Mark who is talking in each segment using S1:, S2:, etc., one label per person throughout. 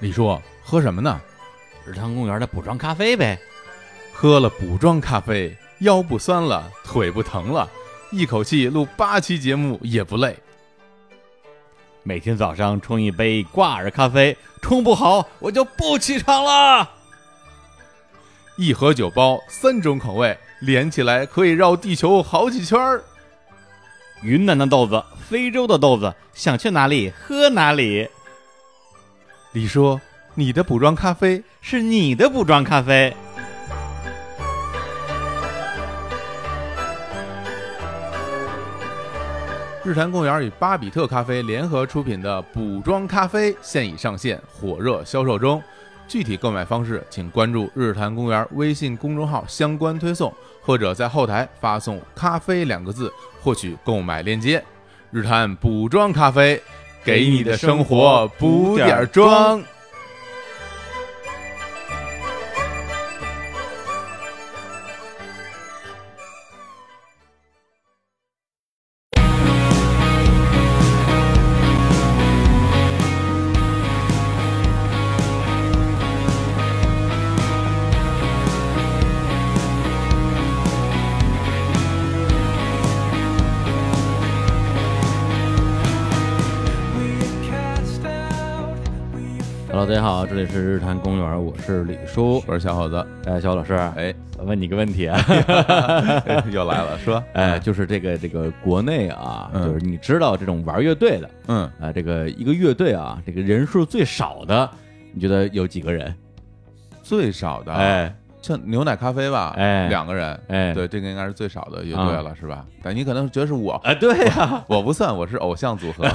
S1: 李叔喝什么呢？
S2: 日坛公园的补妆咖啡呗。
S1: 喝了补妆咖啡，腰不酸了，腿不疼了，一口气录八期节目也不累。
S2: 每天早上冲一杯挂耳咖啡，冲不好我就不起床了。
S1: 一盒酒包，三种口味，连起来可以绕地球好几圈儿。
S2: 云南的豆子，非洲的豆子，想去哪里喝哪里，
S1: 李叔，你的补妆咖啡
S2: 是你的补妆咖啡。
S1: 日坛公园与巴比特咖啡联合出品的补妆咖啡现已上线，火热销售中。具体购买方式，请关注日坛公园微信公众号相关推送，或者在后台发送“咖啡”两个字获取购买链接。日坛补妆咖啡，给你的生活补点儿妆。
S2: Hello，大家好，这里是日坛公园，我是李叔。
S1: 我是小伙子，
S2: 哎，小老师，
S1: 哎，
S2: 问你个问题 啊，
S1: 又来了，说，
S2: 哎，，就是这个这个国内啊，
S1: 嗯
S2: 就是你知道这种玩乐队的
S1: 嗯，
S2: 啊，这个一个乐队啊，这个人数最少的，你觉得有几个人？
S1: 最少的，，
S2: 哎
S1: 像牛奶咖啡吧，
S2: 哎
S1: 两个人，
S2: 哎，
S1: 对，这个应该是最少的乐队了，是吧？但你可能觉得是我，
S2: 啊，对呀，
S1: 我不算，我是偶像 组合，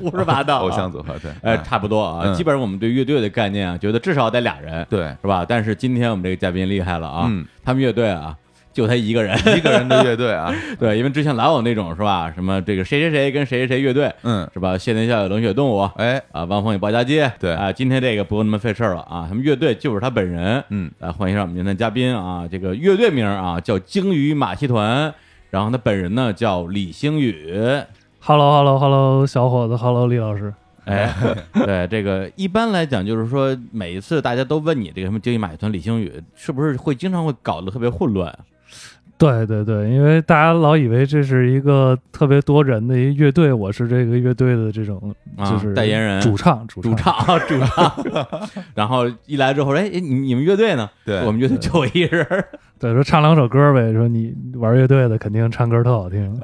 S2: 胡说八道啊，
S1: 偶像组合，对，
S2: 哎，
S1: 嗯
S2: 差不多啊，
S1: 嗯
S2: 基本上我们对乐队的概念啊，觉得至少得俩人，
S1: 对，
S2: 是吧？但是今天我们这个嘉宾厉害了啊，
S1: 嗯
S2: 他们乐队啊，就他一个人，
S1: 一个人的乐队啊，
S2: 对，因为之前老有那种是吧，什么这个谁谁谁跟谁谁谁乐队，
S1: 嗯，
S2: 是吧？谢天笑有冷血动物
S1: 哎，
S2: 啊，汪峰有鲍家街，
S1: 对
S2: 啊，今天这个不用那么费事儿了啊，他们乐队就是他本人，
S1: 嗯，
S2: 啊，欢迎上我们今天的嘉宾啊，这个乐队名啊叫鲸鱼马戏团，然后他本人呢叫李星宇，
S3: h e l l o h e l l o h e l l o 小伙子，Hello，李老师，
S2: 哎，对这个一般来讲，就是说每一次大家都问你这个什么经济马戏团李星宇，是不是会经常会搞得特别混乱？
S3: 对对对，因为大家老以为这是一个特别多人的一个乐队，我是这个乐队的这种
S2: 啊、
S3: 就是
S2: 代言人、
S3: 主唱，主
S2: 主
S3: 唱，
S2: 唱、主唱， 然后一来之后，哎，哎你你们乐队呢？
S1: 对，
S2: 我们乐队就我一人儿，
S3: 对，说唱两首歌呗，说你玩乐队的肯定唱歌特 好听，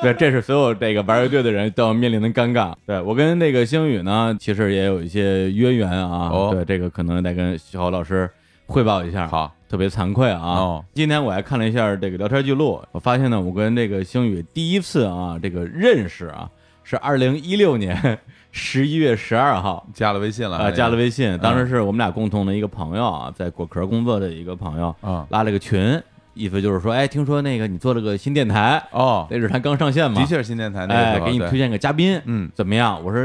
S2: 对，这是所有这个玩乐队的人都要面临的尴尬。对我跟那个星宇呢，其实也有一些渊源啊。
S1: 哦
S2: 对，这个可能得跟小侯老师汇报一下。
S1: 好
S2: 特别惭愧啊。
S1: 哦
S2: 今天我还看了一下这个聊天记录，我发现呢，我跟这个星宇第一次啊，这个认识啊，是二零一六年 十一月十二号。
S1: 加了微信了，
S2: 啊，加了
S1: 微
S2: 微信，当时是我们俩共同的一个朋友啊，在果壳工作的一个朋友
S1: 啊，
S2: 拉了个群，意思就是说，哎，听说那个你做了个新电台，
S1: 哦，
S2: 那日坛刚上线嘛，
S1: 的确是新电台那个
S2: 哎
S1: 时，候，
S2: 给你
S1: 对
S2: 推荐个嘉宾，
S1: 嗯，
S2: 怎么样？我说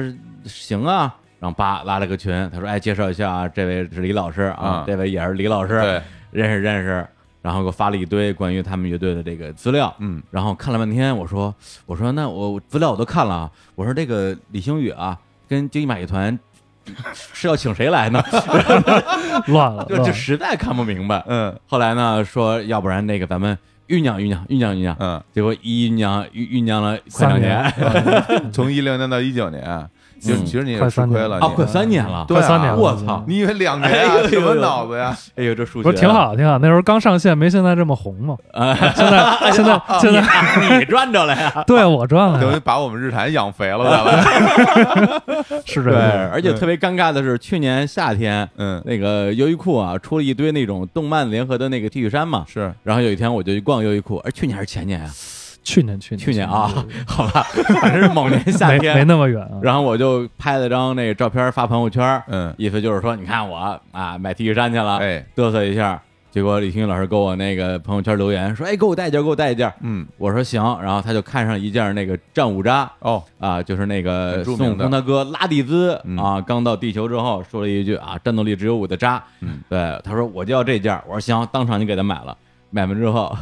S2: 行啊，然后叭拉了个群，他说哎，介绍一下啊，这位是李老师啊
S1: 啊，
S2: 这位也是李老师，
S1: 对，
S2: 认识认识。然后给我发了一堆关于他们乐队的这个资料，
S1: 嗯，
S2: 然后看了半天，我说我说那我我资料我都看了啊，我说这个李星宇啊，跟京一马戏团是要请谁 来呢？
S3: 乱了，
S2: 就
S3: 乱
S2: 就
S3: 了
S2: 实在看不明白。
S1: 嗯
S2: 后来呢，说要不然那个咱们酝酿酝酿酝酿酝酿，
S1: 嗯，
S2: 结果一酝酿酝酝酿了快两
S3: 三年
S2: 年，
S1: 从一六年到一九年，其实
S2: 嗯
S1: 其实你也
S3: 快
S1: 吃
S3: 三
S1: 亏
S3: 年
S1: 了，
S2: 啊，
S1: 你
S2: 快三年了。
S1: 对啊
S3: 快三年了，
S2: 我 操
S1: 你以为两年
S2: 哎呦
S1: 啊？
S2: 呦
S1: 什么
S2: 呦
S1: 脑子 呀？
S2: 哎呦，这数学
S3: 不是挺，好挺好，那时候刚上线，没现在这么红嘛，
S2: 啊
S3: 现在现在 现在
S2: 你赚着了 呀。
S3: 对我赚了
S1: 等于
S3: 呀，
S1: 把我们日坛养肥 了再来，
S3: 是这
S2: 对，
S3: 样，
S2: 而且特别尴尬的是，去年夏天
S1: 嗯，
S2: 那个优衣库啊，出了一堆那种动漫联合的那个 T 恤衫嘛。
S1: 是
S2: 然后有一天我就去逛优衣库，而去年还是前年啊？
S3: 去年去年
S2: 去年啊，好吧，反正是某年夏
S3: 没没
S2: 天。
S3: 那么远啊，
S2: 然后我就拍了张那个照片发朋友圈，
S1: 嗯，
S2: 意思就是说，你看我啊，买 T 恤衫去了，
S1: 哎，
S2: 嘚瑟一下。结果李星宇老师给我那个朋友圈留言说：“哎，给我带一件，给我带一件。
S1: 嗯，”
S2: 我说行，然后他就看上一件那个战五渣，
S1: 哦，
S2: 啊，就是那个
S1: 很著
S2: 孙
S1: 名的
S2: 悟空他哥拉蒂兹、
S1: 嗯
S2: 啊，刚到地球之后说了一句啊，战斗力只有我的渣。
S1: 嗯，
S2: 对，他说我就要这件儿，我说行，当场就给他买了。买完之后，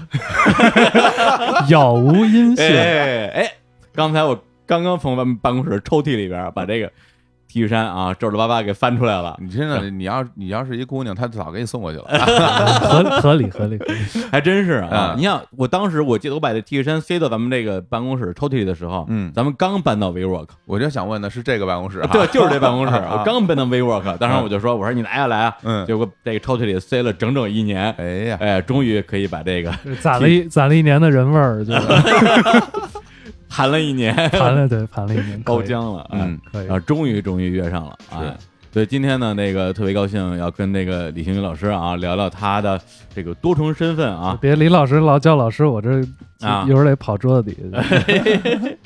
S3: 杳无音
S2: 哎
S3: 信，
S2: 哎哎，刚才我刚刚从咱们办公室抽屉里边把这个 T 皮玉山啊，皱皱巴巴给翻出来了，
S1: 你真的，你要你要是一姑娘，她早给你送过去了。
S3: 合合理合理，合理
S2: 还真是啊！
S1: 嗯
S2: 你想，我当时我记得我把这 T 恤衫塞到咱们这个办公室抽屉里的时候，
S1: 嗯
S2: 咱们刚搬到 WeWork，
S1: 我就想问的是这个办公室啊，
S2: 对，就是这办公室，
S1: 啊
S2: 我刚搬到 WeWork，当时我就说，我说你来啊来啊，
S1: 嗯
S2: 结果这个抽屉里塞了整整一年，
S1: 哎呀，
S2: 哎，终于可以把这个
S3: 攒了一 攒了一年的人味儿，就
S2: 盘了一年，
S3: 盘了对盘了一年，可以
S2: 包浆了，哎
S1: 嗯，
S3: 可以
S2: 然后终于终于约上了，哎
S1: 是。
S2: 所以今天呢，那个特别高兴要跟那个李行宇老师啊聊聊他的这个多重身份啊，
S3: 别李老师老叫老师，我这
S2: 啊
S3: 一会儿得跑桌 子底下去。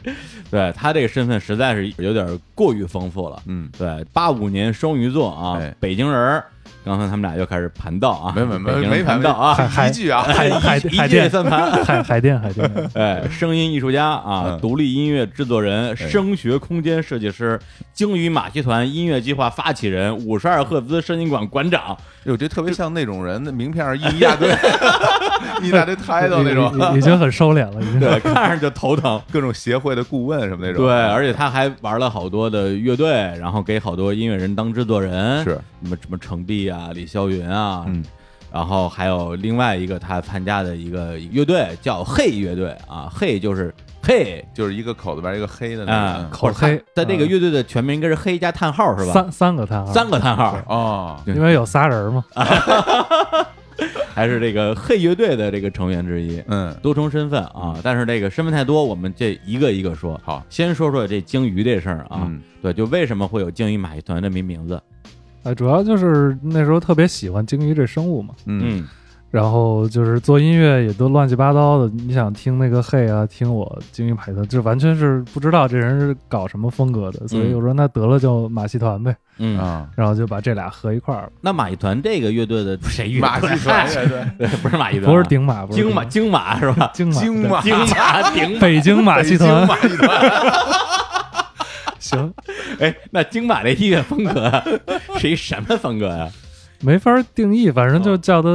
S2: 对他这个身份实在是有点过于丰富了。
S1: 嗯，
S2: 对，八五年双鱼座啊，
S1: 哎
S2: 北京人儿。刚才他们俩又开始盘道啊，
S1: 没没没
S2: 北京人
S1: 没盘
S2: 盘道啊，
S1: 是一句 啊，
S3: 海海
S2: 一
S3: 海
S2: 届
S3: 淀
S2: 三盘。
S3: 海海淀 海淀，
S2: 哎，声音艺术家啊，
S1: 嗯
S2: 独立音乐制作
S3: 哎
S2: 人，声学空间设计师，鲸鱼马戏团音乐计划发起人，五十二赫兹声音馆馆长，
S1: 我觉得特别像那种人的名片儿一一大堆，一大 堆 title 那种，
S3: 已已已经很收敛了， 已经。
S2: 对，看着就头疼。
S1: 各种协会的顾问什么那种。啊
S2: 对，而且他还玩了好多的乐队，然后给好多音乐人当制作人，
S1: 是
S2: 什么什么程璧啊、李霄云啊，
S1: 嗯，
S2: 然后还有另外一个他参加的一个乐队叫嘿乐队啊，嘿就是嘿
S1: 就是一个口字边一个黑的那
S2: 啊，
S1: 种。
S3: 口
S2: 不是他
S3: 黑
S2: 但这个
S3: 嗯
S2: 乐队的全名应该是嘿加叹 号是吧？
S3: 三三个他，
S2: 三个嗯叹号，
S1: 哦，
S2: 对
S3: 因为有仨人嘛，
S2: 还是这个嘿乐队的这个成员之一，
S1: 嗯，
S2: 多重身份啊。但是这个身份太多，我们这一个一个说。
S1: 好
S2: 先说说这鲸鱼这事儿啊，
S1: 嗯
S2: 对，就为什么会有鲸鱼马戏团这名名字？
S3: 呃，主要就是那时候特别喜欢鲸鱼这生物嘛，
S1: 嗯，
S3: 然后就是做音乐也都乱七八糟的，你想听那个嘿啊，听我鲸鱼排的，就完全是不知道这人是搞什么风格的，所以
S2: 嗯
S3: 我说那得了就马戏团呗，
S2: 嗯
S1: 啊，
S3: 然后就把这俩合一块儿了，
S2: 那马戏团这个乐队的谁乐队
S1: 马戏团乐队，
S2: 嗯 对不是马戏团啊，
S3: 不是顶马，不是
S2: 京马京马是 吧？
S3: 鲸马
S1: 京马
S3: 对
S2: 京马顶马。
S3: 北京马戏
S1: 北
S3: 团
S1: 京，马戏团，
S3: 行，
S2: 哎，那京马这音乐风格啊 是一什么风格呀、
S3: 没法定义，反正就叫它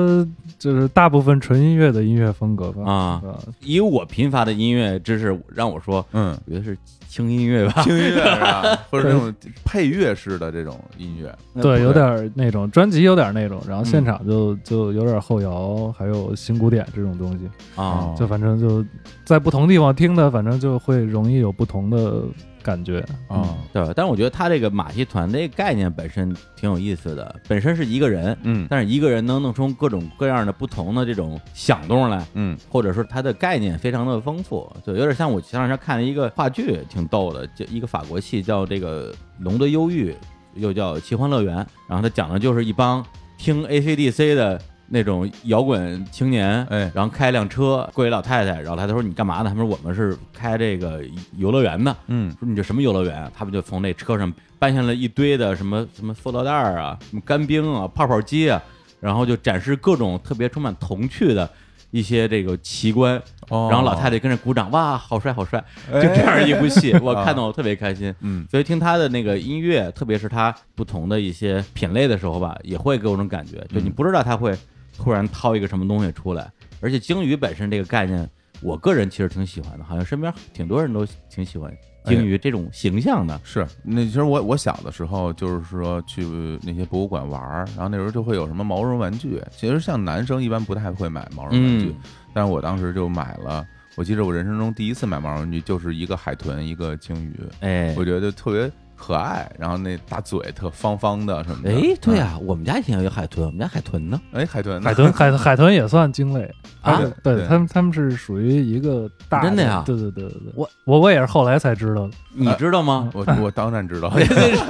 S3: 就是大部分纯音乐的音乐风格吧，
S2: 啊
S3: 嗯
S2: 以我贫乏的音乐知识，让我说，
S1: 嗯，
S2: 我觉得是轻音乐吧。
S1: 听音乐是吧？或者那种配乐式的这种音乐，
S3: 对，
S1: 不
S3: 有
S1: 对
S3: 点儿那嗯种专辑有点儿那种，然后现场就、就有点儿后摇，还有新古典这种东西，
S2: 啊，
S3: 就反正就在不同地方听的，反正就会容易有不同的感 觉。
S1: 啊，
S2: 对吧？但是我觉得他这个马戏团这概念本身挺有意思的，本身是一个人，
S1: 嗯
S2: 但是一个人能弄出各种各样的不同的这种响动来，
S1: 嗯
S2: 或者说它的概念非常的丰富，就有点像我前两天看了一个话剧，挺逗的，就一个法国戏叫这个《龙的忧郁》，又叫《奇幻乐园》，然后它讲的就是一帮听 AC/DC 的那种摇滚青年，
S1: 哎
S2: 然后开辆车过一老太太，然后她说你干嘛呢？他们说我们是开这个游乐园的，
S1: 嗯
S2: 说你这什么游乐园？啊他们就从那车上搬下来一堆的什么什么塑料袋儿啊、什么干冰啊、泡泡机啊，然后就展示各种特别充满童趣的一些这个奇观。
S1: 哦
S2: 然后老太太跟着鼓掌，哇，好帅好帅！就
S1: 哎
S2: 这样一部戏，我看的我特别开心。
S1: 嗯
S2: 所以听他的那个音乐，特别是他不同的一些品类的时候吧，也会给我这种感觉，就你不知道他会突然掏一个什么东西出来。而且鲸鱼本身这个概念，我个人其实挺喜欢的，好像身边挺多人都挺喜欢鲸鱼这种形象的。
S1: 是，那其实我我小的时候就是说去那些博物馆玩儿，然后那时候就会有什么毛绒玩具。其实像男生一般不太会买毛绒玩具，
S2: 嗯
S1: 但是我当时就买了。我记得我人生中第一次买毛绒玩具，就是一个海豚，一个鲸鱼，
S2: 哎，
S1: 我觉得特别可爱。然后那大嘴特方方的什么的。
S2: 哎，对
S1: 呀，
S2: 啊，我们家以前有一个海豚，我们家海豚呢？
S1: 哎，海豚呢，
S3: 海豚海海豚也算鲸类
S2: 啊
S3: 它是对
S1: 对
S3: 他们他们是属于一个大
S2: 真的呀
S3: 对对对对对，
S2: 我
S3: 我我也是后来才知道的，
S2: 你知道吗？
S1: 我我当然 知道，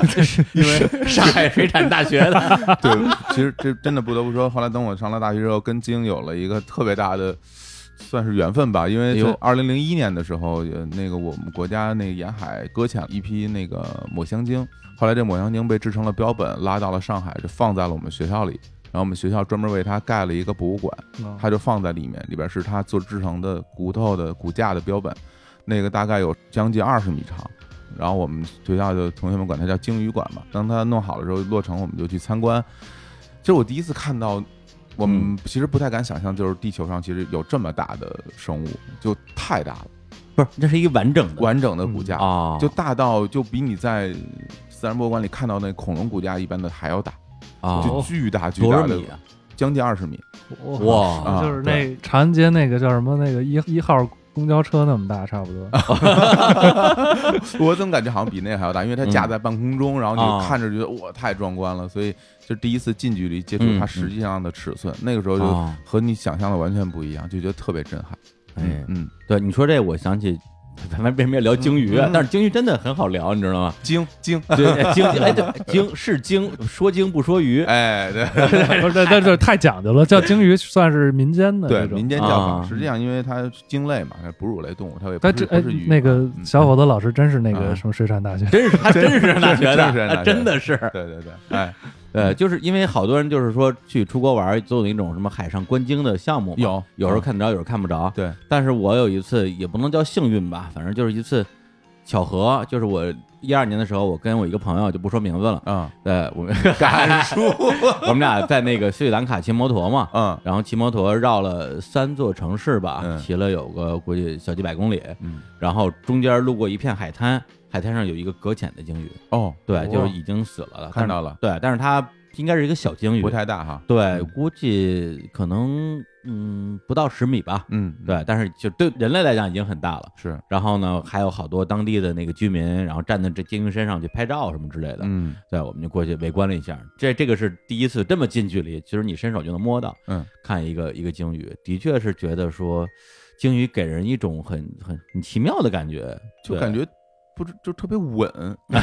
S2: 这是因为上海水产大学 的，
S1: 对，其实这真的不得不说，后来等我上了大学之后，跟京有了一个特别大的。算是缘分吧，因
S2: 哎
S1: 为
S2: 呦
S1: 就二零零一年的时候，呃那个我们国家那个沿海搁浅一批那个抹香鲸，后来这抹香鲸被制成了标本，拉到了上海，就放在了我们学校里。然后我们学校专门为它盖了一个博物馆，
S3: 嗯
S1: 它就放在里面，里边是它做制成的骨头的骨架的标本，那个大概有将近二十米长。然后我们学校的同学们管它叫鲸鱼馆嘛。当它弄好了之后落成，我们就去参观。这是我第一次看到，我
S2: 嗯
S1: 们其实不太敢想象，就是地球上其实有这么大的生物，就太大了。
S2: 不是，这是一个完整的
S1: 完整的骨架，
S2: 啊，
S1: 就大到就比你在自然博物馆里看到那恐龙骨架一般的还要大，
S2: 啊
S1: 就巨大巨
S2: 多
S1: 大
S2: 少
S1: 的
S2: 米，啊？
S1: 将近二十米。
S2: 哇
S1: 啊
S3: 就是那长安街那个叫什么那个一一号公交车那么大，差不 多。
S1: 我怎么感觉好像比那个还要大？因为它架在半空中，然后你
S2: 啊
S1: 就看着觉得哇太壮观了，所以就第一次近距离接触
S2: 嗯
S1: 它
S2: 嗯
S1: 实际上的尺寸，那个时候就
S2: 啊，
S1: 和你想象的完全不一样，就觉得特别震撼。
S2: 哎，
S1: 嗯，
S2: 对，你说这我想起。咱们为什么要聊鲸鱼啊
S1: 嗯？
S2: 但是鲸鱼真的很好聊，你知道 吗？
S1: 精精，
S2: 对，哎鲸，哎，对，鲸是鲸，说鲸不说鱼，
S1: 哎，对
S3: 不是，但但是太讲究了，叫鲸鱼算是民间 的
S1: 对，
S3: 这种
S1: 民间叫法。
S2: 啊
S1: 实际上，因为它鲸类嘛，它哺乳类动物，它也不
S3: 但
S1: 是
S3: 这
S1: 不
S3: 哎
S1: 是鱼，。
S3: 那个
S1: 嗯
S3: 小伙子老师真是那个
S1: 嗯
S3: 什么水产大学，
S2: 真是他真是上大学
S1: 真是上
S2: 的
S1: 大学的
S2: 啊，真的是。
S1: 对对对，哎，
S2: 呃，就是因为好多人就是说去出国玩，总有那种什么海上观鲸的项目嘛，
S1: 有 嗯
S2: 有时候看得着，有时候看不着。
S1: 啊对，
S2: 但是我有一次也不能叫幸运吧，反正就是一次巧合，就是我一二年的时候，我跟我一个朋友就不说名字了，
S1: 嗯，
S2: 呃，我们
S1: 敢说，
S2: 我们俩在那个斯里兰卡骑摩托嘛，
S1: 嗯
S2: 然后骑摩托绕了三座城市吧，
S1: 嗯
S2: 骑了有个估计小几百公里，
S1: 嗯，
S2: 然后中间路过一片海滩，海滩上有一个搁浅的鲸鱼，
S1: 哦，
S2: 对，就
S1: 哇
S2: 是已经死了的，
S1: 看到了，
S2: 但是对，但是它应该是一个小鲸鱼，
S1: 不太嗯大哈，
S2: 对，估计可能嗯不到十米吧，
S1: 嗯，
S2: 对，但是就对人类来讲已经很大了。
S1: 是，
S2: 然后呢，还有好多当地的那个居民，然后站在这鲸鱼身上去拍照什么之类的，
S1: 嗯
S2: 对，我们就过去围观了一下。这这个是第一次这么近距离，其实你伸手就能摸到，
S1: 嗯，
S2: 看一个一个鲸鱼，的确是觉得说。鲸鱼给人一种很很很奇妙的感觉，
S1: 就
S2: 对
S1: 感觉不知就特别 稳，就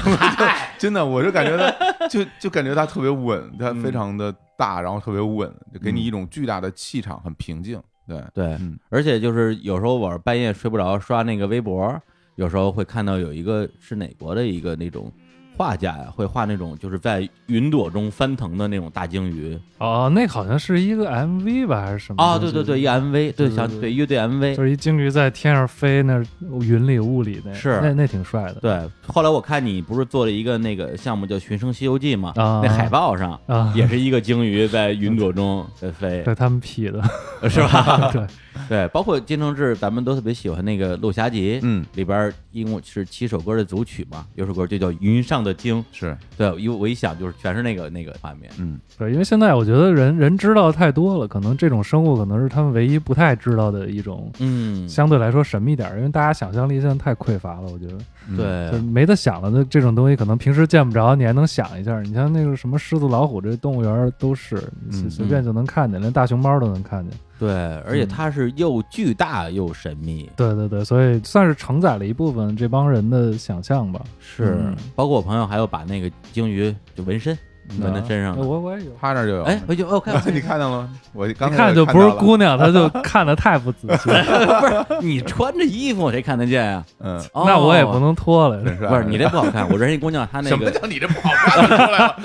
S1: 真的，我就感觉它就就感觉它特别稳，它
S2: 嗯
S1: 非常的大，然后特别稳，就给你一种巨大的气场，很平静。对，
S2: 对，
S1: 嗯
S2: 而且就是有时候我半夜睡不着，刷那个微博，有时候会看到有一个是哪国的一个那种画家呀，会画那种就是在云朵中翻腾的那种大鲸鱼
S3: 哦，那好像是一个 MV 吧，还是什么？
S2: 啊，对对对，一个 MV，对，
S3: 对
S2: 想
S3: 对
S2: 对乐队 MV，
S3: 就是一鲸鱼在天上飞，那云里雾里的，
S2: 是
S3: 那那挺帅的。
S2: 对。后来我看你不是做了一个那个项目叫《寻声西游记》嘛，
S3: 啊
S2: 那海报上
S3: 啊，
S2: 也是一个鲸鱼在云朵 中在飞，
S3: 对他们 P 的，
S2: 是 吧？
S3: 对，
S2: 对，包括金承志，咱们都特别喜欢那个《鹿霞集》，
S1: 嗯，
S2: 里边儿一共是七首歌的组曲嘛，有首歌就叫《云上的鲸》。
S1: 是，
S2: 对，因为我一想就是全是那个那个画面。
S1: 嗯，
S3: 对，因为现在我觉得人人知道太多了，可能这种生物可能是他们唯一不太知道的一种，
S2: 嗯
S3: 相对来说神秘点儿，因为大家想象力现在太匮乏了，我觉得
S1: 嗯，
S2: 对
S3: 就是没得想了。那这种东西可能平时见不着，你还能想一下。你像那个什么狮子、老虎，这动物园儿都是你
S1: 嗯
S3: 随随便就能看见，连大熊猫都能看见。
S2: 对，而
S3: 嗯
S2: 且它是又巨大又神秘。
S3: 对对对，所以算是承载了一部分这帮人的想象吧。
S2: 是
S3: 嗯
S2: 包括我朋友还有把那个鲸鱼就纹身纹嗯在身上
S3: 啊
S2: 的。
S3: 我我也有。
S1: 他那儿就有，
S2: 哎，我就哦，看
S1: 你看到了吗？我刚
S3: 一
S1: 才
S3: 看就
S1: 看
S3: 不是
S1: 到了
S3: 姑娘，她就看的太不仔细了。
S2: 不是你穿着衣服谁看得见啊？
S1: 嗯，
S2: 哦
S3: 那我也不。能脱了。
S1: 真是啊
S2: 不是你这不好看，我认识一姑娘， 她那
S1: 什么
S2: 个
S1: 叫你这不好看出来 了？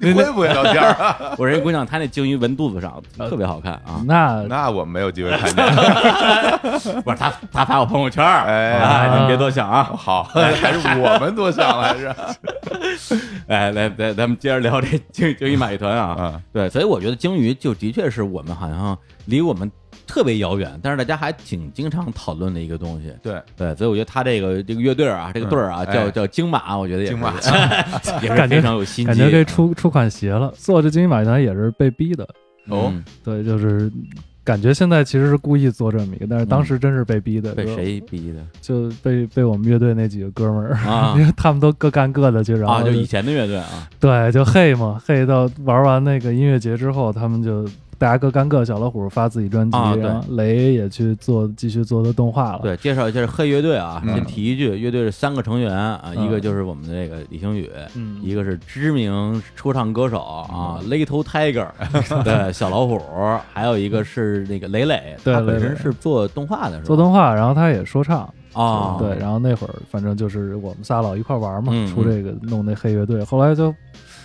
S1: 你会不会聊天儿啊？
S2: 我认识一姑娘，她那鲸鱼纹肚子 上
S3: 呃
S2: 特别好看啊。
S3: 那
S1: 那我没有机会看见。
S2: 不是她她发我朋友圈儿，
S1: 哎
S2: 啊你别多想啊。
S1: 好，还是我们多想了，还 是啊
S2: 哎，来来，咱们接着聊这鲸鲸鱼马戏团啊。
S1: 嗯，
S2: 对，所以我觉得鲸鱼就的确是我们好像离我们特别遥远，但是大家还挺经常讨论的一个东西。
S1: 对，
S2: 对，所以我觉得他这个这个乐队儿啊，这个队儿啊，
S1: 嗯哎
S2: 叫叫鲸马，我觉得也是
S1: 金马
S2: 也是非常有心机。
S3: 感觉这出出款鞋了，做这金鱼马团也是被逼的。
S1: 哦
S2: 嗯，
S3: 对，就是感觉现在其实是故意做这么一个，但是当时真是被逼的。
S2: 嗯被？谁逼的
S3: 就被被我们乐队那几个哥们儿。
S2: 啊
S3: 因为他们都各干各的去，然后、
S2: 啊？就以前的乐队啊，
S3: 对，就嘿嘛，嘿到玩完那个音乐节之后，他们就大家各干各，小老虎发自己专辑，
S2: 啊对
S3: 然后雷也去做继续做的动画了。
S2: 对，介绍一下黑乐队啊，
S1: 嗯
S2: 先提一句，乐队是三个成员啊，
S3: 嗯
S2: 一个就是我们的那个李星宇，
S3: 嗯
S2: 一个是知名说唱歌手啊，Little Tiger，对， 小老虎，还有一个是那个磊磊，
S3: 对
S2: 他本
S3: 磊
S2: 身
S3: 磊
S2: 是做动画的，是吧？
S3: 做动画，然后他也说唱，
S2: 啊，
S3: 对，然后那会儿反正就是我们仨老一块玩嘛，
S2: 嗯
S3: 出这个弄那黑乐队，后来就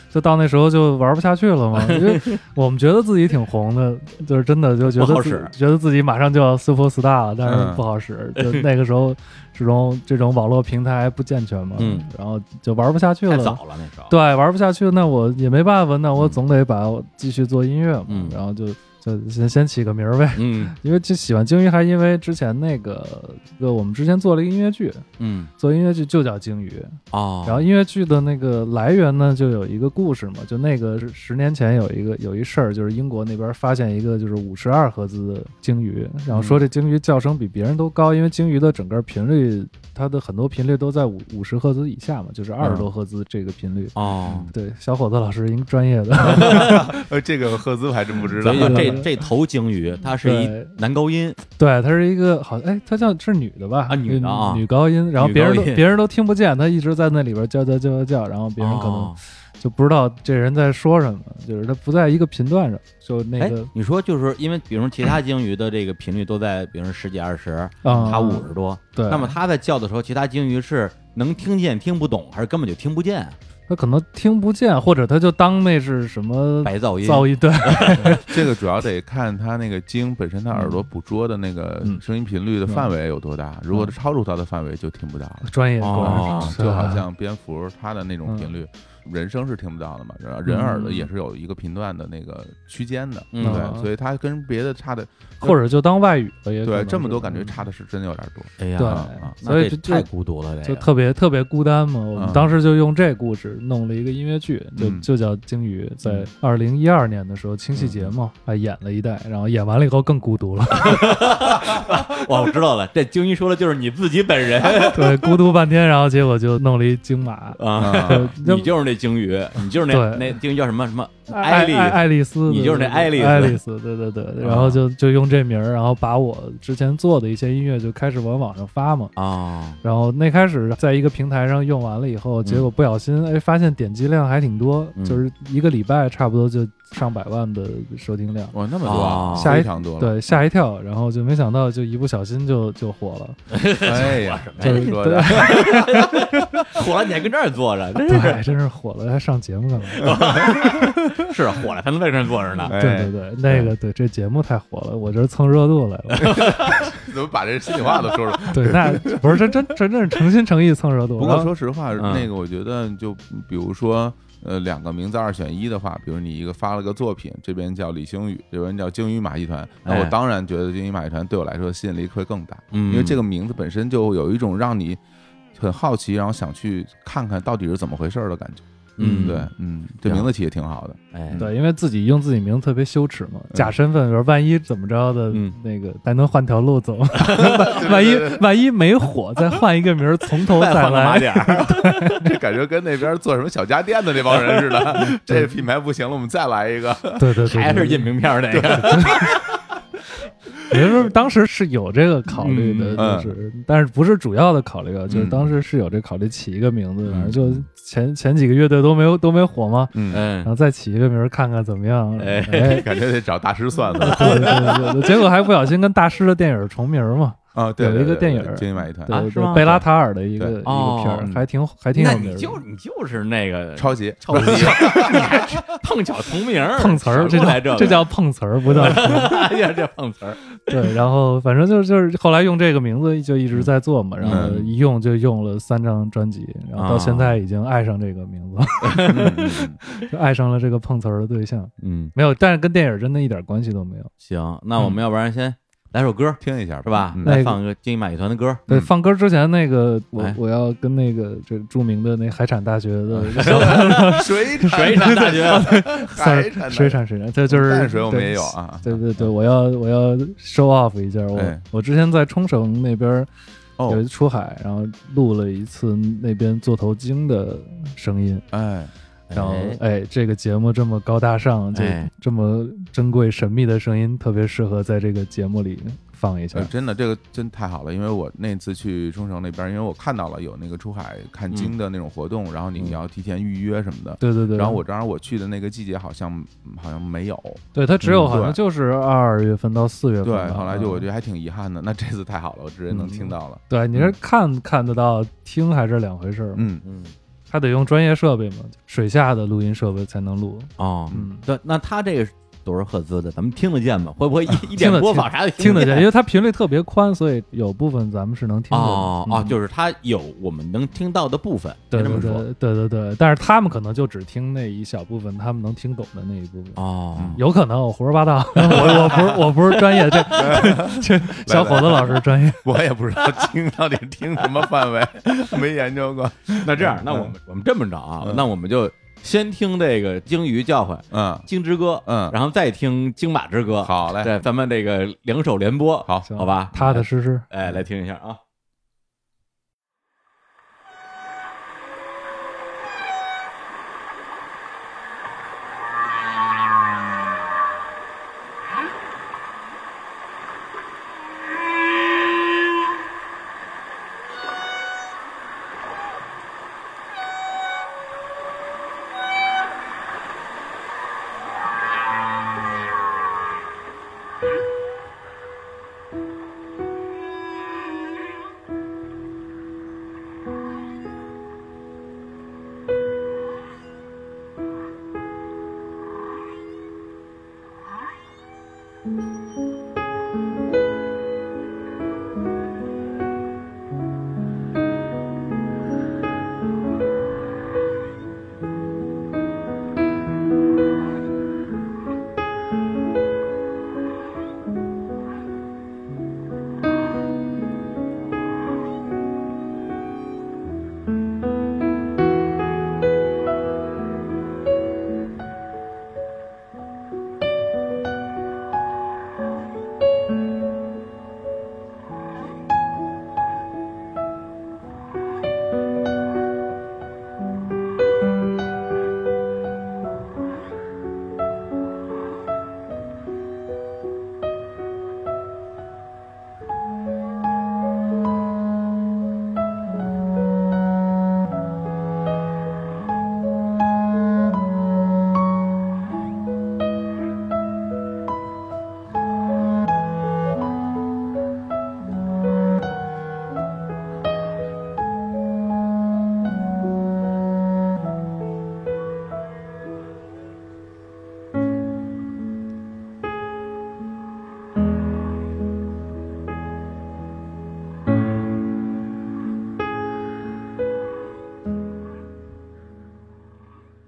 S3: 就到那时候就玩不下去了嘛，因为我们觉得自己挺红的，就是真的就觉
S2: 不
S3: 得
S2: 好
S3: 自己
S2: 使
S3: 觉得自己马上就要 super star 了，但
S1: 嗯
S3: 是不 好使，就那个时候这种这种网络平台不健全嘛，
S2: 嗯
S3: 然后就玩不下去
S2: 太
S3: 了。
S2: 早了那时候，
S3: 对，玩不下去，那我也没办法，那我
S2: 嗯
S3: 总得把我继续做音乐嘛，
S2: 嗯
S3: 然后就就先先起个名儿呗。
S2: 嗯
S3: 因为就喜欢鲸鱼，还因为之前那个，呃，我们之前做了一个音乐剧，
S2: 嗯
S3: 做音乐剧就叫鲸鱼。
S2: 哦，
S3: 然后音乐剧的那个来源呢，就有一个故事嘛，就那个是十年前有一个有一事儿，就是英国那边发现一个就是五十二赫兹的鲸鱼，然后说这鲸鱼叫声比别人都高，因为鲸鱼的整个频率，它的很多频率都在五五十赫兹以下嘛，就是二十多赫兹这个频率。
S2: 嗯哦，
S1: 嗯
S3: 对，小伙子老师应专业的，
S1: 呃，这个赫兹我还真不知道
S2: 所以。就这这头鲸鱼它是一
S3: 对
S2: 男高音，
S3: 对，她是一个好，哎，她叫是女的吧？
S2: 啊女的啊
S3: 女高音，然后别人
S2: 女
S3: 都
S2: 高音
S3: 别人都听不见，她一直在那里边叫叫叫叫叫，然后别人可能
S2: 哦
S3: 就不知道这人在说什么，就是他不在一个频段上，就那
S2: 哎
S3: 个，
S2: 你说就是因为，比如说其他鲸鱼的这个频率都在，比如说十几二十，
S3: 啊，
S2: 它五十多，
S3: 对，
S2: 那么它在叫的时候，其他鲸鱼是能听见听不懂，还是根本就听不见？
S3: 他可能听不见，或者他就当那是什么
S2: 白噪音，
S3: 噪音，对，
S1: 这个主要得看它那个鲸本身，它耳朵捕捉的那个
S3: 嗯
S1: 声音频率的范围有多大。如果它超出它的范围，就听不到了。啊
S3: 专业果然
S2: 哦
S3: 嗯是
S1: 就好像蝙蝠它的那种频率，人声是听不到的嘛，然
S3: 嗯
S1: 后人耳朵也是有一个频段的那个区间的，
S2: 嗯
S1: 对，所以它跟别的差的，
S3: 或者就当外语了，也可
S1: 对，
S3: 能是
S1: 这么多感觉差的是真的有点多。
S2: 哎呀，
S3: 对
S1: 啊
S2: 那
S3: 所以
S2: 这
S3: 就
S2: 太
S3: 就
S2: 孤独了，这
S3: 就
S2: 个
S3: 特别特别孤单嘛。我们
S1: 嗯
S3: 当时就用这故事弄了一个音乐剧，就
S1: 嗯
S3: 就叫《鲸鱼》。在
S1: 嗯
S3: 二零一二年的时候，清戏节
S2: 嗯
S3: 嘛，啊演了一代，然后演完了以后更孤 独了，
S2: 哇，哦我知道了，这鲸鱼说的就是你自己本人
S3: 对，孤独半天，然后结果就弄了一鲸 马，
S2: 啊。
S1: 啊，
S3: 就
S2: 你就是那鲸鱼，你就是那
S3: 对
S2: 那鲸鱼叫什么什么
S3: 爱
S2: 丽
S3: 爱爱丽丝，
S2: 你就是那
S3: 对对对
S2: 爱
S3: 爱
S2: 丽丝啊
S3: 丽丝，对对对，对然后就就用这名儿，然后把我之前做的一些音乐就开始往网上发嘛。
S2: 哦，
S3: 然后那开始在一个平台上用完了以后，
S1: 嗯
S3: 结果不小心哎发现点击量还挺多，
S2: 嗯
S3: 就是一个礼拜差不多就上百万的收听量，
S1: 哇，那么
S2: 哦
S1: 多，啊
S3: 下一
S1: 非常多了，
S3: 对，吓一跳，然后就没想到就一不小心就就火了，
S1: 哎 呀，
S3: 就
S1: 这
S3: 是
S1: 么说
S3: 对
S1: 的，
S2: 火了你还跟这儿坐 着，
S1: 哎
S2: 真是
S3: 对，真是火了，还上节目干嘛？
S2: 是火了才能在这儿坐着呢。
S1: 哎
S3: 对对，对，那个对，这节目太火了，我这是蹭热度来了。
S1: 怎么把这心里话都说出来？
S3: 对，那不是真真真正是诚心诚意蹭热度。
S1: 不
S3: 然
S1: 过
S3: 后
S1: 说实话，
S2: 嗯
S1: 那个我觉得就比如说。呃，两个名字二选一的话，比如你一个发了个作品，这边叫李星宇，这边叫鲸鱼马戏团，那我
S2: 哎
S1: 当然觉得鲸鱼马戏团对我来说吸引力会更大。
S2: 嗯
S1: 因为这个名字本身就有一种让你很好奇，然后想去看看到底是怎么回事儿的感觉。
S2: 嗯
S1: 对，嗯，这名字起也挺好的。
S2: 哎
S3: 对，因为自己用自己名字特别羞耻嘛，假身份，比如万一怎么着的
S2: 嗯，
S3: 那个咱能换条路走， 万一万一没火，再换一个名儿，从头
S2: 再
S3: 再
S2: 换个马
S3: 来。
S2: 点儿，
S1: 这 感觉跟那边做什么小家电的那帮人似的，这品牌不行了，我们再来一个。
S3: 对对对 对，
S2: 还是印名片儿那个。
S3: 也就是说当时是有这个考虑的，
S1: 嗯
S3: 就是但是不是主要的考虑啊，就是
S1: 嗯
S3: 当时是有这考虑起一个名字，反正就前前几个乐队都没有都没火嘛，
S1: 嗯，
S2: 嗯
S3: 然， 后再起一个名儿看看怎么样。
S2: 哎
S3: 哎，
S1: 感觉得找大师算 算
S3: 对对对对，结果还不小心跟大师的电影重名嘛。
S1: 啊。对，
S3: 有一
S1: 对
S3: 个
S1: 对
S3: 电影
S1: 对鲸鱼马戏团
S3: 对、
S2: 啊
S3: 对
S2: 是吗
S3: 贝拉塔尔的一个
S1: 对
S3: 一个
S2: 哦
S3: 片儿，
S1: 嗯
S3: 还挺还挺
S2: 那
S3: 有名
S2: 你
S3: 儿
S2: 就
S3: 的。
S2: 你就是那个
S1: 抄袭，
S2: 臭不 你还是 碰巧重名儿
S3: 碰瓷儿，
S2: 少
S3: 这
S2: 过来
S3: 叫
S2: 这
S3: 叫碰瓷儿，不 叫
S2: 哎呀这碰瓷儿，
S3: 对。然后反正就是就是后来用这个名字就一直在做嘛，然后一用就用了三张专辑，然后到现在已经爱上这个名字，
S1: 嗯嗯嗯
S3: 就爱上了这个碰瓷儿的对象。
S2: 嗯，
S3: 没有，但是跟电影真的一点关系都没有。
S2: 行，那我们要不然先来首歌
S1: 听一下
S2: 是吧？
S1: 嗯
S3: 那
S2: 来
S3: 个
S2: 放个金马乐团 的歌，
S3: 对，
S1: 嗯
S3: 放歌之前那个我
S2: 哎
S3: 我要跟那个这著名的那海产大学的
S1: 水产
S2: 水产大 学，
S1: 海
S3: 算
S1: 产
S3: 是水产水产，这就是
S1: 淡水我们
S3: 对
S1: 也有啊。
S3: 对对对，我要我要 show off 一下，我、
S1: 哎
S3: 我之前在冲绳那边儿有
S1: 哦
S3: 一，出海，然后录了一次那边做头鲸的声音，
S1: 哎，
S3: 然后哎这个节目这么高大上，就
S2: 哎
S3: 这么珍贵神秘的声音，特别适合在这个节目里放一下
S1: 呃，。真的，这个真太好了，因为我那次去冲绳那边，因为我看到了有那个出海
S2: 嗯
S1: 看鲸的那种活动，然后你要提前预约什么的。
S3: 对对对，
S1: 然后我当时我去的那个季节好像嗯好像没有，
S3: 对它只有
S1: 嗯
S3: 好像
S1: 对
S3: 就是二月份到四月份吧，
S1: 对，后
S2: 啊
S1: 来就我觉
S3: 得，
S1: 得还挺遗憾的。那这次太好了，我直接
S2: 嗯
S1: 能听到了。
S3: 对你是看看得到，听还是两回事儿嘛，
S1: 嗯，
S2: 嗯
S3: 它得用专业设备嘛，水下的录音设备才能录，
S2: 哦，
S3: 嗯，
S2: 对，那他这个多少赫兹的，咱们听得见吗？会不会
S1: 啊
S2: 一一点
S3: 听得
S2: 播放啥的
S3: 听得
S2: 得
S3: 见，因为它频率特别宽，所以有部分咱们是能听见的。
S2: 哦哦，
S3: 嗯
S2: 就是它有我们能听到的部分，
S3: 对
S2: 别这
S3: 对
S2: 么
S3: 对
S2: 说
S3: 对对对，但是他们可能就只听那一小部分，他们能听懂的那一部分。
S2: 哦。
S1: 嗯
S3: 有可能我胡说 八道，我我不是我不是专业，这这小伙子老师专业。
S1: 我也不知道听到底听什么范围，没研究过。
S2: 那这样，那
S1: 嗯
S2: 我们我们这么着啊
S1: 嗯，
S2: 那我们就先听这个鲸鱼教诲《
S1: 嗯
S2: 鲸之歌》，
S1: 嗯，
S2: 然后再听《鲸马之歌》。，
S1: 好嘞，
S2: 对，咱们这个两首联播，
S1: 哎好
S3: 行
S2: 好吧，
S3: 踏踏实实。
S2: 哎，来听一下啊。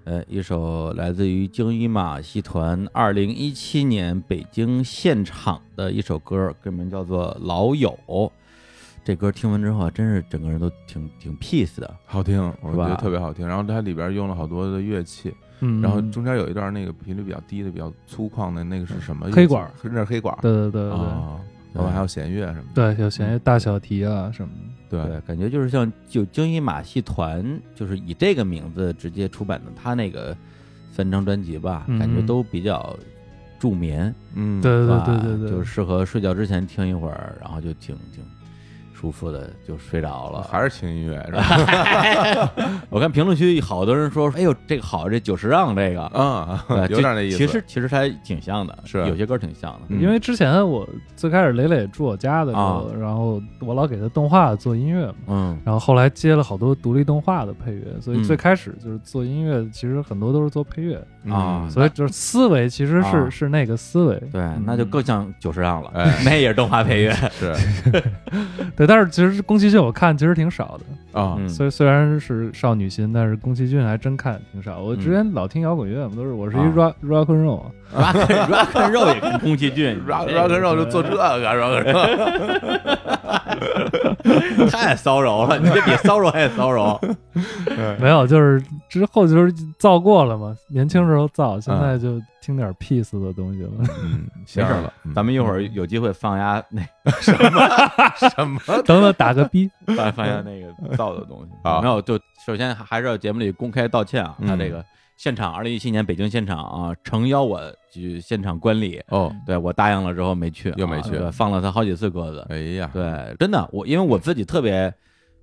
S2: 呃，一首来自于京一马戏团二零一七年北京现场的一首歌，歌名叫做《老友》。这歌听完之后啊，真是整个人都挺挺 peace 的。
S1: 好听，我
S2: 是
S1: 觉
S2: 吧
S1: 得特别好听。然后它里边用了好多的乐器，
S3: 嗯，
S1: 然后中间有一段那个频率比较低的、比较粗犷的，那个是什
S2: 嗯
S1: 么乐器？
S3: 黑管儿
S1: 那是黑管儿。
S3: 对对对对
S1: 啊，
S2: 对
S1: 然后还有弦乐什么的。
S3: 对，有些大小题啊什么的。
S1: 对
S2: 对，感觉就是像就京一马戏团，就是以这个名字直接出版的他那个三张专辑吧，
S3: 嗯
S2: 感觉都比较助眠，
S1: 嗯，
S3: 对对
S2: 吧
S3: 对对对，
S2: 就是适合睡觉之前听一会儿，然后就挺挺舒服的就睡着了。
S1: 还是轻音乐是 吧？
S2: 我看评论区好多人说，哎呦，这个好，这久石让这个，
S1: 啊
S2: 对，
S1: 有点那意思。
S2: 其实其实还挺像的，
S1: 是
S2: 有些歌挺像的。
S1: 嗯
S3: 因为之前我最开始磊磊住我家的时候，
S2: 啊
S3: 然后我老给他动画做音乐嘛，
S2: 嗯
S3: 然后后来接了好多独立动画的配乐，所以
S2: 嗯
S3: 最开始就是做音乐，其实很多都是做配乐，
S1: 嗯
S2: 啊
S3: 所以就是思维其实是、
S2: 啊
S3: 是那个思维，
S2: 对
S3: 嗯，
S2: 那就更像久石让了
S1: 哎，
S2: 那也是动画配乐。
S1: 是
S3: 对。但是其实宫崎骏我看其实挺少的，
S1: 啊，
S2: 嗯
S3: 虽、虽然是少女心，但是宫崎骏还真看挺少。我之前老听摇滚乐嘛，都是我是一
S2: 嗯啊
S3: rock、rock and roll，
S2: rock rock and roll 也跟宫崎骏
S1: rock rock and roll 就做这个 rock and roll
S2: 太骚扰了，你这比骚扰还骚 扰。
S1: 嗯
S3: 没有，就是之后就是造过了嘛，年轻时候造，
S2: 嗯
S3: 现在就听点 peace 的东西了。
S1: 嗯，
S2: 没
S1: 馅
S2: 事
S1: 儿
S2: 了
S1: 了，，
S2: 咱们一会儿有机会放下那
S1: 什么？
S3: 等等打个逼，
S2: 放放下 那个造的东西。
S1: 好
S2: 没有，就首先还是要节目里公开道歉啊，
S1: 嗯
S2: 他这个现场二零一七年北京现场啊，诚邀我去现场观礼，
S1: 哦，
S2: 对我答应了之后没去啊，
S1: 又没去
S2: 对放了他好几次鸽子。
S1: 哎呀，
S2: 对，真的，我因为我自己特别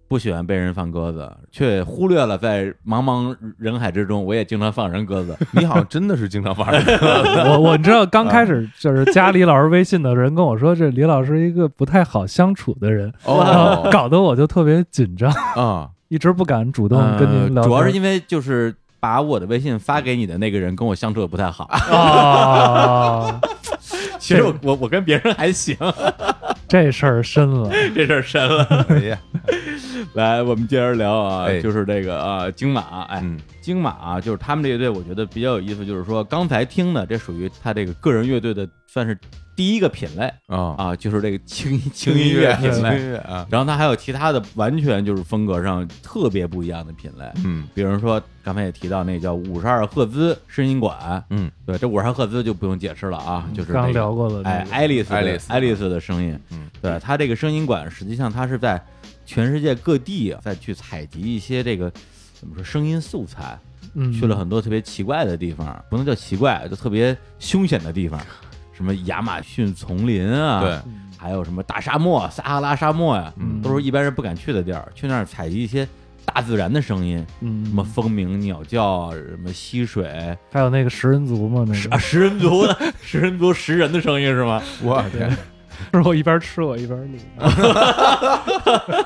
S2: 不喜欢被人放鸽子，却忽略了在茫茫人海之中，我也经常放人鸽子。
S1: 你好像真的是经常玩儿 的
S3: 我我你知道刚开始就是加李老师微信的人跟我说，这李老师一个不太好相处的人，然后
S1: 哦
S3: 搞得我就特别紧张，
S1: 啊，
S2: 哦
S3: 嗯一直不敢主动跟
S2: 呃
S3: 您聊天。
S2: 主要是因为就是。把我的微信发给你的那个人跟我相处的不太好。
S3: 啊，
S2: 其实我我我跟别人还行，
S3: 这事儿深了，
S2: 这事儿深了。
S1: 哎呀，
S2: 来，我们接着聊啊，
S1: 哎
S2: 就是这个啊，京马，哎，
S1: 嗯
S2: 京马、啊、就是他们这乐队，我觉得比较有意思，就是说刚才听的这属于他这个个人乐队的算是第一个品类
S1: 啊，
S2: 啊，就是这个 轻轻
S1: 轻
S2: 音乐品
S1: 轻
S2: 类。
S1: 音乐啊，
S2: 然后他还有其他的完全就是风格上特别不一样的品类，
S1: 嗯
S2: 比如说刚才也提到那叫五十二赫兹声音管，
S1: 嗯，
S2: 对，这五十二赫兹就不用解释了啊，就是那
S3: 刚
S2: 个
S3: 聊过了，
S2: 哎，爱丽丝的，
S1: 爱丽丝
S2: 爱丽丝的声音，
S1: 嗯，
S2: 对，它这个声音馆实际上它是在全世界各地啊再去采集一些这个怎么说声音素材，
S3: 嗯，
S2: 去了很多特别奇怪的地方，不能叫奇怪，就特别凶险的地方，什么亚马逊丛林啊，
S1: 对，，
S3: 嗯
S2: 还有什么大沙漠、撒哈拉沙漠呀、
S1: 嗯
S2: 都是一般人不敢去的地儿，去那儿采集一些大自然的声音。
S3: 嗯，
S2: 什么风鸣、鸟叫，什么溪水
S3: 还有那个食人族嘛，那
S2: 是啊，
S3: 个
S2: 食人族的 食人族食人的声音是吗？
S1: 我天，
S3: 是我一边吃我一边录，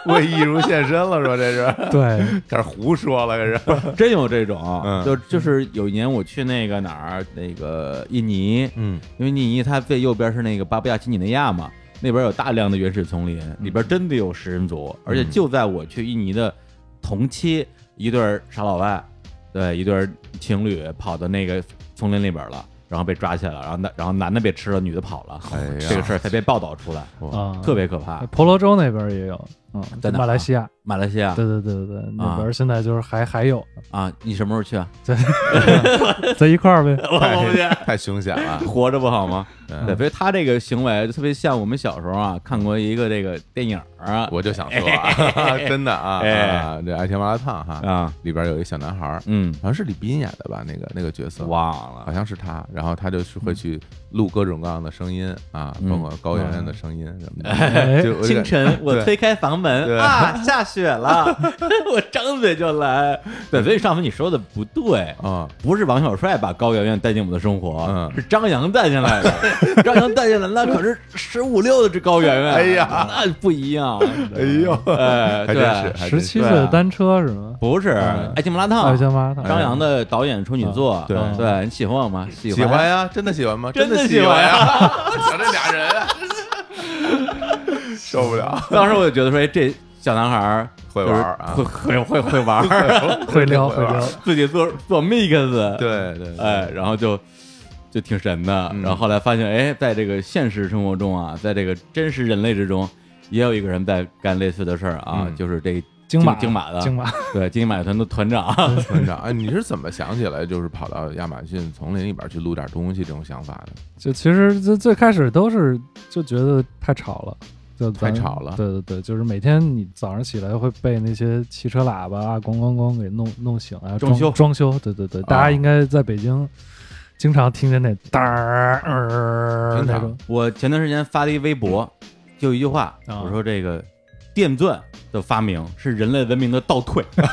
S1: 为艺术献身了，说这是，
S3: 对，
S1: 开始胡说了，这是，
S2: 真有这种，
S1: 嗯
S2: 就就是有一年我去那个哪儿，那个印尼，
S1: 嗯
S2: 因为印尼它最右边是那个巴布亚新几内亚嘛，那边有大量的原始丛林，里边真的有食人族，而
S1: 嗯
S2: 且就在我去印尼的同期，一对儿傻老外，对，一对儿情侣跑到那个丛林里边了。然后被抓起来了，然后男然后男的被吃了，女的跑了，
S1: 哎呀嗯
S2: 这个事儿才被报道出来，
S3: 啊，
S2: 特别可怕。
S3: 婆罗洲那边也有，嗯，
S2: 在哪儿啊啊
S3: 马来西亚，
S2: 马来西亚
S3: 对对对对对，那边现在就是还还有，
S2: 啊，你什么时候 去啊？
S3: 在一块儿呗，
S2: 我不去，
S1: 太凶险 了，
S2: 活着不好吗？
S1: 嗯
S2: 对，所以他这个行为就特别像我们小时候啊看过一个这个电影儿啊，
S1: 我就想说啊， 真的啊，
S2: 哎
S1: 啊这《爱情麻辣烫》哈，
S2: 啊，
S1: 里边有一小男孩儿，
S2: 嗯，
S1: 好像是李斌演的吧，那个那个角色，
S2: 忘
S1: 好
S2: 了，
S1: 像是他，然后他就是会去录各种各样的声音啊，
S2: 嗯
S1: 包括高圆圆的声音什么的。
S3: 哎
S1: 就我就
S2: 清
S1: 感
S2: 晨我
S1: 对
S2: 推开房门
S1: 对
S2: 啊，下雪了， 我张嘴就来。对，所以上回你说的不对。
S1: 啊，
S2: 不是王小帅把高圆圆带进我们的生活，
S1: 嗯
S2: 是张扬带进 来的。张扬带进来那可是十五六的这高圆圆，
S1: 哎呀，
S2: 那不一样。
S1: 哎呦，
S2: 哎，
S1: 还
S2: 对
S1: 真是，还真
S3: 十
S1: 是
S3: 七岁的单车是吗？
S2: 不是
S3: 嗯
S2: 《爱情麻辣烫
S3: 爱》，情麻辣烫，
S2: 张扬的导演处女作，
S1: 哎啊对
S2: 对，你喜欢我吗？喜
S1: 喜欢呀，真的喜欢吗？
S2: 真的
S1: 的
S2: 喜欢
S1: 欢
S2: 呀
S1: 呀！ 瞧这俩人啊，受不了，
S2: 当时我就觉得说，哎，这小男孩儿
S1: 会玩儿啊
S2: 就是会会会会玩 儿，
S3: 啊会撩会
S1: 玩
S3: 撩
S1: 儿，
S2: 自己做做 mix，，
S1: 对对，对
S2: 哎，然后就就挺神的。
S1: 嗯
S2: 然后后来发现，哎，在这个现实生活中啊，在这个真实人类之中，也有一个人在干类似的事儿啊，
S1: 嗯
S2: 就是这
S3: 京马
S2: 京马的
S3: 京马，
S2: 对金马团的 团长。
S1: 村长，哎，你是怎么想起来就是跑到亚马逊丛林里边去录点东西这种想法的？
S3: 就其实最最开始都是就觉得太吵了。就咱
S1: 太吵了
S3: 对对对，就是每天你早上起来会被那些汽车喇叭啊，咣咣咣给弄弄醒啊，
S2: 装
S3: 装
S2: 修
S3: 装修，对对对，大
S1: 啊
S3: 家应该在北京经常听见那哒儿呃
S1: 经常
S3: 那种，
S2: 我前段时间发了一微博，就一句话，
S3: 啊
S2: 我说这个电钻的发明是人类文明的倒退，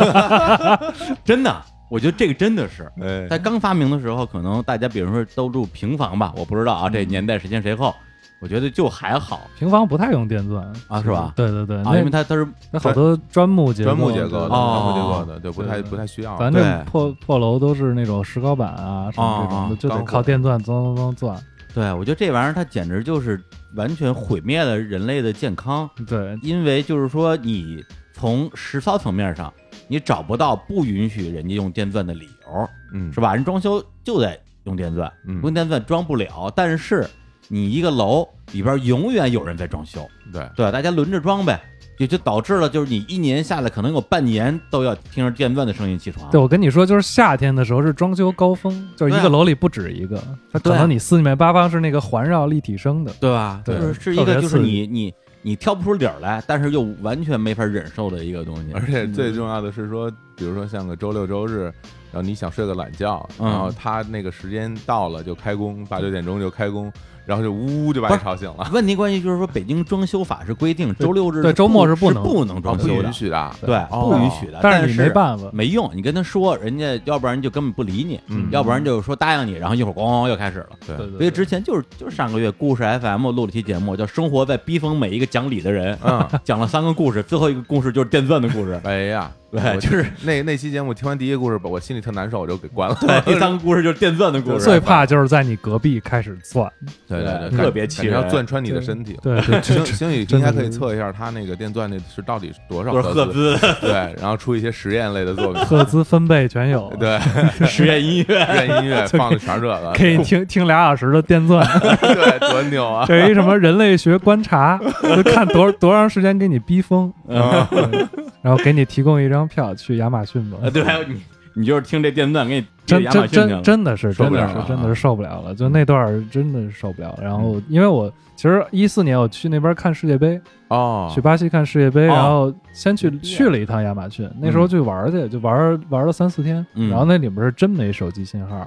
S2: 真的，我觉得这个真的是。
S1: 哎，
S2: 在刚发明的时候，可能大家比如说都住平房吧，我不知道啊，这年代谁先谁后，我觉得就还好
S3: 平房不太用电钻
S2: 啊是吧
S3: 对对对，
S2: 啊，因为
S3: 那
S2: 它它是
S3: 那好多砖木结构，
S1: 砖木结构的，
S3: 对
S2: 哦
S1: 砖木结构的，对，不太
S3: 对
S1: 不太需要。
S3: 咱
S2: 啊对
S3: 这破破楼都是那种石膏板啊什么这种
S2: 啊啊
S3: 的，就
S1: 钢
S3: 得
S1: 火
S3: 靠电钻钻钻钻钻。
S2: 对我觉得这玩意儿它简直就是完全毁灭了人类的健康，
S3: 对，
S2: 因为就是说你从实操层面上，你找不到不允许人家用电钻的理由，
S1: 嗯，
S2: 是吧？人装修就得用电钻，
S1: 嗯
S2: 用电钻装不了，但是你一个楼里边永远有人在装修，
S1: 对，
S2: 对，大家轮着装呗，也就导致了就是你一年下来，可能有半年都要听着电钻的声音起床。
S3: 对，我跟你说，就是夏天的时候是装修高峰，就是一
S2: 对啊
S3: 个楼里不止一个，它
S2: 对
S3: 可
S2: 啊
S3: 能你四面八方是那个环绕立体声的。
S2: 对吧？
S3: 对
S2: 就是是一
S3: 特别
S2: 个就是
S3: 刺激
S2: 你你你挑不出理儿来，但是又完全没法忍受的一个东西。
S1: 而且最重要的是说，比如说像个周六周日，然后你想睡个懒觉，
S2: 嗯
S1: 然后他那个时间到了就开工，八九点钟就开工，然后就呜呜就把
S2: 不
S1: 你
S2: 是
S1: 吵醒了，
S2: 问题关系就是说，北京装修法是规定
S3: 对
S2: 周六日
S3: 对周末
S2: 是
S3: 是
S2: 不
S3: 不
S2: 是
S3: 能
S2: 不能装
S1: 不
S2: 修的
S1: 允，许的。
S2: 对，
S1: 哦
S2: 不允许的。
S3: 但
S2: 但嗯
S3: 是你没办法，
S2: 没用，你跟他说，人家要不然就根本不理你，
S1: 嗯
S2: 要不然就说答应你，然后一会儿咣咣咣又开始了。
S1: 对
S3: 对对
S2: 所以
S3: 对
S2: 之前就是就是上个月故事 FM 录了期节目，叫《生活在逼疯每一个讲理的人》，
S1: 嗯，。
S2: 讲了三个故事，最后一个故事就是电钻的故事
S1: 哎呀，
S2: 对，就是
S1: 那那期节目听完第一个故事，我心里特难受，我就给关了。
S2: 对第三个故事就是电钻的故事，
S3: 最怕就是在你隔壁开始 钻，
S1: 对对，
S2: 特
S1: 感
S2: 别
S1: 感
S2: 气
S1: 觉
S2: 人
S1: 要钻穿你的身体。
S3: 对对，
S1: 星星宇应该可以
S3: 真的是，
S1: 测一下他那个电钻那是到底是多少
S2: 都是赫
S1: 赫兹，
S2: 兹
S1: 对，然后出一些实验类的作品
S3: 赫兹分贝全有，
S1: 对，
S2: 实验音乐，
S1: 实验音乐放的全是这个，
S3: 可以听听俩小时的电钻，
S1: 对，多牛啊！
S3: 这有一什么人类学观察，就看多多长时间给你逼疯，
S1: 嗯
S3: 对 然后给你提供一张票去亚马逊吧
S2: 呃，。对，还有你你就是听这电钻给你
S3: 真
S2: 给亚马
S3: 真
S2: 逊去了
S3: 真真的是，
S1: 受
S3: 真
S1: 不
S3: 的
S1: 了
S3: 是
S1: 了，
S3: 真的是受不了了。就那段儿真的是受不了。然后，因为我其实一四年我去那边看世界杯，
S1: 哦
S3: 去，巴西看世界杯，
S2: 哦
S3: 然后先去
S2: 对
S3: 去了一趟亚马逊，那时候去玩儿去，就玩儿玩了三四天，
S2: 嗯
S3: 然后那里面是真没手机信号，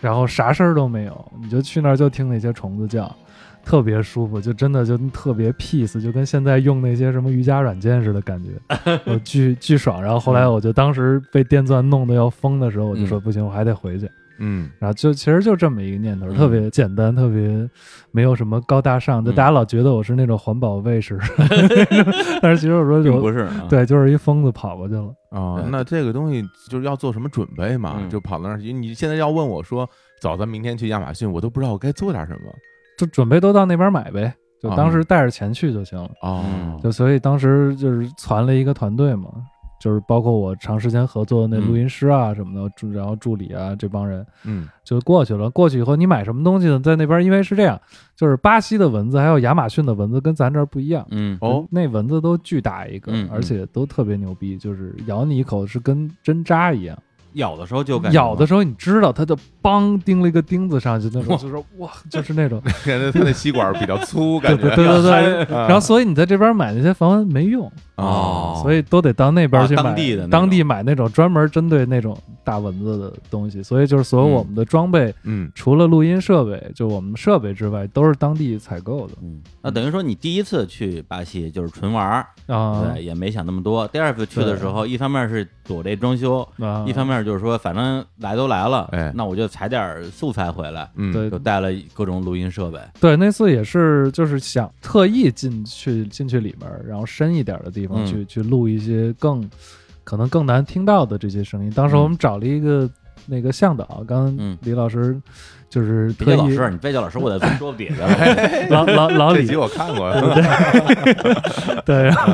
S3: 然后啥事儿都没有，你就去那儿就听那些虫子叫。特别舒服，就真的就特别 peace，就跟现在用那些什么瑜伽软件似的感 觉，我巨巨爽。然后后来我就当时被电钻弄得要疯的时候，我
S2: 嗯
S3: 就说不行，我还得回去。
S1: 嗯，
S3: 然后就其实就这么一个念头，
S2: 嗯
S3: 特别简单，特别没有什么高大上，就
S2: 嗯
S3: 大家老觉得我是那种环保卫士， 但是其实我说
S2: 并
S3: 就
S2: 不是啊，
S3: 对，就是一疯子跑过去了。
S1: 哦
S2: 对，
S1: 那这个东西就是要做什么准备嘛？
S2: 嗯
S1: 就跑到那儿，你现在要问我说，早咱明天去亚马逊，我都不知道我该做点什么。
S3: 就准备都到那边买呗，就
S1: 啊
S3: 当时带着钱去就行了。
S1: 哦，
S3: 就所以当时就是攒了一个团队嘛，就是包括我长时间合作的那
S2: 嗯
S3: 录音师啊什么的，助然后助理啊这帮人
S1: 嗯，
S3: 就过去了。过去以后你买什么东西呢？在那边因为是这样，就是巴西的蚊子还有亚马逊的蚊子跟咱这儿不一样。
S2: 嗯
S1: 哦，
S3: 那蚊子都巨大一个，
S2: 嗯嗯
S3: 而且都特别牛逼，就是咬你一口是跟针扎一样。
S2: 咬的时候就感觉
S3: 咬的时候你知道，它就梆钉了一个钉子上去， 那种
S2: 哇
S3: 就是哇，就是 那种，
S1: 感觉他那吸管比较粗，
S3: 对
S1: 感觉。
S3: 对
S1: 哦
S3: 对对对，
S1: 然
S3: 然后，所以你在这边买那些防蚊没用，
S1: 嗯
S2: 哦
S3: 所以都得到那边去买、
S2: 啊当地的那种
S3: 当地买那种专门针对那种大蚊子的东西。所以就是所有我们的装备，
S1: 嗯，
S3: 除了录音设备，就我们设备之外，都是当地采购的
S2: 嗯，那等于说你第一次去巴西就是纯玩儿，
S3: 啊
S2: 对，也没想那么多。第二次去的时候，一方面是躲这装修，
S3: 啊，
S2: 一方面就是说反正来都来了
S1: 哎，
S2: 那我就采点儿素材回来，
S1: 嗯，
S3: 对
S2: 就带了各种录音设备。
S3: 对，那次也是就是想特意进去进去里面儿，然后深一点儿的地方
S2: 嗯
S3: 去、去录一些更可能更难听到的这些声音。当时我们找了一个、那个向导，刚
S2: 嗯
S3: 刚李老师就是
S2: 别
S3: 特
S2: 叫老
S3: 意、哎
S2: 师，你别叫老师，我得说底下 了。
S3: 老老老
S1: 这
S3: 李
S1: 集我看过，
S3: 对， 然后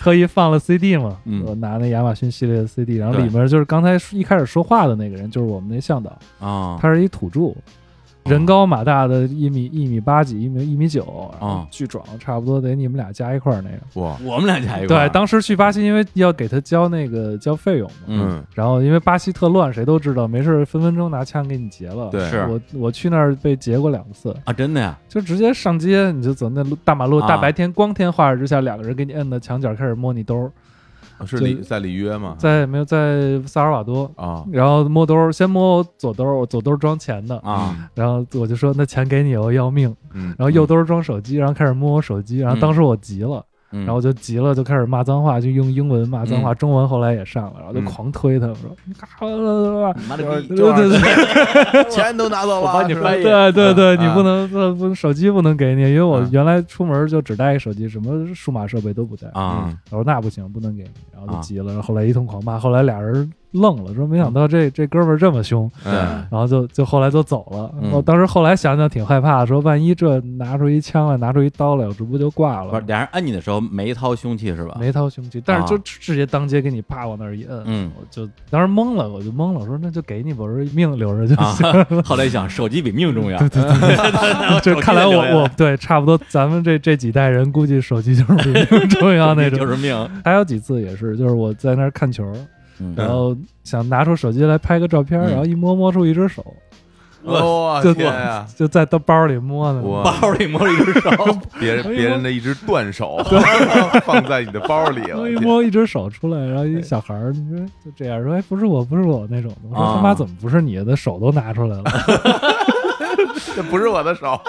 S3: 特意放了 CD 嘛，
S2: 嗯
S3: 我拿那亚马逊系列的 CD，然后
S2: 对
S3: 里面就是刚才一开始说话的那个人，就是我们那向导，
S2: 啊，
S3: 他是一土著，人高马大的，一米一米八几，一米一米九，然后
S2: 哦
S3: 巨壮，差不多得你们俩加一块儿那个。
S1: 哇，
S2: 我们俩加一块儿
S3: 对，当时去巴西，因为要给他交那个交费用嘛，
S2: 嗯，
S3: 然后因为巴西特乱，谁都知道，没事儿分分钟拿枪给你劫了。
S1: 对
S2: 是
S3: 我我去那儿被劫过两次，
S2: 啊，真的呀，
S3: 就直接上街，你就走那路大马路，
S2: 啊
S3: 大白天光天化日之下，两个人给你摁到墙角开始摸你兜儿，
S1: 哦是
S3: 就
S1: 里在里约吗？
S3: 在没有在萨尔瓦多，
S1: 啊，
S3: 然后摸兜儿，先摸我左兜儿，我左兜儿装钱的，
S2: 啊，
S3: 然后我就说那钱给你，我要命，
S1: 嗯，
S3: 然后右兜儿装手机，然后开始摸我手机，然后当时我急了，
S2: 然
S3: 嗯然后我就急了，就开始骂脏话，就用英文骂脏
S2: 嗯
S3: 话，中文后来也上了，然后就
S1: 嗯
S3: 狂推他，我说你干啥啦啦啦啦
S2: 妈的
S1: 对
S2: 逼，
S3: 对对
S1: 对， 钱都拿走了，
S2: 我帮你翻译
S3: 对对
S1: 啊
S3: 对，
S2: 嗯
S3: 你不能不不手机不能给你，因为我
S2: 啊
S3: 原来出门就只带一手机，什么数码设备都不带。
S1: 嗯
S2: 啊，
S3: 我说那不行，不能给你，然
S2: 啊
S3: 后就急了，然后后来一通狂骂，后来俩人愣了，说没想到这这哥们儿这么凶，
S1: 嗯，
S3: 然后就就后来就走了。
S2: 嗯
S3: 我当时后来想想挺害怕的，说万一这拿出一枪来，拿出一刀来，我这不就挂
S2: 不是
S3: 了？
S2: 俩人摁你的时候没掏凶器是吧？
S3: 没掏凶器，但是就
S2: 啊
S3: 直接当街给你啪往那儿一摁，
S2: 嗯
S3: 我就当时懵了，我就懵了，我说那就给你吧，我说命留着就
S2: 啊
S3: 行。，
S2: 后来一想手机比命重要，
S3: 就看来
S2: 留下来
S3: 我我对差不多，咱们这这几代人估计手机就是比命重要那种。
S2: 就是命，
S3: 还有几次也是，就是我在那儿看球，
S2: 嗯
S3: 然后想拿出手机来拍个照片，
S2: 嗯
S3: 然后一摸摸出一只手，
S1: 嗯哇
S3: 就
S1: 天呀！
S3: 就在他包里摸呢。
S1: 哇
S2: 包里摸了一只 手，
S1: 别人
S3: 哎呦
S1: 别人的一只断手 放在你的包里了，
S3: 摸一
S1: 天
S3: 摸一只手出来，然后一小孩儿，你说就这样说，哎，不是我，不是我那种的。我
S2: 啊
S3: 说他妈怎么不是你的手都拿出来了，
S1: 这不是我的手，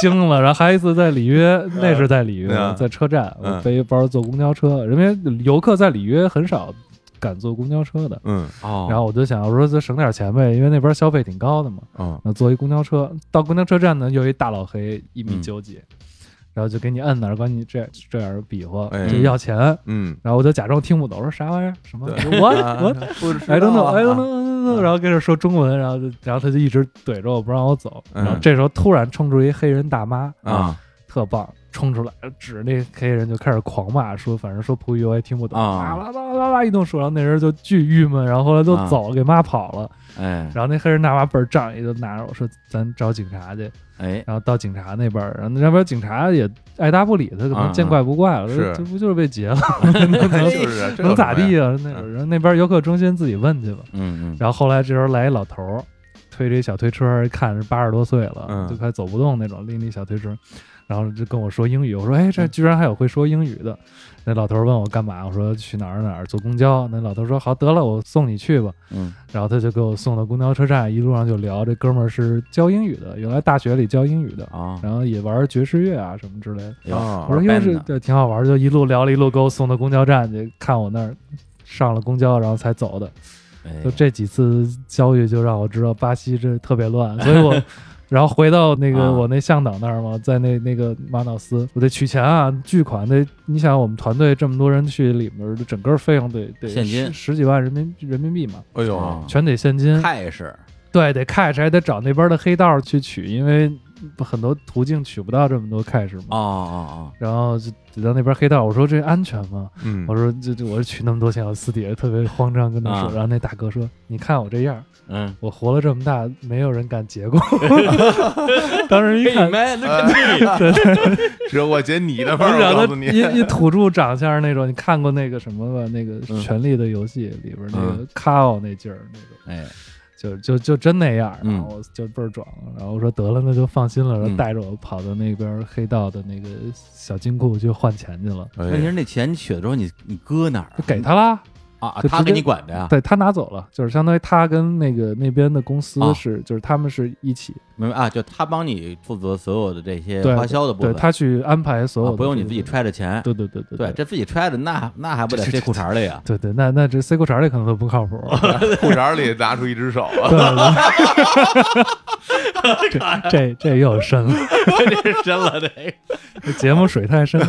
S3: 惊了。然后还有一次在里约，那是在里约
S1: 嗯，
S3: 在车站，
S1: 嗯
S3: 我背包坐公交车，人家游客在里约很少敢坐公交车的。
S1: 嗯
S2: 哦
S3: 然后我就想，我说就省点钱呗，因为那边消费挺高的嘛。
S1: 嗯
S3: 那坐一公交车，到公交车站呢，又一大老黑，一米
S2: 嗯
S3: 九几，然后就给你摁那儿，管你这这样比划，
S1: 哎
S3: 就要钱。
S1: 嗯，
S3: 然后我就假装听不懂，说啥玩意儿？什么
S1: 对
S3: 我
S1: 啊
S3: 我
S1: 不知
S3: I don't
S1: 道
S3: know,
S1: 啊
S3: I don't know, I don't know，然后跟着说中文，然后就然后他就一直怼着我不让我走，
S1: 嗯
S3: 然后这时候突然冲出一黑人大妈，
S1: 啊
S2: 啊
S3: 特棒，冲出来指那黑人就开始狂骂，说反正说葡语我也听不懂，
S2: 啊
S3: 啊啦啦啦啦一顿说，然后那人就巨郁闷，然后后来就
S2: 啊
S3: 走了，给骂跑了，
S2: 哎
S3: 然后那黑人大妈倍儿仗义，就拿着我说咱找警察去，
S2: 哎
S3: 然后到警察那边儿，然后那边警察也爱答不理他，可
S2: 啊
S3: 能见怪不怪了，
S1: 是
S3: 这不就是被劫 了，
S1: 就是这哎有
S3: 哎能咋
S1: 什么呀
S3: 地啊？那
S1: 嗯
S3: 会儿然后那边游客中心自己问去吧。
S2: 嗯嗯
S3: 然后后来这时候来一老头儿，推着一小推车，一看是八十多岁了，
S1: 嗯
S3: 就快走不动那种，拎着一小推车，然后就跟我说英语。我说：“哎，
S1: 嗯
S3: 这居然还有会说英语的。那老头儿问我干嘛，我说去哪儿哪儿坐公交。那老头儿说：“好，得了，我送你去吧。
S2: 嗯”
S3: 然后他就给我送到公交车站，一路上就聊，这哥们儿是教英语的，原来大学里教英语的，
S2: 啊
S3: 然后也玩爵士乐啊什么之类的。
S2: 有
S1: 啊
S3: 我说
S2: 玩
S3: 又
S2: band
S3: 是
S2: 的
S3: 对，挺好玩儿，就一路聊了一路，给我送到公交站去，看我那儿上了公交，然后才走的。
S2: 哎
S3: 就这几次教育就让我知道巴西这特别乱，所 以我，然后回到那个
S2: 啊
S3: 我那向导那儿嘛，在那那个马瑙斯，我得取钱啊，巨款得，你想我们团队这么多人去里面，整个费用得得
S2: 现金
S3: 十十几万人民人民币嘛，
S1: 哎呦
S2: 啊，
S3: 全得现金，
S2: 泰式
S3: 对，得 cash 还得找那边的黑道去取，因为很多途径取不到这么多 cash 嘛。
S2: 哦哦
S3: 然后就得到那边黑道，我说这安全吗？
S1: 嗯
S3: 我说这这我取那么多钱，我私底下特别慌张跟他说，
S2: 啊
S3: 然后那大哥说：“你看我这样，
S2: 哦嗯，
S3: 我活了这么大，没有人敢 劫过我。 当时一看，
S2: 们
S1: 只有我截你 的份
S3: 你
S1: 儿，
S3: 想
S1: 我告
S3: 他
S1: 诉你，
S3: 一一土著长相那种，你看过那个什么吧？那个
S2: 嗯
S3: 《权力的游戏》里边那个卡奥那劲儿，那种
S2: 哎
S3: 就就就真那样。
S2: 嗯
S3: 然后就倍儿壮，然后我说得了，那就放心了，然后
S2: 嗯
S3: 带着我跑到那边黑道的那个小金库去换钱去了，
S1: 哎
S2: 问题是那钱取了之后你你搁哪儿啊
S3: 就给他啦。
S2: 啊啊？
S3: 就
S2: 他
S3: 直
S2: 给
S3: 接
S2: 你管着呀？
S3: 对他拿走了，就是相当于他跟那个那边的公司
S2: 啊
S3: 是，就是他们是一起，
S2: 明白啊？就他帮你负责所有的这些
S3: 对
S2: 花销的部
S3: 对
S2: 分，
S3: 他去安排所有
S2: 啊
S3: 的，
S2: 不用你自己。揣着钱。
S3: 对对对对
S2: 对，这自己揣着那那还不得
S1: 这
S2: 塞裤衩里呀？啊
S3: 对对，那那这塞裤衩里可能都不靠谱。
S1: 裤衩里拿出一只手，啊
S3: 对对对 这这这又深了，
S2: 这是真了，这个
S3: 这节目水太深。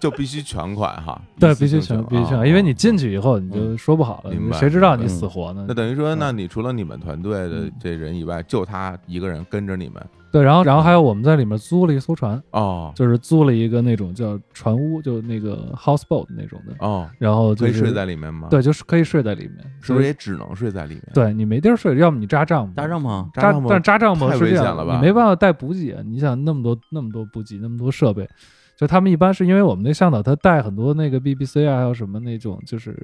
S1: 就必须全款哈，
S3: 对，
S1: 一
S3: 必
S1: 次性
S3: 须全
S1: 全
S3: 必须全，
S1: 啊
S3: 因为你进去以后你就说不好了，
S1: 明白
S3: 谁知道你死活呢
S1: 那？等于
S3: 嗯
S1: 说，那你除了你们团队的这人以外，就他一个人跟着你们
S3: 对，然后然后还有我们在里面租了一艘船，
S1: 哦
S3: 就是租了一个那种叫船屋，就那个 house boat 那种的，
S1: 哦，
S3: 然后就
S1: 可以
S3: 是
S1: 睡在里面吗？，
S3: 对，就是可以睡在里面，
S1: 啊是不是
S3: 就？
S1: 也只能睡在里面？
S3: 对你没地儿睡，要么你扎帐 篷，
S2: 搭帐篷
S1: 扎
S3: 扎
S1: 帐，篷
S3: 但扎帐篷
S1: 太
S3: 是这
S1: 危险
S3: 样
S1: 了
S3: 的，
S1: 吧
S3: 你没办法带补给啊。你想那么多那么多补给，那么多设备，就他们一般是因为我们那向导他带很多那个 BBC 啊，还有什么那种就是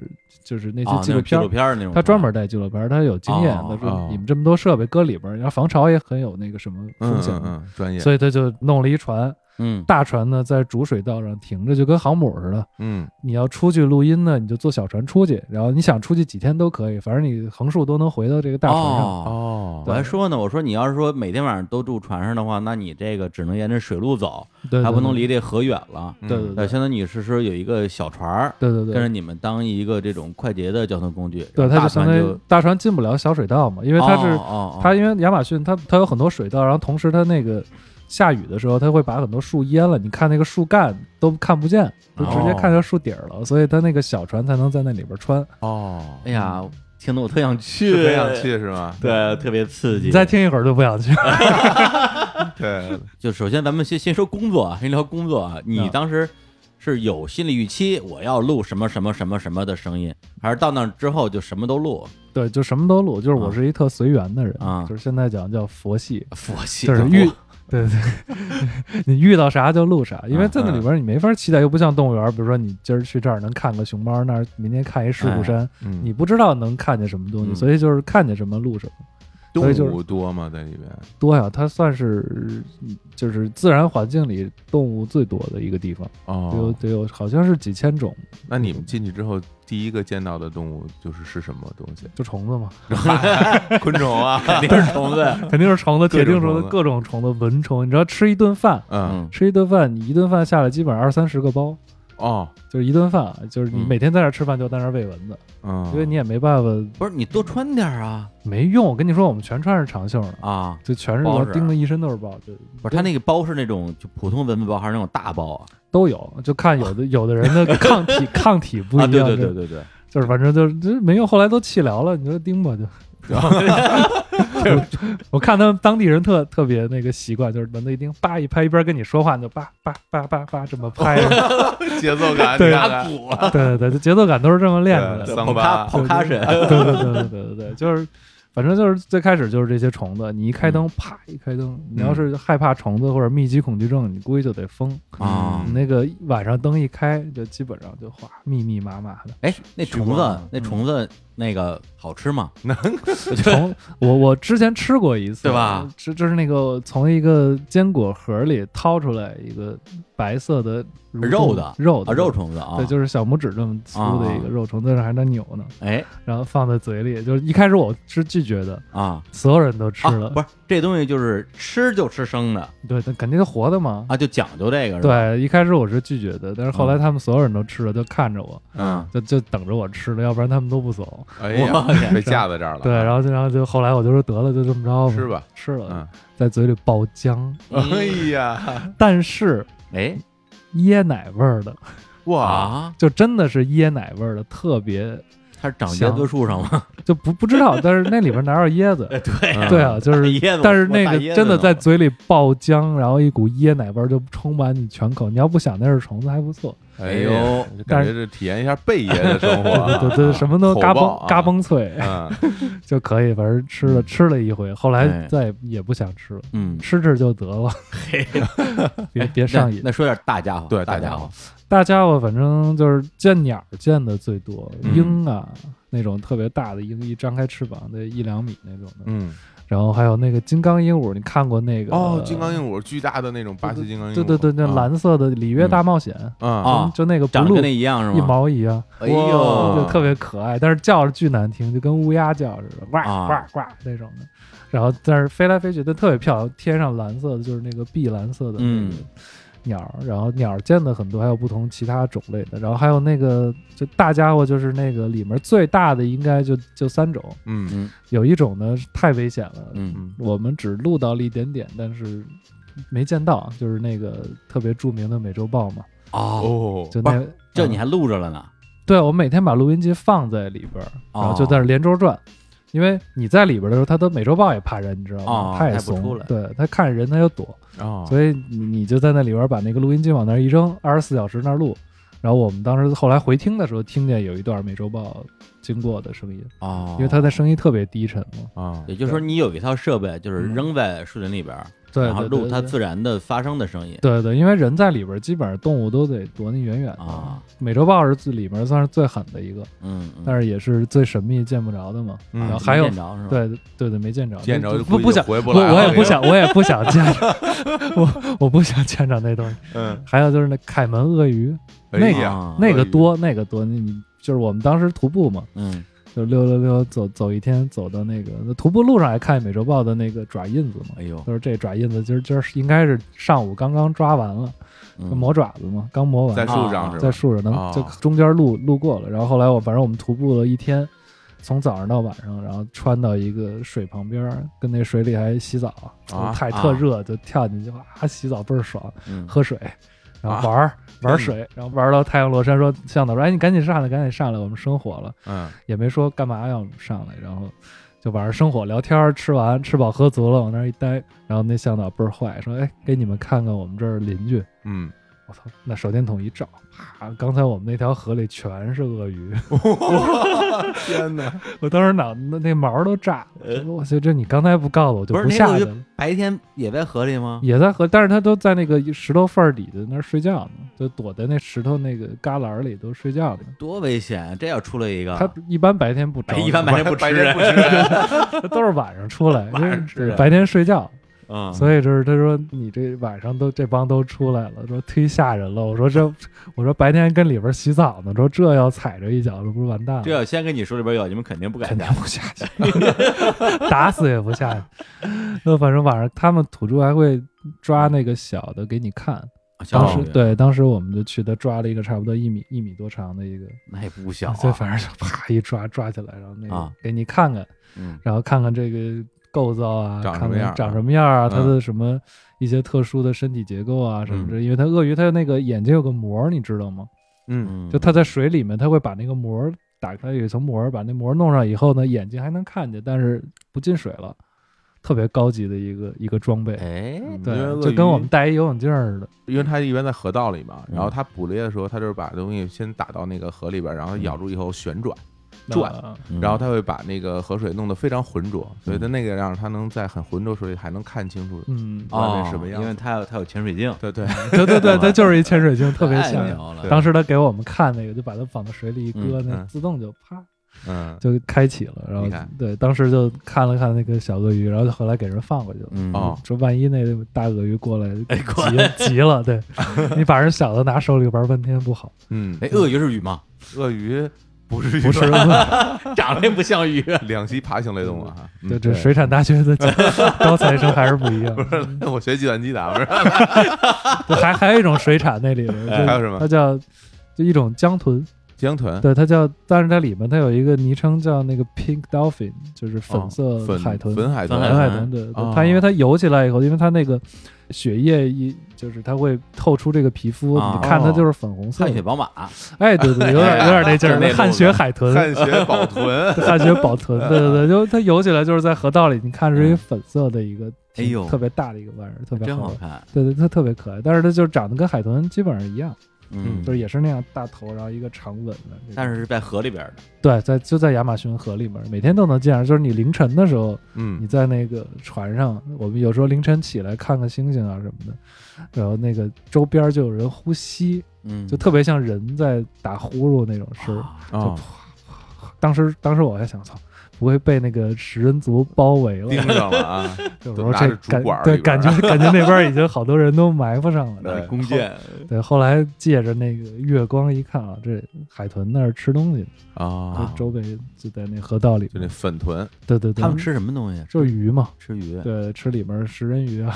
S3: 就是那
S2: 啊
S3: 些，
S2: 那
S3: 纪录
S2: 种纪
S3: 片儿
S2: 录，片儿那种，
S3: 他专门带纪录片儿，他有经验，
S2: 哦
S3: 他
S1: 哦
S3: 说你们这么多设备搁里边儿，然后防潮也很有那个什么
S1: 嗯
S3: 风险
S1: 嗯，嗯，专业，
S3: 所以他就弄了一船，
S2: 嗯
S3: 大船呢在主水道上停着，就跟航母似的。
S1: 嗯
S3: 你要出去录音呢，你就坐小船出去，然后你想出去几天都可以，反正你横竖都能回到这个大船上。
S2: 哦
S1: 哦
S2: 我还说呢，我说你要是说每天晚上都住船上的话，那你这个只能沿着水路走，
S3: 对，
S2: 还不
S3: 对
S2: 能
S3: 对
S2: 离这河远了。
S1: 嗯
S3: 对对
S2: 对，相当于你是说有一个小船儿，
S3: 对对对，
S2: 跟着你们当一个这种快捷的交通工具。
S3: 对，
S2: 然
S3: 它
S2: 后大
S3: 就相
S2: 船
S3: 当
S2: 就
S3: 于大船进不了小水道嘛，因为它是、
S2: 哦哦
S3: 它，因为亚马逊它它有很多水道，然后同时它那个下雨的时候，它会把很多树淹了，你看那个树干都看不见，就直接
S1: 哦
S3: 看到树底儿了，所以它那个小船才能在那里边穿。
S1: 哦
S2: 哎，呀，听得我特想去，
S1: 是非想，去是吗？
S2: 对，特别刺激。
S3: 你再听一会儿就不想去了。
S1: 对，
S2: 就首先咱们先先说工作啊，先聊工作啊。你
S3: 嗯
S2: 当时是有心理预期，我要录什么什么什么什么的声音，还是到那儿之后就什么都录？
S3: 对，就什么都录，就是我
S2: 啊
S3: 是一特随缘的人，
S2: 啊
S3: 就是现在讲叫佛系，
S2: 佛系
S3: 就是遇。对对，对 你遇到啥就录啥，因为在那里边你没法期待，又不像动物园，比如说你今儿去这儿能看个熊猫，那儿明天看一狮虎
S2: 哎
S3: 山，
S1: 嗯
S3: 你不知道能看见什么东西，
S2: 嗯
S3: 所以就是看见什么录什么。所以就
S1: 动
S3: 是
S1: 物多吗？在里面？
S3: 多呀，它算是就是自然环境里动物最多的一个地方，得有
S1: 哦，
S3: 得有好像是几千种，
S1: 那你们进去之后，第一个见到的动物就是是什么东西？
S3: 就虫子嘛，
S1: 昆虫啊，
S2: 肯定是虫子。
S3: 肯定是虫子，
S1: 各种
S3: 铁定虫
S1: 虫子
S3: 子，各种虫子，蚊虫。你知道吃一顿饭，
S1: 嗯，
S2: 嗯，
S3: 吃一顿饭，你一顿饭下来基本上二三十个包，
S1: 哦，
S3: 就是一顿饭，啊就是你
S2: 嗯
S3: 每天在那儿吃饭就在那儿喂蚊子，
S1: 嗯，
S2: 啊
S3: 因为你也没办法，
S2: 不是你多穿点儿啊
S3: 没用。我跟你说，我们全穿着长袖呢，
S2: 啊！
S3: 就全是
S2: 包
S3: 老
S2: 是
S3: 叮的一身都是包，就
S2: 不是他那个包是那种就普通蚊子包还是那种大包啊？
S3: 都有，就看有 的有的人的抗体抗体不一
S2: 啊，
S3: 样，
S2: 对对
S3: 就
S2: 对对对，
S3: 就是反正就是就是没用，后来都气疗了，你说 叮吧就。 我看他们当地人特特别那个习惯，就是蚊子一叮，叭一拍，一边跟你说话你就叭叭叭叭叭这么 拍，
S1: 节奏 感，
S3: 对
S1: 你看看
S2: 鼓啊，
S3: 对对对，这节奏感都是这么练出来的
S1: 对。
S2: 跑咖跑咖啊神，
S3: 对对对对对对对，就是反正就是最开始就是这些虫子，你一开灯，
S2: 嗯
S3: 啪一开灯，你要是害怕虫子或者密集恐惧症，你估计就得疯。
S2: 啊
S3: 你那个晚上灯一开，就基本上就哗密密麻麻的
S2: 哎，那虫子
S1: 嗯，
S2: 那虫子那个好吃 吗？
S3: 虫。我我之前吃过一次，
S2: 对吧？
S3: 这就是那个从一个坚果盒里掏出来一个白色的蠕动
S2: 肉的
S3: 肉
S2: 啊，
S3: 的
S2: 肉。虫子啊，
S3: 对，就是小拇指这么粗的一个
S2: 啊
S3: 肉虫，在那还在扭呢，
S2: 哎
S3: 然后放在嘴里。就是一开始我是拒绝的，
S2: 啊
S3: 所有人都吃
S2: 啊
S3: 了，，
S2: 不是这东西就是吃就吃生的
S3: 对，那肯定是活的嘛。
S2: 啊，就讲究这个是吧？嗯
S3: 对，一开始我是拒绝的，但是后来他们所有人都吃了，就看着我，
S1: 嗯，
S3: 就就等着我吃了，要不然他们都不走。
S2: 啊
S1: 哎呀，
S2: 我天
S1: 被架在这儿了，
S3: 对，然后就然后就后来我就说得了，就这么着吧，
S1: 吃吧，
S3: 吃了，
S1: 嗯，
S3: 在嘴里爆浆，
S1: 哎 呀，
S3: 但是
S2: 哎
S3: 椰奶味儿的，
S1: 哇，
S2: 啊，
S3: 就真的是椰奶味儿的，特别
S2: 它是长椰子树上吗？
S3: 就不不知道，但是那里边哪有椰子？
S2: 哎对
S1: 嗯
S3: 对啊，就是
S2: 椰子，
S3: 但是那
S2: 我大
S3: 个
S2: 椰子
S3: 真的
S2: 呢
S3: 在嘴里爆浆，然后一股椰奶味儿就充满你全口。你要不想那是虫子还不错，
S1: 哎
S2: 哎呦，
S1: 感觉这体验一下贝爷的生活啊，
S3: 对对，什么都
S1: 火
S3: 嘎
S1: 爆
S3: 嘣
S1: 啊
S3: 嘎，嘣脆
S1: 嗯，
S3: 就可以，反正吃了吃了一回，后来
S2: 哎
S3: 再也也不想吃了，
S2: 嗯，
S3: 吃吃就得了， 别别上瘾
S2: 那。那说点大家伙，
S1: 对
S2: 大
S1: 大家
S2: 家
S1: 伙
S2: 伙，
S3: 大家伙反正就是见鸟儿见的最多，
S2: 嗯
S3: 鹰啊那种特别大的鹰，一张开翅膀得一两米那种的，
S1: 嗯，
S3: 然后还有那个金刚鹦鹉，你看过那个？
S1: 哦，金刚鹦鹉，巨大的那种巴西金刚鹦鹉，
S3: 对对对，那
S1: 啊
S3: 蓝色的里约大冒险，
S1: 啊，
S2: 啊，
S3: 就那个
S2: 长得
S3: blue
S2: 跟那一样是吗？
S3: 一毛一样。
S1: 哇
S2: 哎呦
S3: 就，特别可爱，但是叫着巨难听，就跟乌鸦叫似的，哇
S2: 啊
S3: 哇哇那种的。然后，但是飞来飞去，它特别漂亮，天上蓝色的就是那个碧蓝色的那
S2: 嗯
S3: 个鸟儿，然后鸟儿见的很多，还有不同其他种类的，然后还有那个就大家伙，就是那个里面最大的应该就就三种，
S1: 嗯
S2: 嗯
S3: 有一种呢是太危险了，
S2: 嗯
S1: 嗯，
S3: 我们只录到了一点点，但是没见到，就是那个特别著名的美洲豹嘛，嗯
S2: 哦，
S1: 哦，
S3: 就那
S2: 这你
S3: 嗯
S2: 还录着了呢？
S3: 对，我每天把录音机放在里边儿，
S2: 哦
S3: 然后就在那儿连轴转。因为你在里边儿的时候，它都美洲豹也怕人，你知道吗
S2: 哦？
S3: 它也
S2: 它也不
S3: 怂
S2: 出，来
S3: 对它看人它就躲，
S1: 哦，
S3: 所以你你就在那里边儿把那个录音机往那儿一扔，二十四小时那儿录。然后我们当时后来回听的时候，听见有一段美洲豹经过的声音，
S2: 哦，
S3: 因为它的声音特别低沉嘛。
S1: 啊，
S2: 也就是说，你有一套设备，就是扔在树林里边儿，
S3: 嗯对
S2: 然后
S3: 对
S2: 录
S3: 对
S2: 它
S3: 对
S2: 自然的发生的声音
S3: 对对，因为人在里边儿，基本上动物都得躲你远远的。
S2: 啊，
S3: 美洲豹是最里面算是最狠的一个，
S2: 嗯，嗯
S3: 但是也是最神秘、见不着的嘛。
S1: 嗯
S3: 然后
S2: 没
S3: 还有
S2: 见着是吧？
S3: 对对对，没见着，
S1: 见着
S3: 就
S1: 就
S3: 哎不
S1: 估计
S3: 不想，
S1: 回不
S3: 我
S1: 来了，
S3: 我也
S1: 这
S3: 不
S1: 个，
S3: 想，我也不想见着， 我我不想见着那东西。
S1: 嗯，
S3: 还有就是那凯门鳄鱼，
S1: 哎
S3: 那个
S1: 呀
S2: 啊
S3: 那个
S1: 鳄鱼
S3: 多，那个多，你你就是我们当时徒步嘛，
S2: 嗯，
S3: 就溜溜溜走走一天，走到那个那徒步路上还看见美洲豹的那个爪印子嘛。
S2: 哎呦，
S3: 就是这爪印子，今儿今儿应该是上午刚刚抓完了，
S2: 嗯
S3: 磨爪子嘛，刚磨完，
S1: 在树上
S2: 啊
S1: 是吧？
S3: 在树上
S1: 哦
S3: 能就中间路路过了，然后后来我反正我们徒步了一天，从早上到晚上，然后穿到一个水旁边儿，跟那水里还洗澡，
S1: 啊
S3: 太特热就跳进去，哇，洗澡倍儿爽，
S2: 嗯
S3: 喝水，然
S1: 啊
S3: 后玩儿、玩
S1: 嗯
S3: 水，然后玩到太阳落山，说向导说，哎，你赶紧上来，赶紧上来，我们生火了，
S1: 嗯，
S3: 也没说干嘛要上来，然后。就晚上生火聊天儿，吃完吃饱喝足了，往那儿一待，然后那向导倍儿坏，说：“哎，给你们看看我们这儿邻居，
S1: 嗯，
S3: 我操！那手电筒一照，啪！刚才我们那条河里全是鳄鱼，
S1: 天哪，
S3: 我当时脑那那毛都炸了。我去，这你刚才不告诉我，我就下
S2: 呃不
S3: 去
S2: 是
S3: 了。
S2: 白天也在河里吗？
S3: 也在河，但是它都在那个石头缝儿底的那儿睡觉呢，就躲在那石头那个旮旯儿里都睡觉呢。
S2: 多危险！啊这要出来一个，
S3: 它一般白天不
S2: 白
S3: 着，
S2: 哎一般白天不
S1: 白
S2: 吃
S1: 天
S2: 啊
S1: 不吃人，
S3: 它都是晚上出来，
S2: 晚上吃啊
S3: 因为白天睡觉。
S2: 嗯，
S3: 所以就是他说你这晚上都这帮都出来了，说忒吓人了。我说这，我说白天跟里边儿洗澡呢，说这要踩着一脚，这不是完蛋了？
S2: 这要啊先跟你手里边有，你们肯定不敢
S3: 肯定
S2: 下。
S3: 不下去，打死也不 嗯下去。那反正晚上他们土著还会抓那个小的给你看，
S2: 小
S3: 当
S2: 老
S3: 时
S2: 鱼，
S3: 对，当时我们就去，他抓了一个差不多一米一米多长的一个，
S2: 那也不小
S3: 对，
S2: 啊，
S3: 反正就啪一抓抓起来，然后那
S2: 啊
S3: 个给你看看，
S2: 嗯
S3: 然后看看这个构造啊，
S1: 长什
S3: 看
S1: 么
S3: 看
S1: 样儿
S3: 长什么样儿啊，它
S1: 嗯
S3: 的什么一些特殊的身体结构啊什么的，因为它鳄鱼它那个眼睛有个膜儿，你知道吗？
S1: 嗯，
S2: 嗯，
S3: 就它在水里面，它会把那个膜儿打开，有一层膜儿，把那膜儿弄上以后呢，眼睛还能看见，但是不进水了，特别高级的一个一个装备。
S2: 哎，
S1: 嗯
S3: 对
S1: 因为，鳄
S3: 就跟我
S1: 鱼
S3: 们戴一游泳镜儿似的。
S1: 因为它一般在河道里嘛，
S2: 嗯
S1: 然后它捕猎的时候，它就是把东西先打到那个河里边，然后
S3: 嗯
S1: 咬住以后旋转，转
S3: 啊
S2: 嗯
S1: 然后它会把那个河水弄得非常浑浊，所以它那个样它能在很浑浊水里还能看清楚。
S3: 嗯，
S1: 外
S2: 哦
S1: 面，什么样子
S2: 因为它有它有潜水镜，
S1: 对对，
S3: 对对对，它就是一潜水镜，特别
S2: 太
S3: 像。
S2: 牛了，
S3: 当时他给我们看那个，就把它放到水里一搁，
S2: 哎嗯
S3: 那
S1: 嗯
S3: 自动就啪
S1: 嗯
S3: 就开启了。然
S1: 你
S3: 后
S1: 看
S3: 对，当时就看了看那个小鳄鱼，然后就后来给人放过去了。
S2: 嗯
S1: 哦，
S3: 说万一那大鳄鱼过来
S2: 哎过
S3: 急了急了，对你把人小的拿手里玩半天不好，
S1: 嗯，
S2: 哎，鳄鱼是鱼 吗？
S1: 鳄鱼不是
S3: 不是
S2: 长得也不像 鱼，
S1: 两栖爬行类动物啊，嗯
S3: 对这水产大学的 高材生还是不一样。
S1: 我学计算机的啊，不是？
S3: 对还还有一种水产那里边
S2: 哎
S1: 还有什么嗯
S3: 它叫就一种江豚，
S1: 江豚，啊
S3: 对它叫，但是它里面它有一个昵称叫那个 pink dolphin，就是
S1: 哦
S3: 粉色
S1: 粉
S3: 海豚，
S1: 粉海豚，
S2: 粉
S3: 蓝海
S2: 海豚
S3: 豚，对，对
S1: 哦
S3: 它因为它游起来以后，因为它那个血液一就是它会透出这个皮肤，
S2: 啊
S3: 你看它就是粉红色
S2: 汗血
S3: 的，
S2: 宝马，
S3: 哎，对对，有点有点那
S2: 就
S3: 劲
S2: 是那
S3: 儿，
S2: 种
S3: 汗血海豚，，
S1: 汗血宝豚
S3: 汗血宝豚，对对 对，就它游起来就是在河道里，你看是一粉色的一个，
S2: 嗯哎呦
S3: 特别大的一个玩意儿，特别
S2: 真
S3: 好
S2: 好
S3: 玩。
S2: 看，
S3: 对对，它特别可爱，但是它就长得跟海豚基本上一样，
S2: 嗯
S3: 就是也是那样大头，然后一个长吻的这种。
S2: 但是是在河里边的，
S3: 对，在就在亚马逊河里面，每天都能见着。就是你凌晨的时候，你
S1: 嗯，
S3: 在那个船上，我们有时候凌晨起来看看星星啊什么的，然后那个周边就有人呼吸，
S2: 嗯，
S3: 就特别像人在打呼噜那种声儿。
S2: 啊
S1: 哦，
S3: 当时当时我还想，操，不会被那个食人族包 围了
S1: 盯？上了 啊，
S3: 有时
S1: 都
S3: 候
S1: 拿
S3: 这
S1: 着竹
S3: 感
S1: 管儿
S3: 对
S1: 里边
S3: 感觉 感觉那边已经好多人都埋伏上了。
S1: 对
S2: 哦弓箭，
S3: 对，后来借着那个月光一看啊，这海豚那儿吃东西，就
S1: 啊，
S3: 周围就在那河道里
S1: 就那粉豚，
S3: 对对对，
S2: 他们吃什么东西？啊
S3: 就是鱼嘛，
S2: 吃鱼，
S3: 对，吃里面食人鱼啊，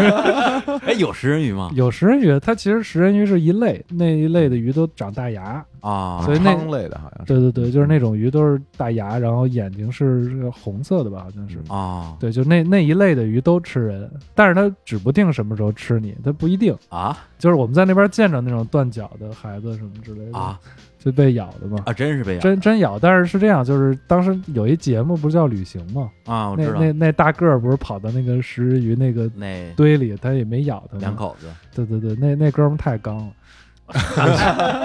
S2: 哎，有食人鱼
S1: 啊
S2: 吗？
S3: 有食人鱼，它其实食人鱼是一类，那一类的鱼都长大牙，
S2: 啊，
S3: 所以那
S1: 汤类的好像是，
S3: 对对对，就是那种鱼都是大牙，然后眼睛是是红色的吧，好像
S1: 嗯
S3: 是。
S2: 啊
S3: 对，就那那一类的鱼都吃人，但是它指不定什么时候吃你，它不一定。
S2: 啊
S3: 就是我们在那边见着那种断脚的孩子什么之类的，
S2: 啊
S3: 就被咬的嘛，
S2: 啊！真是被咬
S3: 真真咬。但是是这样，就是当时有一节目不是叫旅行嘛，
S2: 啊！我
S3: 那
S2: 知道
S3: 那那大个儿不是跑到那个食人鱼那个
S2: 那
S3: 堆里，他也没咬他嘛
S2: 两口子，
S3: 对对对，那那哥们儿太刚了。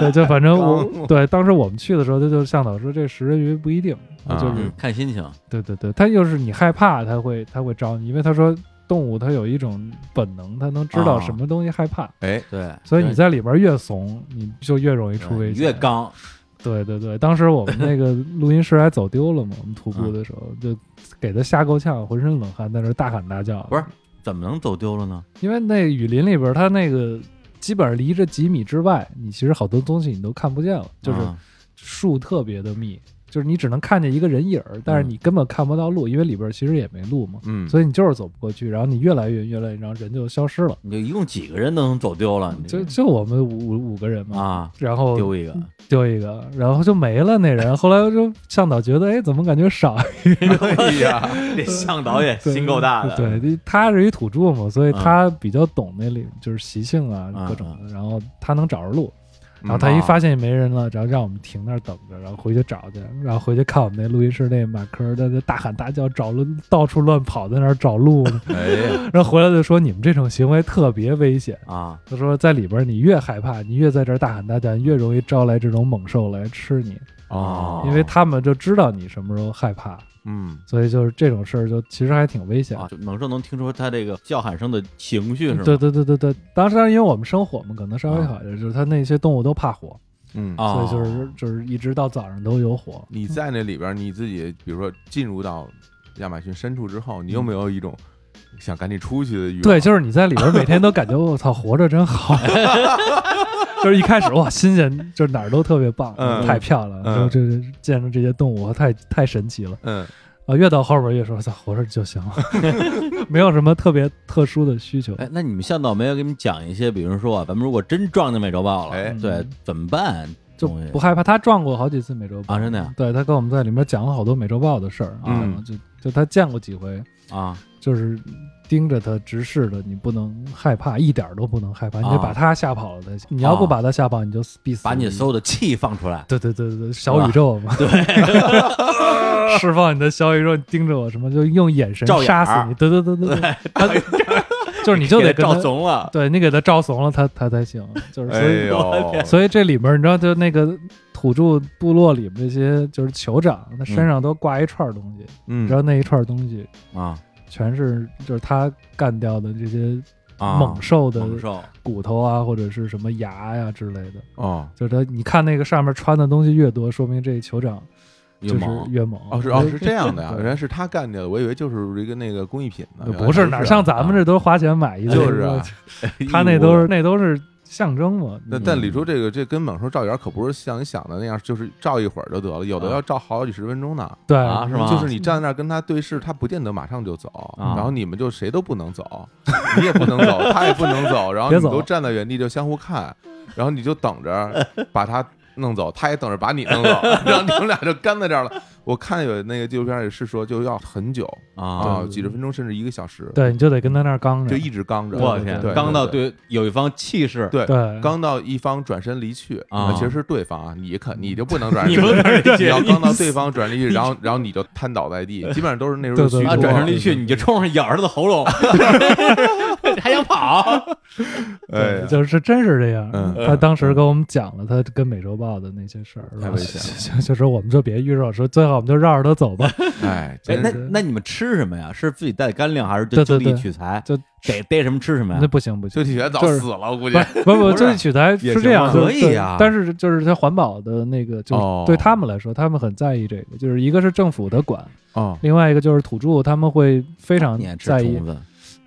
S3: 对，就反正我对当时我们去的时候，他就向导说这食人鱼不一定，
S1: 啊
S3: 就是、
S2: 嗯，看心情，
S3: 对对对，他又是你害怕，他会他会招你，因为他说动物它有一种本能，它能知道
S2: 啊
S3: 什么东西害怕，
S1: 哎，
S2: 对，
S3: 所以你在里边越怂，你就越容易出危
S2: 对
S3: 险。
S2: 越，刚，
S3: 对对对，当时我们那个录音室还走丢了嘛，我们徒步的时候、
S2: 嗯
S3: 就给他吓够呛，浑身冷汗，在那儿大喊大叫。
S2: 不是怎么能走丢了呢？
S3: 因为那雨林里边，它那个基本上离这几米之外，你其实好多东西你都看不见了，就是
S2: 啊
S3: 树特别的密，就是你只能看见一个人影儿，
S2: 嗯
S3: 但是你根本看不到路，因为里边其实也没路嘛，
S1: 嗯，
S3: 所以你就是走不过去，然后你越来越越来越，然后人就消失了，
S2: 你就一共几个人能走丢了？你这
S3: 就哦就我们五五五个人嘛。
S2: 嗯啊，
S3: 然后
S2: 丢一 个，
S3: 丢一个，然后就没了那人。后来就向导觉得，哎，怎么感觉少
S1: 哎呀，
S2: 这向导也
S3: 对
S2: 心够大的，
S3: 对，对他是一土著嘛，所以他比较懂那里就是习性啊，
S2: 嗯
S3: 各种的。然后他能找着路， 然后他
S2: 嗯
S3: 一
S2: 啊
S3: 发现也没人了，然后让我们停那儿等着，然后回去找去，然后回去看我们那录音室那马科在那大喊大叫，找了到处乱跑，在那儿找路呢。
S1: 哎呀，
S3: 然后回来就说你们这种行为特别危险。
S2: 啊，
S3: 他说，在里边儿你越害怕，你越在这儿大喊大叫，你越容易招来这种猛兽来吃你，
S1: 哦，
S3: 因为他们就知道你什么时候害怕，
S1: 嗯，
S3: 所以就是这种事儿就其实还挺危险的
S2: 啊，就猛兽能听出他这个叫喊声的情绪是吗？
S3: 对对对对对，当时因为我们生火嘛，可能稍微好一点，就是它那些动物都怕火，
S1: 嗯，
S2: 啊，
S3: 所以就是就是一直到早上都有火。
S1: 你在那里边儿，你自己比如说进入到亚马逊深处之后，你有没有一种想赶紧出去的欲望？
S3: 对，就是你在里边每天都感觉我操，活着真好。就是一开始哇，新鲜，就是哪儿都特别棒，
S1: 嗯
S3: 太漂亮了，
S1: 嗯
S3: 就这见着这些动物太太神奇了。
S1: 嗯
S3: 啊，越到后边越说，操，活着就行了，没有什么特别特殊的需求。
S2: 哎，那你们向导没有给你们讲一些，比如说啊，咱们如果真撞见美洲豹了，
S1: 哎
S2: 对，怎么办？
S3: 就
S2: 东西
S3: 不害怕。他撞过好几次美洲豹
S2: 啊真的呀
S3: 对他跟我们在里面讲了好多美洲豹的事儿啊，
S1: 嗯
S3: 就就他见过几回，
S2: 啊，
S3: 就是盯着他直视的，你不能害怕，一点儿都不能害怕，你得
S2: 啊
S3: 把他吓跑了才行。你要不把他吓跑，你就死必死无疑。
S2: 把你所有的气放出来。
S3: 对对对对对，小宇宙 嘛，对， 释放你的小宇宙，你盯着我什么，就用眼神
S2: 照眼
S3: 杀
S2: 儿
S3: 死你。对对对对对，他 就是你就得
S2: 给
S3: 跟
S2: 他
S3: 他
S2: 照，怂了，
S3: 对你给他照怂了，他他才行。就是所
S1: 哎
S3: 以
S1: 呦，
S3: 所以这里面你知道，就那个土著部落里面这些就是酋长，他身上都挂一串东西，
S1: 嗯
S3: 然后那一串东西
S2: 啊
S3: 全是就是他干掉的这些
S2: 啊，
S3: 猛兽的
S2: 猛兽
S3: 骨头啊，或者是什么牙呀、之类的。
S1: 哦
S3: 就是他，你看那个上面穿的东西越多，说明这酋长
S2: 越
S3: 就是
S2: 猛
S3: 越猛。
S1: 哦是哦是这样的呀，
S3: 对呃
S1: 原来是他干掉的，我以为就是一个那个工艺品呢，原来
S3: 不是
S1: 啊
S3: 哪嗯像咱们这都是花钱买一个，
S1: 就是啊，哎
S3: 他那都是那都是象征嘛。
S1: 但
S3: 嗯
S1: 但李叔这个这跟猛兽照眼儿可不是像你想的那样，就是照一会儿就得了，有
S3: 嗯
S1: 的
S2: 啊
S1: 要照好几十分钟呢。
S3: 对
S2: 啊是吗
S1: 就是你站在那儿跟他对视，他不见得马上就走，
S2: 啊
S1: 然后你们就谁都不能走， 你也不能 走，他也不能走，然后你
S3: 别
S1: 们
S3: 走
S1: 都站在原地就相互看，然后你就等着 把他弄走，他也等着把你弄 走，然后你们俩就干在这儿了。我看有那个纪录片也是说，就要很久
S2: 啊，
S1: 啊，几十分钟甚至一个小时，
S3: 对，你就得跟他那儿刚着
S1: 就，一直刚着。
S2: 我
S3: 对
S2: 天
S1: 对，
S2: 刚到
S1: 对
S2: 对有一方气势，
S1: 对
S3: 对，
S1: 刚到一方转身离去
S2: 啊
S1: 其实是对方啊，你
S2: 嗯
S1: 可你就不能转身
S2: 你不能转身离去
S1: 你要刚到对方转身离去，然后然后你就瘫倒在地，基本上都是那时候
S3: 对
S1: 虚
S3: 对
S1: 脱
S2: 啊，
S3: 对
S2: 转身离去，你就冲上咬着他的喉咙，还想跑，
S1: 哎呀，
S3: 就是真是这样。
S1: 嗯
S3: 他当时跟我们讲了他跟美洲豹的那些事儿，
S1: 太
S3: 然后
S1: 危险
S3: 就就说我们就别遇着，说最好我们就绕着他走吧。
S1: 哎，
S2: 哎
S1: 真，
S2: 那
S1: 是
S2: 那你们吃什么呀？是自己带干粮，还是就
S3: 对
S2: 就
S3: 对
S2: 地
S3: 对
S2: 取材？
S3: 就
S2: 逮逮什么吃什么呀
S3: 那？不行不行
S1: 就，体学早
S3: 就是
S1: 死了，我估计
S3: 不。是不不，
S1: 不是
S3: 这取材
S1: 也
S3: 是
S1: 行
S3: 这样
S1: 吗，
S3: 就是
S2: 可以
S3: 对
S2: 啊
S3: 但是就是它环保的那个，就是
S1: 哦
S3: 对他们来说，他们很在意这个，就是一个是政府的管，
S1: 哦，
S3: 另外一个就是土著，他们会非常
S2: 你也吃
S3: 在意
S2: 虫。子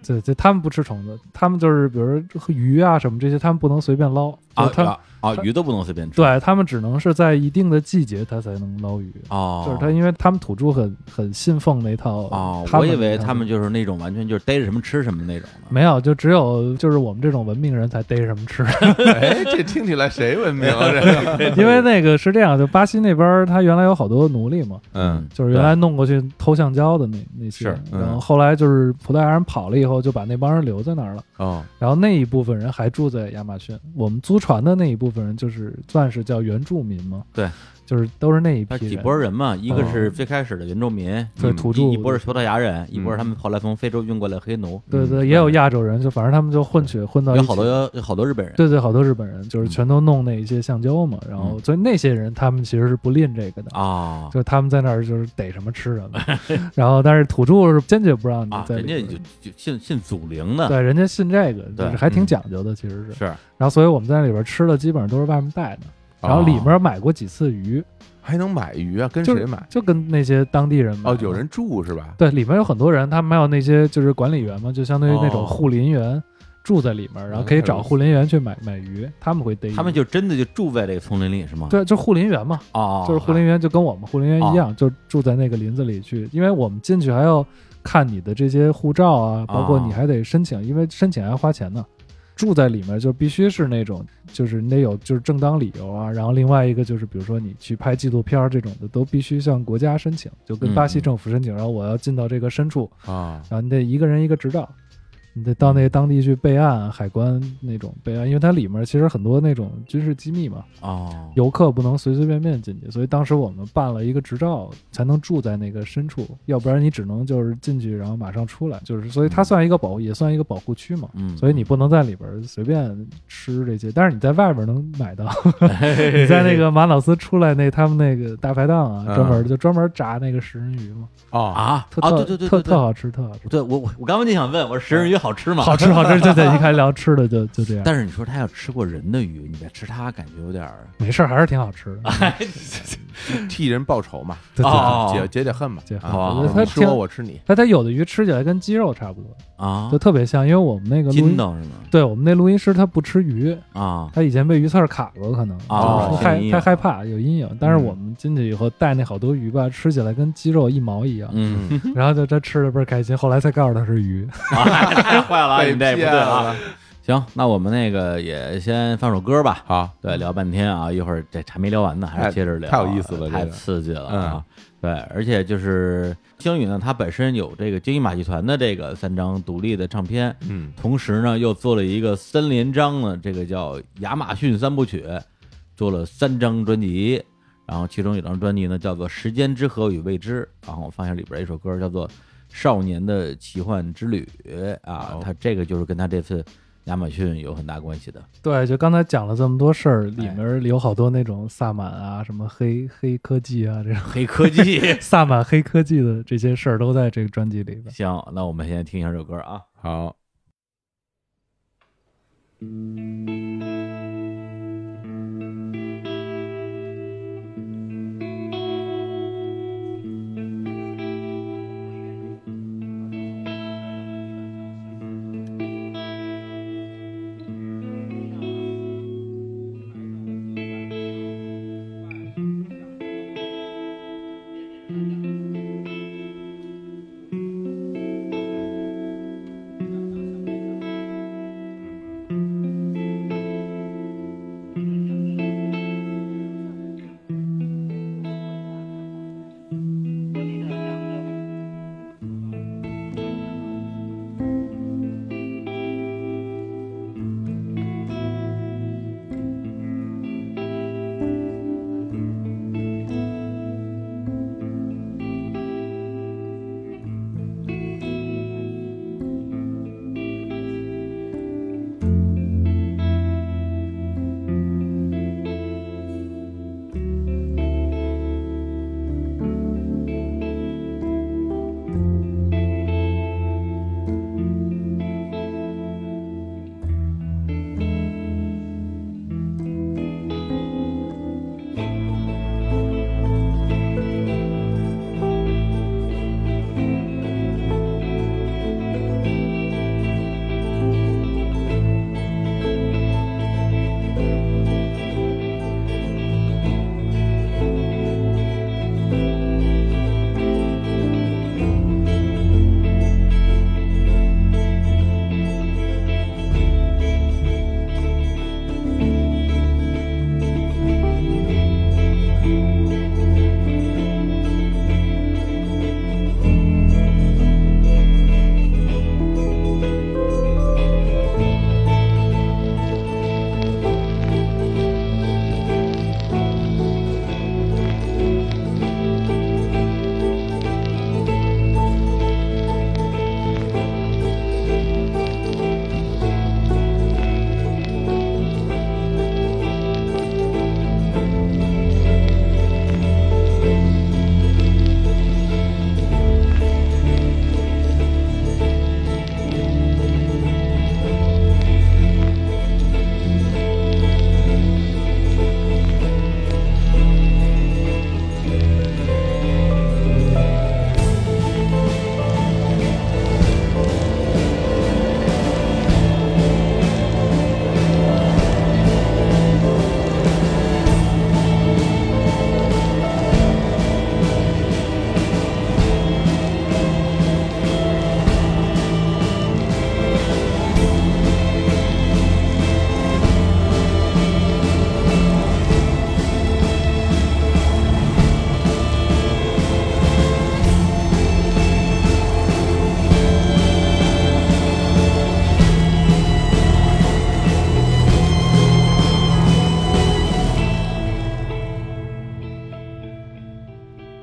S3: 对对，他们不吃虫子，他们就是比如说鱼啊什么这些，他们不能随便捞
S2: 啊
S3: 就是他们
S2: 啊啊！
S3: 他
S2: 鱼都不能随便吃
S3: 对他们只能是在一定的季节他才能捞鱼。
S2: 哦，
S3: 就是他，因为他们土著很很信奉那套
S2: 哦，
S3: 他
S2: 我
S3: 们
S2: 以为
S3: 那套
S2: 他们就是那种完全就是逮着什么吃什么那种的。
S3: 没有，就只有就是我们这种文明人才逮什么吃，
S1: 哎，这听起来谁文明啊？这个，
S3: 因为那个是这样，就巴西那边儿他原来有好多奴隶嘛，
S1: 嗯，
S3: 就是原来弄过去偷橡胶的那那些
S2: 是，
S1: 嗯
S3: 然后后来就是葡萄牙人跑了以后，就把那帮人留在那儿了。
S1: 哦，
S3: 然后那一部分人还住在亚马逊，我们租船的那一部分人就是算是叫原住民嘛，
S2: 对，
S3: 就是都是那一
S2: 他
S3: 批
S2: 几
S3: 人，
S2: 拨人嘛，一
S3: 嗯
S2: 个是最开始的原住民，
S3: 对
S1: 嗯
S3: 土著，
S2: 一一波是葡萄牙人，一
S3: 嗯
S2: 波是他们后来从非洲运过来的黑奴，
S3: 对对，也有亚洲人，就反正他们就混血混到
S2: 嗯
S3: 一
S2: 有
S3: 起
S2: 好多有好多日本人。嗯
S3: 对对，好多日本人就是全都弄那一些橡胶嘛，然后所以那些人他们其实是不吝这个的，
S2: 啊
S3: 就是他们在那儿就是逮什么吃什 么，然后但是土著是坚决不让你
S2: 啊，
S3: 在
S2: 人
S3: 里
S2: 家
S3: 边
S2: 就就信信祖灵的，
S3: 对，人家信这个，就
S2: 啊
S3: 是
S2: 对
S3: 还挺
S1: 嗯
S3: 讲究的，其实是。
S2: 是
S3: 然后所以我们在里边吃的基本上都是外面带的，
S2: 啊
S3: 然后
S1: 哦
S3: 里面买过几次鱼，
S1: 还能买鱼啊？跟
S3: 就
S1: 谁买？
S3: 就跟那些当地人买
S1: 哦，
S3: 的
S1: 有人住是吧？
S3: 对，里面有很多人，他们还有那些就是管理员嘛，就相当于那
S2: 哦
S3: 种护林员住在里面，然后可以找护林员去买买鱼，他们会逮鱼。
S2: 他们就真的就住在这个丛林里是吗？
S3: 对，就护林员嘛，
S2: 哦，
S3: 就是护林员就跟我们护林员一样，就住在那个林子里去，因为我们进去还要看你的这些护照啊，包括你还得申请，因为申请还要花钱呢。住在里面就必须是那种，就是你得有就是正当理由啊，然后另外一个就是比如说你去拍纪录片儿这种的，都必须向国家申请，就跟巴西
S2: 嗯嗯
S3: 政府申请，然后我要进到这个深处，
S1: 啊，
S3: 然后你得一个人一个执照，你得到那当地去备案，海关那种备案，因为它里面其实很多那种军事机密嘛，
S2: 哦，
S3: 游客不能随随便便进去，所以当时我们办了一个执照，才能住在那个深处，要不然你只能就是进去，然后马上出来，就是所以它算一个保护，也算一个保护区嘛。
S2: 嗯，
S3: 所以你不能在里边随便吃这些，但是你在外边能买 到。你在那个马老斯出来那他们那个大排档啊，
S1: 嗯
S3: 专门就专门炸那个食人鱼嘛，
S1: 哦，
S2: 啊
S3: 特
S2: 啊，
S3: 特
S2: 对对对
S3: 特
S2: 对
S3: 特
S2: 对，
S3: 好吃，特好吃。
S2: 对我我我刚刚就想问，我说食人鱼好好吃吗？
S3: 好吃好吃，对对，一开始聊吃的就就这样，
S2: 但是你说他要吃过人的鱼，你再吃它，感觉有点 儿
S3: 没事儿，还是挺好吃
S2: 啊
S3: 的。
S1: 替人报仇嘛，
S3: 对对对，
S2: 哦
S1: 解解解恨嘛，
S3: 解
S1: 啊
S3: 恨
S2: 哦
S1: 你
S2: 它
S1: 吃我，
S3: 挺
S1: 我吃你，
S3: 它它有的鱼吃起来跟鸡肉差不多，
S2: 啊
S3: 就，特别像，因为我们那个录
S2: 筋
S3: 音，
S2: 道是吗？
S3: 对我们那录音师他不吃鱼，
S2: 啊，
S3: 他以前被鱼刺儿卡过，可能
S2: 哦有
S3: 就是
S2: 阴
S3: 害
S2: 影
S3: 他害怕有阴影。但是
S1: 嗯
S3: 我们进去以后带那好多鱼吧，吃起来跟鸡肉一毛一样，
S2: 嗯，
S3: 然后就他吃的倍儿开心，后来才告诉他是鱼。
S2: 啊太坏了啊，你
S1: 被
S2: 们这也不
S1: 骗
S2: 对啊
S1: 了。。
S2: 行，那我们那个也先放首歌吧。
S1: 好，
S2: 对，聊半天啊，一会儿这还没聊完呢，还
S1: 太
S2: 是接着聊，啊
S1: 太有意思了
S2: 太
S1: 这个嗯
S2: 刺激了啊！对，而且就是鲸鱼呢，它本身有这个鲸鱼马戏团的这个三张独立的唱片，
S1: 嗯，
S2: 同时呢又做了一个三连章呢，这个叫亚马逊三部曲，做了三张专辑，然后其中有张专辑呢叫做《时间之河与未知》，然后我发现里边一首歌叫做《少年的奇幻之旅》啊
S1: 好，
S2: 它这个就是跟它这次亚马逊有很大关系的。
S3: 对，就刚才讲了这么多事儿，里
S2: 哎
S3: 面有好多那种萨满啊，什么黑黑科技啊，这种
S2: 黑科技，
S3: 萨满黑科技的这些事儿都在这个专辑里边。
S2: 行，那我们先听一下这首歌啊。
S1: 好，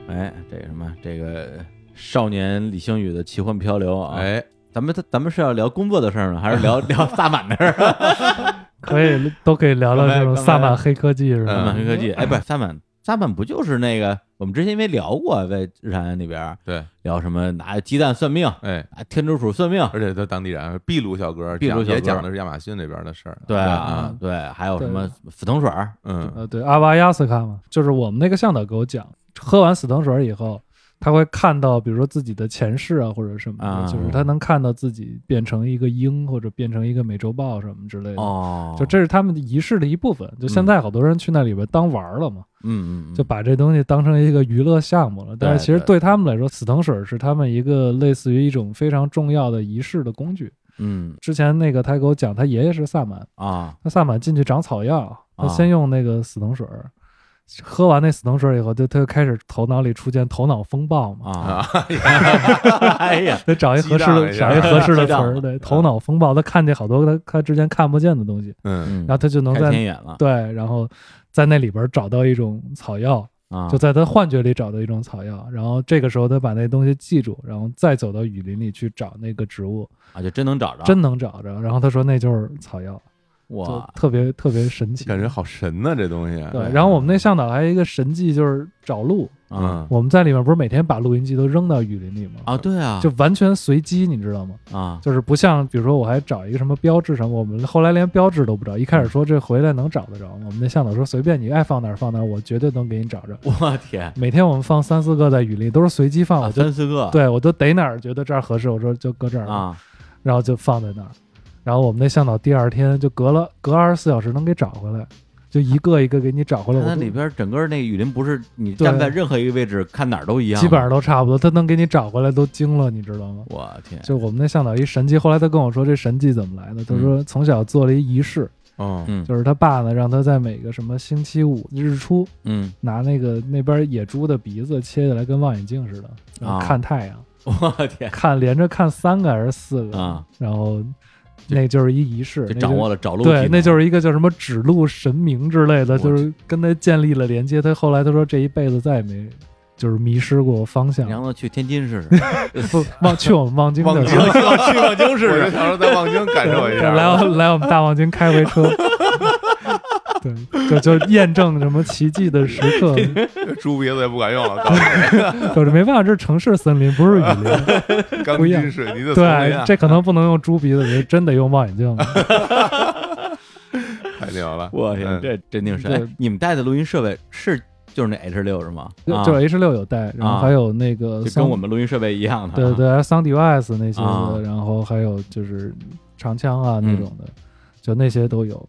S2: 哎，这个什么，这个少年李星宇的奇幻漂流啊，，
S1: 哎，
S2: 咱们咱们是要聊工作的事儿呢，还是聊 聊萨满的事儿？
S3: 可以都可以聊聊这种萨满黑科技是
S2: 萨
S3: 吧
S2: 嗯
S1: 嗯
S2: 满？黑科技，哎，不是萨满萨满不就是那个我们之前因为聊过在日坛那边儿
S1: 对，
S2: 聊什么拿鸡蛋算命
S1: 哎，
S2: 啊，天竺鼠算命，
S1: 而且他当地人，秘鲁小哥
S2: 秘鲁
S1: 讲
S2: 小哥
S1: 也讲的是亚马逊那边的事儿，
S2: 对啊
S1: 啊，，
S2: 对，还有什
S3: 对
S2: 么死藤水儿，
S1: 嗯，
S3: 呃，对，阿瓦亚斯卡嘛，就是我们那个向导给我讲，喝完死藤水以后，他会看到，比如说自己的前世啊，或者什么的，
S2: 啊
S3: 就是他能看到自己变成一个鹰，或者变成一个美洲豹什么之类的。
S2: 哦嗯
S3: 就，这是他们的仪式的一部分。就现在好多人去那里边当玩儿了嘛，
S2: 嗯嗯，嗯
S3: 就把这东西当成一个娱乐项目了。但
S2: 对
S3: 是其实
S2: 对
S3: 对他们来说，死藤水是他们一个类似于一种非常重要的仪式的工具。
S2: 嗯
S3: 之前那个他给我讲，他爷爷是萨满，
S2: 啊，
S3: 那萨满进去长草药，他
S2: 啊
S3: 先用那个死藤水儿，喝完那死藤水儿以后，就他就开始头脑里出现头脑风暴嘛，
S2: 啊，
S1: 啊，
S2: 哎呀，
S3: 得找一合适的
S1: 激
S3: 找
S1: 荡
S3: 一
S1: 一下
S3: 合适
S2: 激
S3: 的词
S2: 荡
S3: 儿，对，头脑风暴，他看见好多他他之前看不见的东西，
S1: 嗯，
S2: 嗯
S3: 然后他就能
S2: 开天
S3: 在
S2: 眼了，
S3: 对，然后在那里边找到一种草药，
S2: 啊，
S3: 就在他幻觉里找到一种草药，然后这个时候他把那东西记住，然后再走到雨林里去找那个植物，
S2: 啊，就真能找着，
S3: 真能找着，然后他说那就是草药，就
S2: 哇，啊
S3: 特别特别神奇，
S1: 感觉好神呐，这东西，
S2: 哎
S3: 对，然后我们那向导还有一个神技就是找路，
S2: 啊
S1: 嗯
S3: 我们在里面不是每天把录音机都扔到雨林里吗？
S2: 啊，对啊，
S3: 就完全随机，你知道吗？
S2: 啊，
S3: 就是不像，比如说我还找一个什么标志什么，我们后来连标志都不找。一开始说这回来能找得着，我们那向导说随便你爱放哪儿放哪儿，我绝对能给你找着。
S2: 我天，
S3: 每天我们放三四个在雨林，都是随机放，
S2: 啊
S3: 我哦就
S2: 三四个，
S3: 对我就逮哪儿觉得这儿合适，我说就搁这儿，
S2: 啊，
S3: 然后就放在那儿。然后我们那向导第二天就隔了隔二十四小时能给找回来，就一个一个给你找回来。
S2: 它
S3: 我
S2: 那
S3: 都
S2: 里边整个那雨林不是你
S3: 对
S2: 站在任何一个位置看哪儿都一样吗，
S3: 基本上都差不多。他能给你找回来都惊了，你知道吗？
S2: 我天，
S3: 就我们那向导一神技，后来他跟我说这神技怎么来的？他说从小做了一仪式，
S1: 哦，
S2: 嗯
S3: 就是他爸呢让他在每个什么星期五日出
S2: 嗯，
S3: 拿那个那边野猪的鼻子切下来跟望远镜似的，然后
S2: 啊
S3: 看太阳，
S2: 我天
S3: 看连着看三个还是四个，
S2: 啊，
S3: 然后那就是一仪式，
S2: 就掌握
S3: 了。
S2: 了找路技能，
S3: 对，那就是一个叫什么指路神明之类的，
S2: 我
S3: 就是跟他建立了连接。他后来他说这一辈子再也没就是迷失过方向，
S2: 让他去天津试试，
S3: 不望去我们望京的
S1: 望
S3: 时
S1: 京，
S3: 候，
S1: 去望京试试，我就想说在望京感受一
S3: 对
S1: 下，
S3: 来我来我们大望京开回车，对，就就验证什么奇迹的时刻，
S1: 猪鼻子也不管用了，告 诉你
S3: 就是没办法，这是城市森林不是雨 林，
S1: 钢
S3: 不一样
S1: 筋水泥的丛林
S3: 对
S1: 啊，，
S3: 这可能不能用猪鼻子，就真得用望远
S2: 啊
S3: 镜。
S1: 太牛了，
S2: 我天，
S1: 嗯
S2: 这真挺神！
S3: 对
S2: 哎你们带的录音设备是就是那 H 六是吗？
S3: 就
S2: 啊
S3: 就 H 六有带，然后还有那个
S2: 就跟
S3: Sound-
S2: 我们录音设备一样的，
S3: 对，对 Sound Device 那些
S2: 啊
S3: 的，然后还有就是长枪啊那
S2: 嗯
S3: 种的，就那些都有。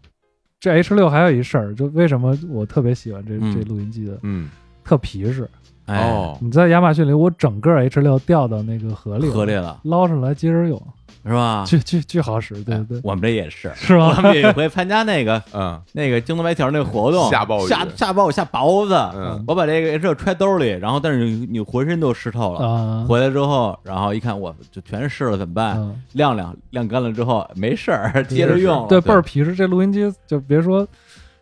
S3: 这 H 六还有一事儿，就为什么我特别喜欢这
S2: 嗯
S3: 这录音机的，
S1: 嗯，
S3: 特皮实。
S2: 哎，
S1: 哦，
S3: 你在亚马逊里，我整个 H 六掉到那个河里，
S2: 合理了
S3: 捞上来接着用，
S2: 是吧？
S3: 巨巨巨好使，对
S2: 啊哎
S3: 对 对，
S2: 我们这也是，
S3: 是
S2: 我
S3: 吗？
S2: 们有一回参加那个
S3: 啊
S1: 嗯，
S2: 那个京东白条那个活动，
S1: 下暴雨
S2: 下下暴雨下雹子
S1: 嗯，
S2: 我把这个 H 六揣兜里，然后但是你你浑身都湿透了。
S3: 啊，
S2: 回来之后，然后一看，我就全湿了，怎么办？
S3: 嗯
S2: 晾晾晾干了之后没事儿， 接着用。
S3: 对倍
S1: 对
S3: 儿皮实，这录音机就别说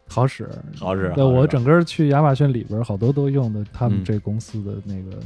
S3: 好使，
S2: 好使。
S3: 对
S2: 好使
S3: 我整个去亚马逊里边好多都用的他们
S2: 嗯
S3: 这公司的那个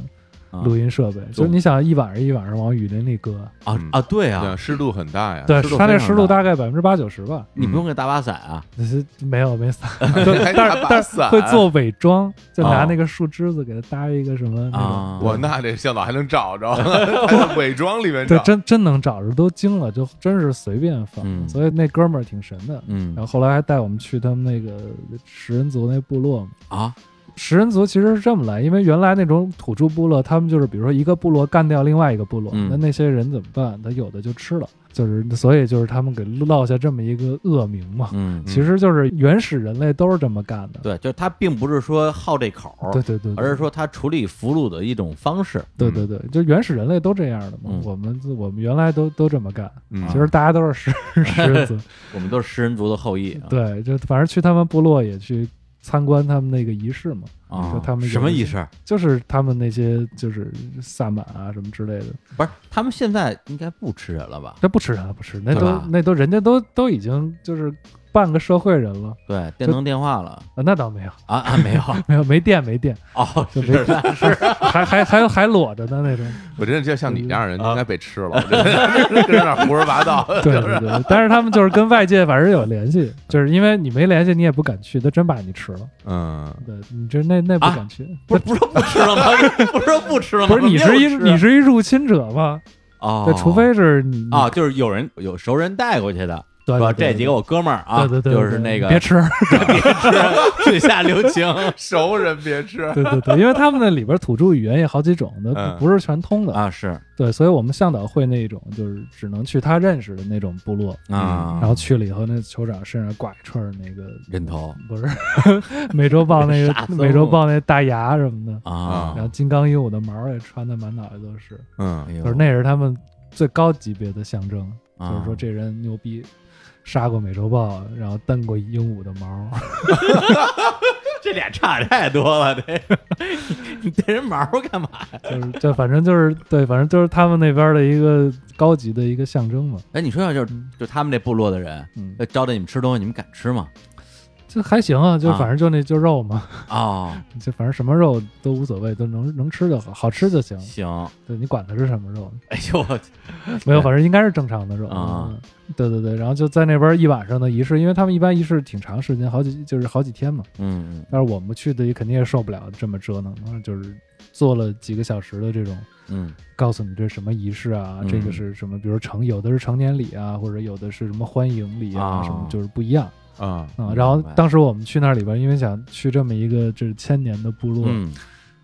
S2: 啊
S3: 录音设备，就是你想一晚上一晚上往雨林里搁，
S2: 啊
S1: 嗯
S2: 啊，对啊
S1: 对，，湿度很大呀，
S3: 对
S2: 哎湿度
S3: 它
S2: 非
S3: 那
S2: 常
S3: 湿度
S2: 大
S3: 大概百分之八九十吧，
S2: 你不
S1: 嗯
S2: 用给打把伞啊，
S3: 那些没有 没伞，
S1: 还
S3: 对但是
S1: 打
S3: 但是
S1: 伞
S3: 会做伪装，就拿
S2: 哦
S3: 那个树枝子给它搭一个什么那种。
S2: 啊，
S1: 嗯我那这向导还能找 着，还在伪装里面
S3: 对
S1: 找，，
S3: 真真能找着，都惊了，就真是随便放。
S2: 嗯
S3: 所以那哥们儿挺神的。
S2: 嗯
S3: 然后后来还带我们去他们那个食人族那部落嘛。
S2: 啊，
S3: 食人族其实是这么来，因为原来那种土著部落，他们就是比如说一个部落干掉另外一个部落，
S2: 嗯
S3: 那那些人怎么办？他有的就吃了，就是所以就是他们给落下这么一个恶名嘛。
S2: 嗯，
S3: 其实就是原始人类都是这么干的。
S2: 对，就是他并不是说好这口儿，
S3: 对对对，对
S2: 而是说他处理俘虏的一种方式。
S3: 对对对，就原始人类都这样的嘛。
S2: 嗯
S3: 我们我们原来都都这么干，
S1: 嗯
S3: 其实大家都 是食食人族。
S2: 我们都是食人族的后裔啊
S3: 对，就反正去他们部落也去参观他们那个仪式嘛，
S2: 啊，
S3: 就他们有
S2: 什么仪式？
S3: 就是他们那些就是萨满啊什么之类的，
S2: 不是，他们现在应该不吃人了吧？
S3: 啊这不吃啥不吃，那
S2: 对
S3: 都
S2: 吧
S3: 那都人家都都已经就是半个社会人了。
S2: 对，电能电话了
S3: 啊，那倒没有，
S2: 啊啊，没有
S3: 没有，没电，没电，
S2: 哦，
S3: 就是
S2: 的，是
S3: 还还还还裸着呢那种。
S1: 我真的觉得像你这样的人
S3: 嗯
S1: 应该被吃
S3: 啊
S1: 了，真的 跟那儿胡说八道，
S3: 对对对，但是他们就是跟外界反正有联系，就是因为你没联系，你也不敢去，他真把你吃了。
S1: 嗯，
S3: 对，你这那那不
S2: 啊
S3: 敢去，
S2: 不是不是说不吃了吗？不是说不吃了吗？
S3: 不是你是一你
S2: 是
S3: 是一入侵者吗？
S2: 哦，
S3: 对，除非是你
S2: 啊，，就是有人有熟人带过去的，
S3: 对
S2: 说
S3: 啊对
S2: 这
S3: 对
S2: 几个我哥们儿啊，
S3: 对对对，
S2: 就
S3: 对
S2: 是那个
S3: 别吃，
S2: 吃水下留情，
S1: 熟人别吃。
S3: 对对对，因为他们那里边土著语言也好几种的
S1: 嗯，
S3: 不是全通的。
S2: 啊，是
S3: 对，所以我们向导会那种，就是只能去他认识的那种部落，
S2: 啊，
S3: 嗯然后去了以后，那酋长身上挂一串儿那个
S2: 人头
S3: 不是 美洲豹那
S2: 傻
S3: 个
S2: 僧
S3: 美洲豹那大牙什么的，
S2: 啊
S1: 啊
S3: 然后，金刚鹦鹉的毛儿也穿的满脑袋都是，
S1: 嗯，
S2: 就
S3: 就是那是他们最高级别的象征，就是说
S2: 啊
S3: 这人牛逼。杀过美洲豹，然后蹬过鹦鹉的毛儿，
S2: 这俩差太多了，这你带人毛儿干嘛呀？
S3: 就是就反正就是对，反正就是他们那边儿的一个高级的一个象征嘛。
S2: 哎，你说要就是就他们这部落的人
S3: 嗯，
S2: 呃招待你们吃东西，你们敢吃吗？
S3: 这还行啊，就
S2: 啊
S3: 反正就那就肉嘛，
S2: 哦，
S3: 就反正什么肉都无所谓，都能能吃就好，好吃就行。
S2: 行，
S3: 对你管它是什么肉，
S2: 哎呦我
S3: 没有，反正应该是正常的肉
S2: 哎啊。
S3: 嗯对对对，然后就在那边一晚上的仪式，因为他们一般仪式挺长时间，好几就是好几天嘛。
S2: 嗯
S3: 但是我们去的肯定也受不了这么折腾，然后就是做了几个小时的这种，
S2: 嗯
S3: 告诉你这什么仪式啊，
S2: 嗯
S3: 这个是什么，比如成有的是成年礼啊，或者有的是什么欢迎礼啊，
S2: 啊
S3: 什么就是不一样
S1: 啊，
S3: 啊。然后
S2: 明白
S3: 当时我们去那里边，因为想去这么一个这千年的部落，
S2: 嗯，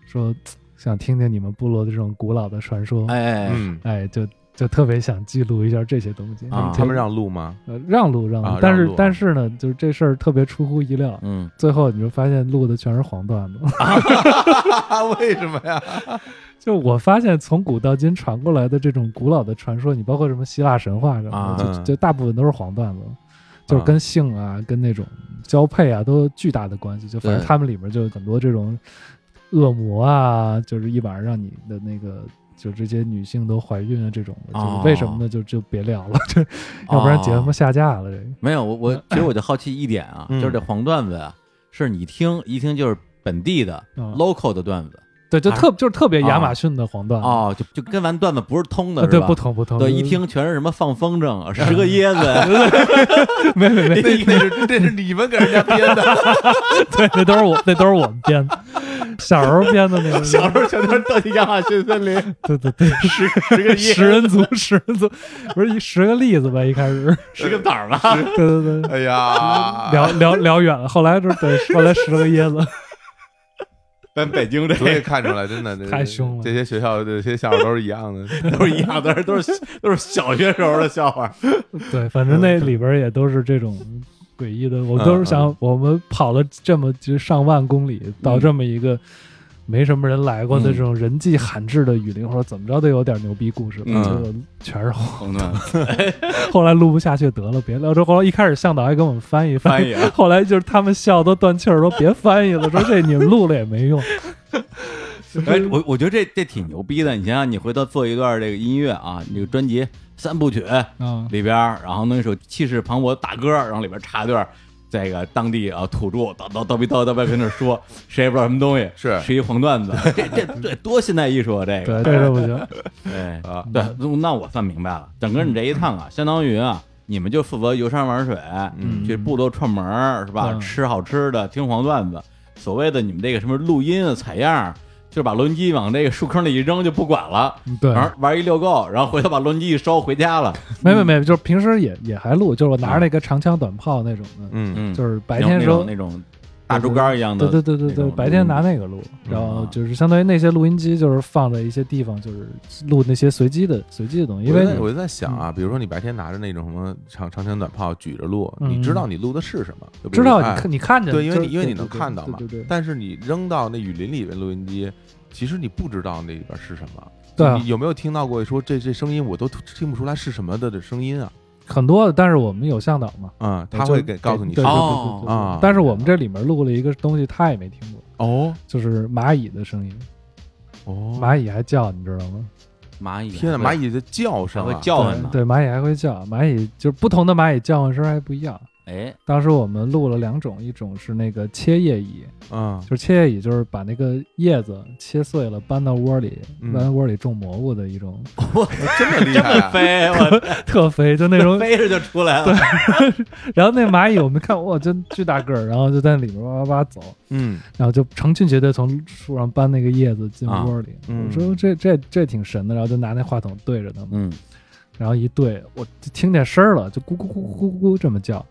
S3: 说想听听你们部落的这种古老的传说，
S2: 哎哎哎
S1: 嗯，
S3: 哎，就就特别想记录一下这些东西。
S2: 啊
S3: 这
S1: 他们让路吗？
S3: 呃让路让路，
S1: 啊
S3: 但
S1: 让
S3: 是
S1: 路啊
S3: 但是呢，就是这事儿特别出乎意料，
S2: 嗯
S3: 最后你就发现录的全是黄段子。
S1: 啊，为什么呀？
S3: 就我发现从古到今传过来的这种古老的传说，你包括什么希腊神话什么的，
S1: 啊
S3: 就就大部分都是黄段子。
S2: 啊
S3: 就是跟性啊，跟那种交配啊，都有巨大的关系。就反正
S2: 对
S3: 他们里面就有很多这种恶魔啊，就是一晚上让你的那个，就这些女性都怀孕啊，这种的。
S2: 哦
S3: 就是为什么呢？就就别聊
S2: 啊
S3: 了， 这要不然节目下架了。这个
S2: 没有我我其实我就好奇一点啊，
S1: 嗯
S2: 就是这黄段子啊，是你听一听就是本地的
S3: 嗯
S2: local 的段子
S3: 对，就特就是特别
S2: 啊
S3: 亚马逊的黄段子
S2: 哦，就就跟完段子不是通的
S3: 嗯啊，
S2: 是
S3: 对，
S2: 吧？
S3: 不同不同。
S2: 对，
S3: 就
S2: 一
S3: 是
S2: 听全是什么放风筝啊、十个椰 子，
S3: 没没没，
S1: 那那是这是你们给人家编的，
S3: 对， 那都是我那都是我们编的，小时候编的那个
S2: 小时候全都是到底亚马逊森林，
S3: 对对对，
S2: 十十个椰
S3: 十人组，十人组，不是一十个例子吧？一开始，
S2: 十个枣儿吧？
S3: 对对对，
S1: 哎呀，
S3: 聊聊聊远了，后来就是对，后来十个椰子，
S2: 咱北京这
S1: 所以看出来，真的这
S3: 太凶了
S1: 这些学校这些校都是一样的，
S2: 都是一样的，都是都是小学时候的笑话。
S3: 对，反正那里边也都是这种诡异的。我都是
S1: 嗯
S3: 想，我们跑了这么就上万公里，到这么一个没什么人来过的这种人迹罕至的雨林，或者怎么着都有点牛逼故事吧，
S2: 嗯
S3: 结果全是后
S2: 红段
S3: 后来录不下去得了，别聊这。后来一开始向导还给我们翻译
S2: 翻
S3: 译。
S2: 译啊，
S3: 后来就是他们笑都断气儿，说别翻译了，说这你们录了也没用。
S2: 哎，我我觉得这这挺牛逼的。你想想，你回头做一段这个音乐啊，你这个专辑三部曲
S3: 啊，
S2: 里边儿，然后弄一首气势磅礴的大歌儿，然后里边儿插一段儿这个当地啊土著叨叨叨逼叨叨逼跟那儿说，谁也不知道什么东西，
S1: 是
S2: 是一黄段子。这这这多现代艺术啊！这个哎
S3: 对，这是不行。
S2: 对
S1: 啊
S2: 对，那我算明白了。整个你这一趟啊，相当于啊，你们就负责游山玩水，
S3: 嗯
S2: 去部落串门儿是吧？
S3: 嗯
S2: 吃好吃的，听黄段子。所谓的你们这个什么录音啊、采样儿，就是把录音机往这个树坑里一扔就不管了，
S3: 对，
S2: 玩玩一溜够，然后回头把录音机一收回家了。
S3: 没没没，就是平时也也还录，就是我拿着那个长枪短炮那种的，
S1: 嗯
S2: 嗯，
S3: 就是白
S2: 那
S3: 天
S2: 那
S3: 时
S2: 种
S3: 候，
S2: 那种大竹竿一样的，
S3: 对对对对
S2: 那
S3: 对，
S2: 种
S3: 白天拿那个录，
S2: 嗯
S3: 然后就是相当于那些录音机就是放在一些地方，就是录那些随机的随机的东西，因
S1: 我就
S3: 为
S1: 在我就在想啊，比如说你白天拿着那种什么长长枪短炮举着录，
S3: 嗯
S1: 你知道你录的是什么，就比
S3: 知
S1: 如
S3: 道
S1: 哎
S3: 你看你看见，
S1: 对，因为
S3: 就
S1: 你
S3: 是
S1: 因为你
S3: 对
S1: 能
S3: 对
S1: 看到嘛
S3: 对对。对
S1: 但是你扔到那雨林里面录音机，其实你不知道那里边是什么。
S3: 对啊
S1: 你有没有听到过说这这声音我都听不出来是什么的这声音啊？
S3: 很多，但是我们有向导嘛，
S1: 嗯，
S3: 就
S1: 他会给告诉你
S3: 对
S1: 是
S2: 哦
S3: 对对对对
S1: 啊
S3: 对。但是我们这里面录了一个东西，他也没听过，
S1: 哦
S3: 就是蚂蚁的声音，
S1: 哦，
S3: 蚂蚁还叫，你知道吗？
S2: 蚂蚁，
S1: 天哪，蚂蚁的叫声
S2: 还
S1: 啊
S2: 会叫唤呢
S3: 对，对蚂蚁还会叫，蚂蚁就是不同的蚂蚁叫唤声还不一样。
S2: 哎，
S3: 当时我们录了两种，一种是那个切叶蚁，
S1: 啊
S3: 就是切叶蚁，就是把那个叶子切碎了搬到窝里，
S1: 嗯
S3: 搬到窝里种蘑菇的一种，
S1: 这么厉
S2: 这
S1: 害
S2: 么
S1: 啊，
S2: 飞，我
S3: 特肥，就那种。
S2: 飞着就出来了。
S3: 然后那蚂蚁，我们看哇，真巨大个儿，然后就在里面哇哇哇走，
S1: 嗯
S3: 然后就成群结队从树上搬那个叶子进窝
S2: 啊
S3: 里。
S1: 嗯
S3: 我说这这这挺神的，然后就拿那话筒对着它们，
S2: 嗯，
S3: 然后一对，我就听见声儿了，就咕咕咕咕咕咕这么叫。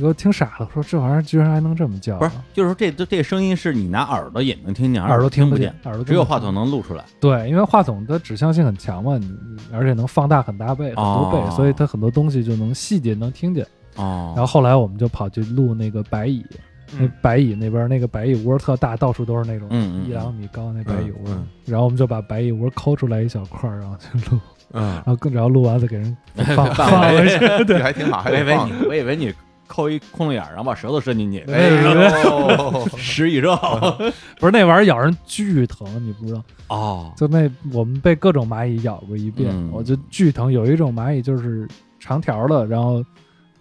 S3: 我听傻了，说这玩意儿居然还能这么叫啊、
S2: 不是，就是说这这这声音是你拿耳朵也能听见，
S3: 耳朵
S2: 听
S3: 听不
S2: 见
S3: 见，，耳朵
S2: 只有
S3: 听不
S2: 话
S3: 见
S2: 筒能录出来。
S3: 对，因为话筒的指向性很强嘛，你你而且能放大很大倍，很多倍，
S2: 哦
S3: 所以它很多东西就能细节能听见。
S2: 哦，
S3: 然后后来我们就跑去录那个白蚁，那
S1: 嗯
S3: 白蚁那边那个白蚁窝特大，到处都是那种
S2: 嗯嗯
S3: 一两米高那白蚁窝。
S1: 嗯嗯
S3: 然后我们就把白蚁窝抠出来一小块儿，然后去录，
S1: 嗯
S3: 然，后跟然后录完再给人放
S2: 放
S3: 放回去。
S1: 这 还挺好，还
S2: 我以
S1: 得
S2: 为
S1: 放
S2: 你，。我以为你抠一窟窿眼儿，然后把舌头伸进去，
S1: 哎 呦，
S2: 食蚁肉。
S3: 嗯不是那玩意儿咬人巨疼，你不知道。
S2: 哦，
S3: 就那我们被各种蚂蚁咬过一遍，
S2: 嗯
S3: 我就巨疼。有一种蚂蚁就是长条的，然后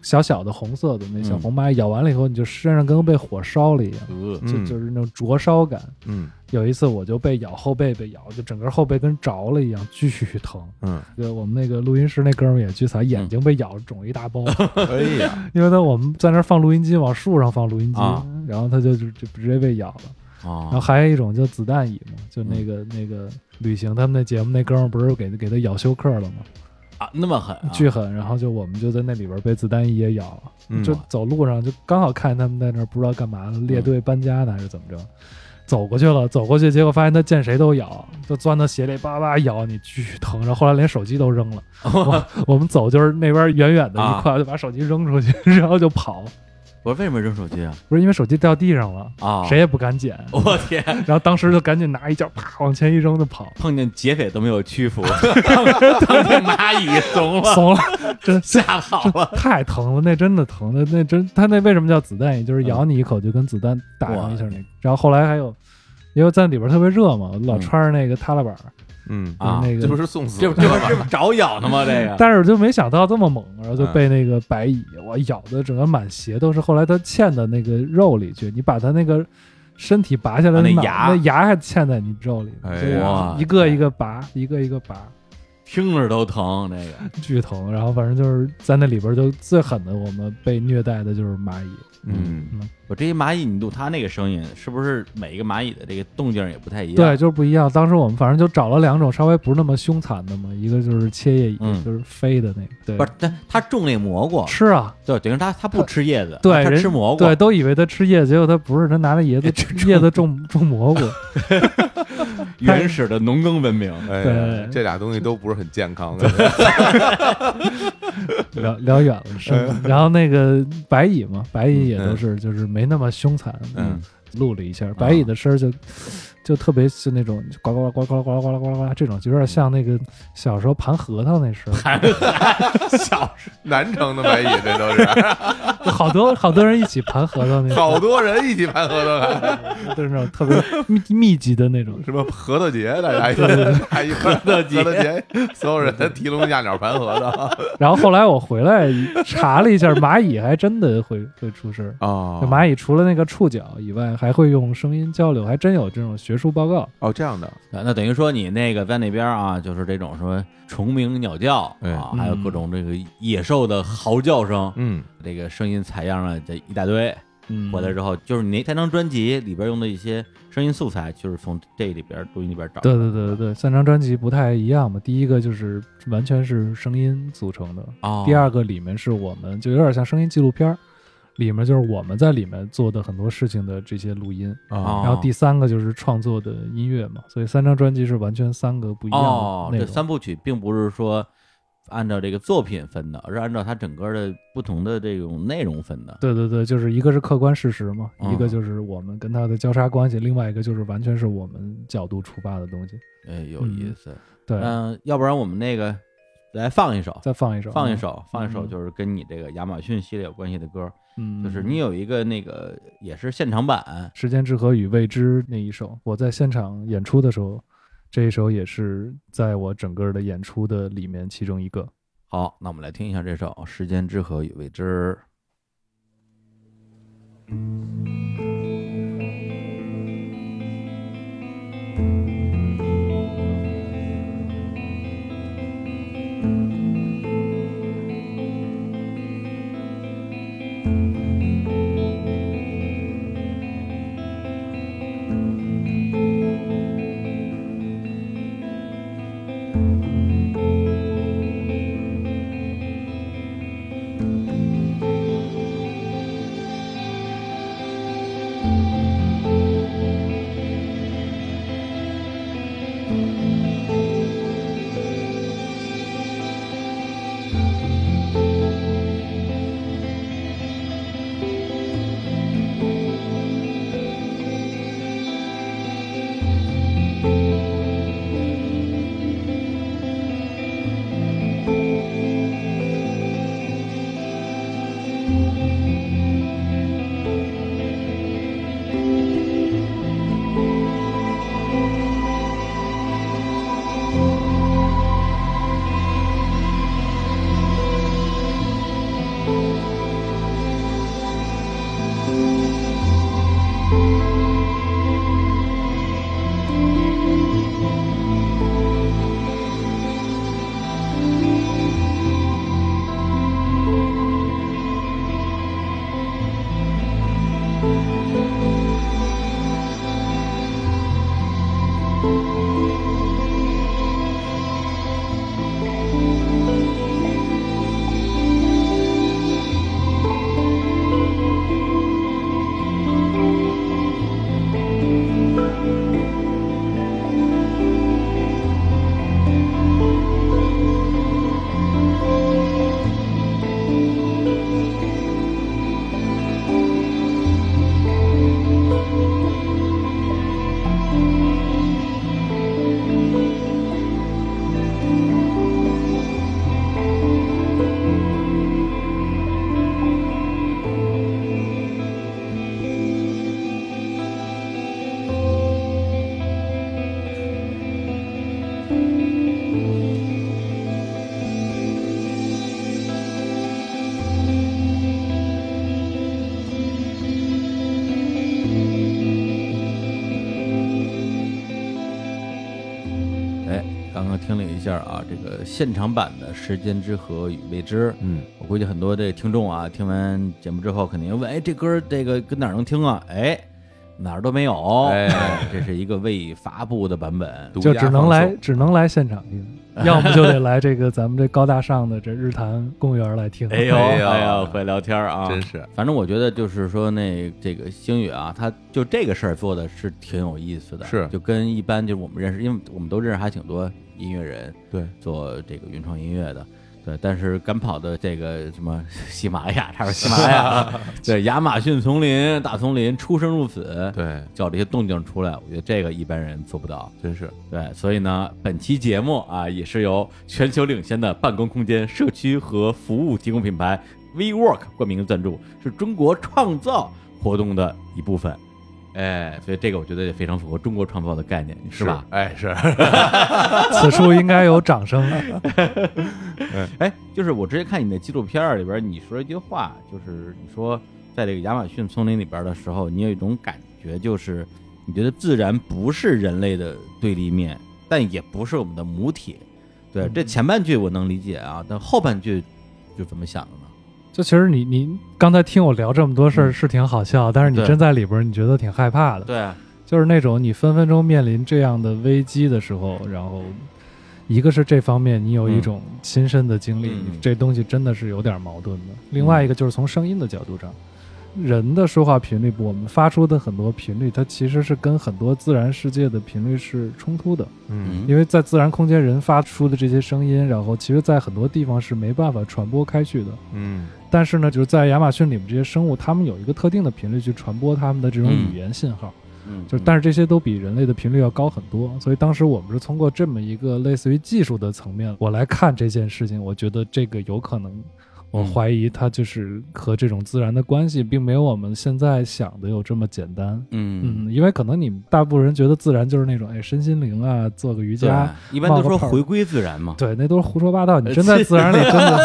S3: 小小的红色的那小红蚂蚁，咬完了以后，你就身上跟被火烧了一样，
S2: 呃
S1: 嗯
S3: 就就是那种灼烧感。
S1: 嗯
S3: 有一次我就被咬后背被咬，就整个后背跟着了一样，巨疼。
S1: 嗯，
S3: 对，我们那个录音室那哥们儿也巨惨，
S2: 嗯
S3: 眼睛被咬肿一 大包，
S1: 哎呀，
S3: 因为他我们在那儿放录音机，往树上放录音机，
S2: 啊
S3: 然后他就就就直接被咬了。然后
S2: 哦，
S3: 还有一种叫子弹蚁嘛，就
S2: 嗯
S3: 那个、那个旅行他们那节目那哥们儿不是给给他咬休克了吗？
S2: 啊，那么狠啊，
S3: 巨狠，然后就我们就在那里边被子弹蚁也咬了，
S1: 嗯
S3: 就走路上就刚好看见他们在那儿不知道干嘛列队搬家呢还是怎么
S2: 嗯
S3: 着。走过去了，走过去，结果发现他见谁都咬，就钻到鞋里叭叭咬你，巨疼。然后后来连手机都扔 了。我我们走就是那边远远的
S2: 啊
S3: 一块，就把手机扔出去，然后就跑。
S2: 我说为什么扔手机啊？
S3: 不是因为手机掉地上了，
S2: 啊，
S3: 谁？也不敢捡。
S2: 我天！，
S3: 然后当时就赶紧拿一脚啪往前一扔就跑
S2: 碰见劫匪都没有屈服，碰见蚂蚁怂了，
S3: 怂了，真
S2: 吓跑了。
S3: 太疼了，那真的疼的，那那真他那为什么叫子弹蚁？
S2: 嗯
S3: 就是咬你一口就跟子弹打上一下那个。然后后来还有，因为在里边特别热嘛，我老穿着那个踏拉板，
S1: 嗯，
S2: 嗯啊
S3: 就是那
S1: 这不
S3: 个。
S1: 是送死
S2: 这不这不这不找咬呢吗？这个
S3: 但是我就没想到这么猛，然后
S2: 嗯
S3: 就被那个白蚁我咬的整个满鞋都是。后来它嵌到那个肉里去，你把它那个身体拔下来，
S2: 啊那
S3: 脑
S2: 牙
S3: 那牙还嵌在你肉里，
S1: 哎
S3: 就是
S2: 呀
S3: 一个一个拔，一个一个拔。
S2: 听着都疼，这个
S3: 巨疼，然后反正就是在那里边儿就最狠的，我们被虐待的就是蚂蚁。
S1: 嗯，
S3: 嗯
S2: 我这些蚂蚁，你录它那个声音，是不是每一个蚂蚁的这个动静也不太一样？
S3: 对，，就是不一样。当时我们反正就找了两种稍微不是那么凶残的嘛，一个就是切叶蚁，
S2: 嗯
S3: 就是飞的那个，
S2: 不
S3: 对
S2: 是，，它它种那蘑菇，
S3: 吃啊，
S2: 对，等于它它不吃叶子，
S3: 对，
S2: 它
S3: 人
S2: 吃蘑菇，
S3: 对，都以为它吃叶子，结果它不是，它拿那叶 子叶子种种蘑菇，
S2: 原始的农耕文明。
S1: 哎呀
S3: 对，
S1: 这俩东西都不是很健康啊 的，
S3: 聊聊远了。是
S2: 嗯
S3: 然后那个白蚁嘛，白蚁也都是就是没那么凶残，
S1: 嗯，
S3: 录了一下，白蚁的声儿就就特别是那种呱呱呱呱呱呱呱呱呱这种，就有点像那个小时候盘核桃那 声儿。
S2: 小时
S1: 南城的蚂蚁这都是，
S3: 好多好多人一起盘核桃 那种，
S1: 好多人一起盘核桃来，
S3: 就是那种特别密密集的那种。
S1: 什么核桃节大 家一还一核
S2: 桃节
S1: 核桃节，所有人提笼架鸟盘核桃
S3: 然后后来我回来查了一下，蚂蚁还真的会 会出声儿。
S1: 哦
S3: 就蚂蚁除了那个触角以外，还会用声音交流，还真有这种学术报告。
S1: 哦这样的，
S2: 候那等于说你那个在那边啊，就是这种什么虫鸣鸟叫
S1: 哎
S2: 啊，还有各种这个野兽的嚎叫声，
S1: 嗯
S2: 这个声音采样了这一大堆。
S3: 嗯
S2: 回来之后，就是你那张专辑里边用的一些声音素材，就是从这里边录音里边找。
S3: 对对对对对，三张专辑不太一样嘛。第一个就是完全是声音组成的，
S2: 哦，
S3: 第二个里面是我们就有点像声音纪录片儿，里面就是我们在里面做的很多事情的这些录音。
S2: 哦
S3: 然后第三个就是创作的音乐嘛，所以三张专辑是完全三个不一样的内容。
S2: 哦，这三部曲并不是说按照这个作品分的，而是按照它整个的不同的这种内容分的。
S3: 对对对，就是一个是客观事实嘛，
S2: 嗯
S3: 一个就是我们跟他的交叉关系，另外一个就是完全是我们角度出发的东西。
S2: 哎，有意思。
S3: 对，
S2: 嗯、要不然我们那个来放一首，
S3: 再放一首，
S2: 放一，首，放一首，
S3: 嗯
S2: 就是跟你这个亚马逊系列有关系的歌，
S3: 嗯，
S2: 就是你有一个那个也是现场版
S3: 《时间之河与未知》那一首，我在现场演出的时候，这一首也是在我整个的演出的里面其中一个。
S2: 好，那我们来听一下这首《时间之河与未知》。哎，刚刚听了一下啊，这个现场版的《时间之河与未知》，
S1: 嗯，
S2: 我估计很多这听众啊，听完节目之后肯定问，哎，这歌儿这个跟哪儿能听啊？哎，哪儿都没有，
S1: 哎，
S2: 这是一个未发布的版本。
S1: 独
S3: 就
S1: 家
S3: 只能
S1: 放
S3: 来
S1: 送，
S3: 只能来现场 听，要么就得来这个咱们这高大上的这日坛公园来听。
S2: 哎呦，
S1: 哎呦
S2: 哎呦，会聊天儿啊！
S1: 真是
S2: 反正我觉得就是说那这个星宇啊，他就这个事儿做的是挺有意思的，
S1: 是
S2: 就跟一般就是我们认识，因为我们都认识还挺多音乐人
S1: 对，
S2: 做这个原创音乐的。对，但是赶跑的这个什么 喜马拉雅，他说 喜马拉雅，对亚马逊丛林、大丛林出生入死，
S1: 对，
S2: 叫这些动静出来，我觉得这个一般人做不到。
S1: 真是
S2: 对，所以呢，本期节目啊，也是由全球领先的办公空间、社区和服务提供品牌 WeWork 冠名赞助，是中国创造活动的一部分。哎，所以这个我觉得也非常符合中国创造的概念，是吧？？
S1: 哎，是，
S3: 此处应该有掌声。啊
S2: 哎，就是我之前看你那纪录片儿里边儿，你说一句话，就是你说在这个亚马逊丛林里边儿的时候，你有一种感觉，就是你觉得自然不是人类的对立面，但也不是我们的母体。对，
S3: 嗯
S2: 这前半句我能理解啊，但后半句就怎么想的呢？
S3: 就其实你你刚才听我聊这么多事儿是挺好笑，但是你
S2: 嗯对
S3: 真在里边儿，你觉得挺害怕的。
S2: 对啊，
S3: 就是那种你分分钟面临这样的危机的时候，然后一个是这方面你有一种亲身的经历，
S2: 嗯
S3: 这东西真的是有点矛盾的；另外一个就是从声音的角度上，人的说话频率，我们发出的很多频率，它其实是跟很多自然世界的频率是冲突的，
S1: 嗯，
S3: 因为在自然空间人发出的这些声音，然后其实在很多地方是没办法传播开去的。
S1: 嗯，
S3: 但是呢，就是在亚马逊里面这些生物，它们有一个特定的频率去传播它们的这种
S2: 嗯
S3: 语言信号。
S2: 嗯，
S3: 就是，但是这些都比人类的频率要高很多，所以当时我们是通过这么一个类似于技术的层面，我来看这件事情，我觉得这个有可能，我
S2: 嗯
S3: 怀疑它就是和这种自然的关系，并没有我们现在想的有这么简单。
S2: 嗯，
S3: 嗯，因为可能你们大部分人觉得自然就是那种哎身心灵啊，做个瑜
S2: 对
S3: 伽，，
S2: 一般都
S3: 冒个
S2: 说
S3: 泡儿
S2: 回归自然嘛。
S3: 对，那都是胡说八道。你真在自然里真的，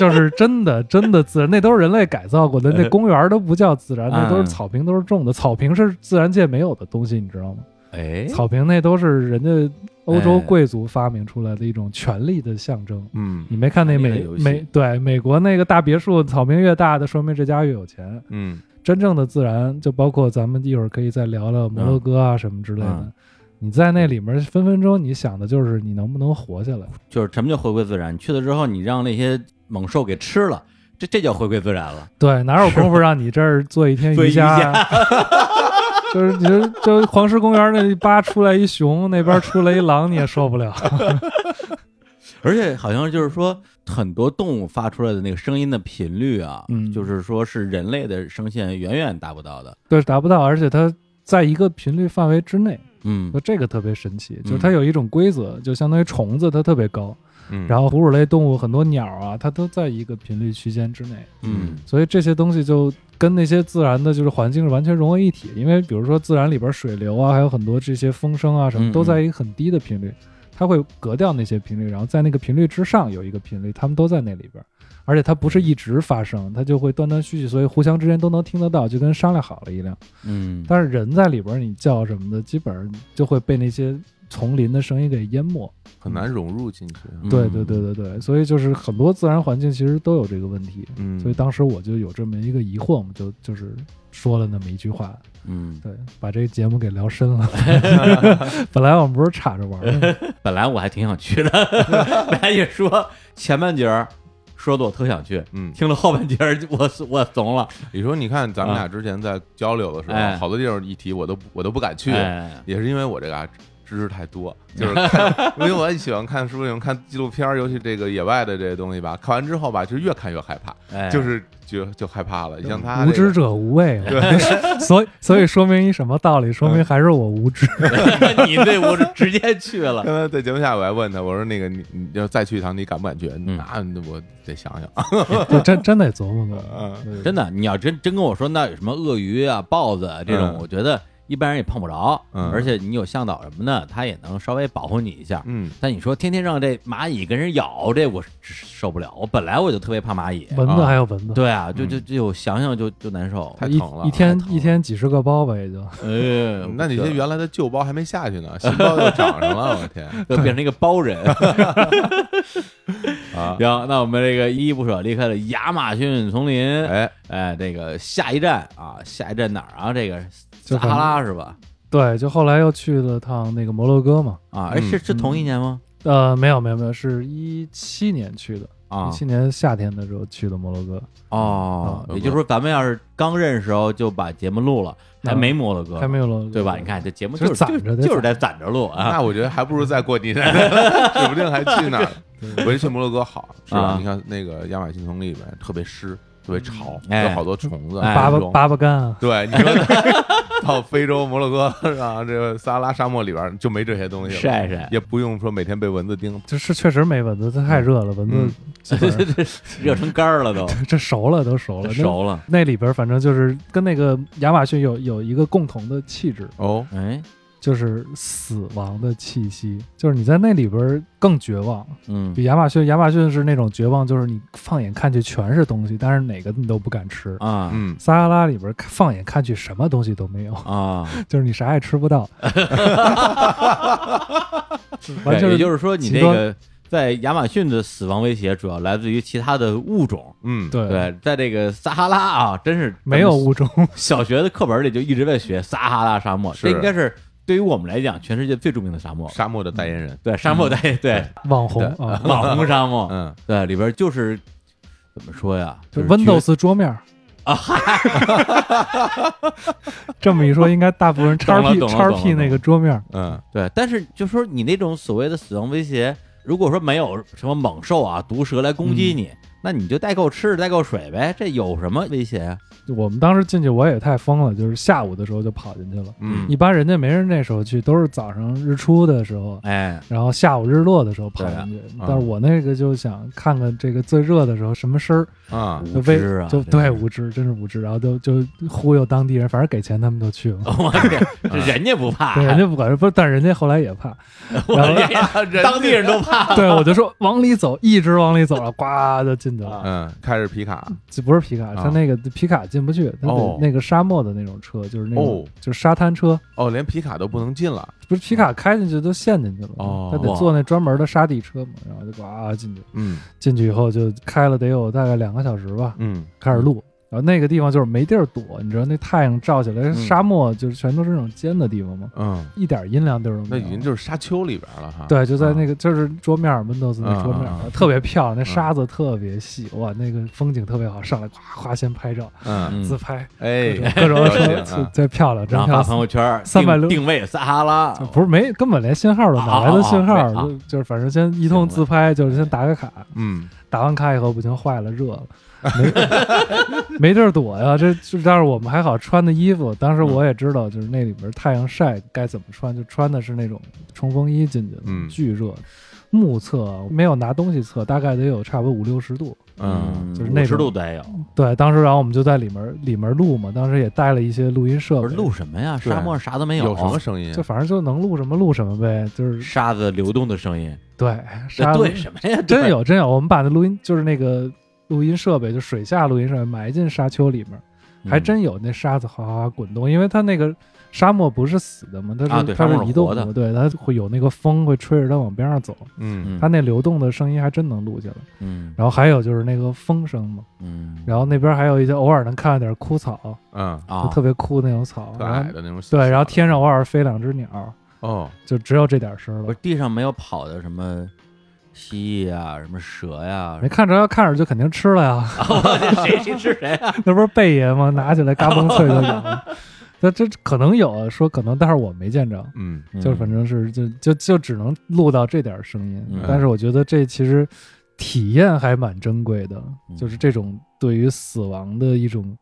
S3: 就是真的真的自然，那都是人类改造过的，
S2: 呃
S3: 那公园都不叫自然，
S2: 嗯
S3: 那都是草坪，都是种的，草坪是自然界没有的东西，你知道吗？
S2: 哎，
S3: 草坪那都是人家欧洲贵族发明出来的一种权力的象征。
S1: 嗯
S3: 你没看那
S2: 权力的
S3: 美
S2: 游戏
S3: 美对美国那个大别墅，草坪越大的，说明这家越有钱。
S1: 嗯
S3: 真正的自然，就包括咱们一会儿可以再聊聊摩洛哥啊什么之类的。
S2: 嗯
S3: 你在那里面分分钟，你想的就是你能不能活下来。
S2: 就是什么叫回归自然？你去了之后，你让那些猛兽给吃了，这这叫回归自然了。
S3: 对，哪有功夫让你这儿做一天
S2: 做
S3: 瑜
S2: 瑜
S3: 伽呀、 就是你就就黄石公园那一扒出来一熊，那边出来一狼，你也受不了。
S2: 而且好像就是说，很多动物发出来的那个声音的频率啊，
S3: 嗯
S2: 就是说是人类的声线远远达不到的。
S3: 对，达不到，而且它在一个频率范围之内，
S2: 嗯
S3: 就这个特别神奇，就是它有一种规则，就相当于虫子它特别高，
S1: 嗯，
S3: 然后哺乳类动物很多鸟啊，它都在一个频率区间之内，
S2: 嗯
S3: 所以这些东西就跟那些自然的就是环境是完全融为一体。因为比如说自然里边水流啊，还有很多这些风声啊什
S2: 嗯
S3: 么，嗯
S2: 嗯
S3: 都在一个很低的频率，它会隔掉那些频率，然后在那个频率之上有一个频率，它们都在那里边。而且它不是一直发生，它就会断断续续，所以互相之间都能听得到，就跟商量好了一样。
S2: 嗯，
S3: 但是人在里边，你叫什么的，基本上就会被那些丛林的声音给淹没。
S1: 很难融入进去。
S2: 嗯
S3: 对对对，对对，所以就是很多自然环境其实都有这个问题。
S1: 嗯，
S3: 所以当时我就有这么一个疑惑，我们就就是说了那么一句话，
S2: 嗯，
S3: 对，把这个节目给聊深了。本来我们不是岔着玩儿 的吗，
S2: 本来我还挺想 去的， 大家一说前半截儿说的我特想去，
S1: 嗯，
S2: 听了后半截儿我我怂了，
S1: 你说你看咱们俩之前在交流的时
S2: 嗯哎
S1: 候，好多地方一提我都我都不敢去，
S2: 哎
S1: 也是因为我这个啊知识太多，就是看，因为我很喜欢看书，喜欢看纪录片儿，尤其这个野外的这些东西吧。看完之后吧，就越看越害怕，
S2: 哎，
S1: 就是就就害怕了。你像他这
S3: 无
S1: 个
S3: 知者无畏嘛。 所以所以说明一什么道理？说明还是我无 知。
S2: 你对我是直接去了，
S1: 刚才在节目下，我还问他，我说那个你你要再去一趟，你敢不敢去？
S2: 嗯
S1: 那我得想想。
S3: 对，真真得琢磨琢磨
S1: 嗯。
S3: 对
S2: 真的，你要真真跟我说那有什么鳄鱼啊、豹子啊这种，
S1: 嗯
S2: 我觉得一般人也碰不着，
S1: 嗯
S2: 而且你有向导什么的，他也能稍微保护你一下。
S1: 嗯
S2: 但你说天天让这蚂蚁跟人咬，这我受不了。我本来我就特别怕蚂蚁，
S3: 蚊子
S1: 啊
S3: 还有蚊子，
S2: 对啊，就就就想想就就难受。
S1: 太疼了
S3: 一一天
S2: 太疼了
S3: 一天几十个包吧，也就
S2: 哎，
S1: 嗯那你这原来的旧包还没下去呢，新包又长上了，我天
S2: 就变成一个包人。
S1: 啊！
S2: 行，那我们这个依依不舍离开了亚马逊丛林，
S1: 哎，
S2: 哎，这个下一站啊，下一站哪儿啊？这个撒
S3: 就
S2: 哈拉是吧？
S3: 对，就后来又去了趟那个摩洛哥嘛。
S2: 啊，哎，
S1: 嗯
S2: 是是同一年吗？
S3: 呃，没有没有没有，是一七年去的，
S2: 啊
S1: 嗯
S3: 一，七年夏天的时候去的摩洛哥。
S2: 哦，
S1: 嗯
S2: 也就是说，咱们要是刚认识时候就把节目录了，还没摩洛哥，
S3: 嗯还没有了，
S2: 对吧？你看这节目
S3: 就是
S2: 就是
S3: 攒
S2: 就
S3: 着得
S2: 就是得攒着录啊。
S1: 那我觉得还不如再过几年， 指不定还去哪儿。我觉得去摩洛哥好，是吧
S2: 啊？
S1: 你看那个亚马逊丛林里面特别湿，特别潮，
S2: 哎
S1: 有好多虫子、
S2: 哎
S3: 扒
S1: 昆
S3: 扒
S1: 虫
S3: 扒扒干啊，
S1: 对，你说到非洲摩洛哥是吧？这个撒哈拉沙漠里边就没这些东西了，
S2: 晒晒，
S1: 也不用说每天被蚊子叮。
S3: 就是确实没蚊子，它太热了，蚊
S1: 嗯
S3: 子基 本上
S2: 热成干儿了都，
S3: 这 熟了都熟了，那
S2: 熟了。
S3: 那里边反正就是跟那个亚马逊有有一个共同的气质，
S1: 哦，
S2: 哎，
S3: 就是死亡的气息，就是你在那里边更绝望，
S2: 嗯
S3: 比亚马逊亚马逊是那种绝望，就是你放眼看去全是东西，但是哪个你都不敢吃。
S2: 啊
S1: 嗯，
S3: 撒哈拉里边看放眼看去什么东西都没有，
S2: 啊，
S3: 就是你啥也吃不 到，完全
S2: 对也就是说，你
S3: 极
S2: 这
S3: 端
S2: 个在亚马逊的死亡威胁主要来自于其他的物种。
S1: 嗯，
S3: 对
S2: 对，在这个撒哈拉啊，真是
S3: 没有物种，
S2: 小学的课本里就一直在学撒哈拉沙漠，
S1: 是
S2: 这应该是对于我们来讲，全世界最著名的沙漠。
S1: 沙漠的代言人，
S2: 对，沙
S3: 嗯
S2: 漠带对
S3: 网红啊，
S2: 网红沙漠，
S1: 嗯，
S2: 对，里边就是怎么说呀，
S3: 就是 Windows 桌面啊， 这么一说，应该大部分 人
S2: 懂
S3: 叉
S2: 了
S3: P
S2: 懂了
S3: 叉
S2: 懂了
S3: P 那个桌面，
S1: 嗯，
S2: 对，但是就说你那种所谓的死亡威胁，如果说没有什么猛兽啊、毒蛇来攻击
S3: 嗯
S2: 你，那你就代购吃的、代购水呗，这有什么威胁啊？
S3: 我们当时进去我也太疯了，就是下午的时候就跑进去了，
S1: 嗯
S3: 一般人家没人那时候去，都是早上日出的时候。
S2: 哎，
S3: 然后下午日落的时候跑进去，
S1: 啊
S2: 嗯
S3: 但是我那个就想看看这个最热的时候什么声儿，
S1: 啊，
S3: 就
S2: 无
S3: 为
S2: 知啊，
S3: 就
S2: 真
S3: 对
S2: 是。
S3: 无知，真是无知，然后就就忽悠当地人，反正给钱他们 就去了，
S2: 我这这人家不怕，
S3: 嗯对，人家不管，不是，但人家后来也怕，
S2: 我这当地人都 怕。
S3: 对，我就说往里走，一直往里走，然后呱就进进去了，
S2: 啊
S1: 嗯，开着皮卡，
S3: 这不是皮卡，它那个皮卡进不去，它
S1: 啊哦
S3: 得那个沙漠的那种车，就是那
S1: 哦
S3: 种就是沙滩车，
S1: 哦，连皮卡都不能进了，
S3: 不是皮卡开进去都陷进去了
S1: 哦，
S3: 它得
S2: 哇
S3: 坐那专门的沙地车嘛，然后就呱进去，
S1: 嗯
S3: 进去以后就开了得有大概两个小时吧，
S1: 嗯，
S3: 开始录。然后那个地方就是没地儿躲，你知道那太阳照起来，沙漠就是全都是那种尖的地方嘛，
S1: 嗯，
S3: 一点阴凉地儿都
S1: 那
S3: 没有。
S1: 已经就是沙丘里边了哈。
S3: 对，就在那
S1: 个，
S3: 个就是桌面儿 Windows 那桌面
S1: 啊啊啊
S3: 儿，特别漂亮，那沙子特别细，哇，那个风景特别好，上来咵咵先拍照，
S1: 嗯，
S2: 嗯
S3: 自拍，
S1: 哎，
S3: 各种
S1: 行
S3: 说
S1: 啊
S3: 这这漂亮，真
S2: 然后
S3: 漂
S2: 发朋
S3: 亮。
S2: 友圈，定
S3: 360
S2: 定位撒哈拉，
S3: 不是没根本连信号都
S2: 啊
S3: 哪
S2: 啊
S3: 来的
S2: 啊
S3: 信
S2: 啊
S3: 号？
S2: 啊
S3: 就就是反正先一通自拍，就是
S1: 哎
S3: 先打个卡，
S1: 嗯，
S3: 打完卡以后不行，坏了热了，没 没地儿躲呀。这这但是我们还好穿的衣服，当时我也知道，就是那里边太阳晒该怎么穿，就穿的是那种冲锋衣进去的，
S1: 嗯
S3: 巨热。目测没有拿东西测，大概得有差不多五六十度。
S1: 嗯
S3: 就是那种
S2: 湿度得有，
S3: 对，当时然后我们就在里面里面录嘛，当时也带了一些录音设
S2: 不
S3: 备，
S2: 是录什么呀？
S1: 对
S2: 沙漠上啥都没
S1: 嗯有什么声音
S3: 就？反正就能录什么录什么呗，就是
S2: 沙子流动的声音，
S3: 对
S2: 这
S3: 沙子
S2: 对什么呀？
S3: 真
S2: 对，
S3: 有真有，我们把那录音就是那个录音设备，就水下录音设备埋进沙丘里面，
S2: 嗯
S3: 还真有那沙子哗哗哗滚动，因为它那个沙漠不是死的嘛，它是、
S2: 啊对
S3: 它
S2: 沙漠
S3: 是
S2: 是
S3: 移动
S2: 活的
S3: 对，它会有那个风会吹着它往边上走，
S1: 嗯
S2: 嗯
S3: 它那流动的声音还真能录下来。
S2: 嗯
S3: 然后还有就是那个风声嘛，
S2: 嗯，
S3: 然后那边还有一些偶尔能看到点枯草，
S1: 嗯，
S2: 啊
S3: 就特别枯的那种草，
S1: 特
S3: 然后
S1: 矮的那种。
S3: 对，然后天上偶尔飞两只鸟，
S1: 哦，
S3: 就只有这点声
S2: 不
S3: 了
S2: 是。地上没有跑的什么蜥蜴啊，什么蛇呀
S3: 没，看着，要看着就肯定吃了呀，
S2: 谁谁是谁啊？
S3: 那不是贝爷吗？拿起来嘎嘣脆就咬了。 那这可能有啊说可能，但是我没见着。
S1: 嗯
S3: 就是反正是就就就只能录到这点儿声音，
S2: 嗯
S3: 但是我觉得这其实体验还蛮珍贵的，
S2: 嗯
S3: 就是这种对于死亡的一种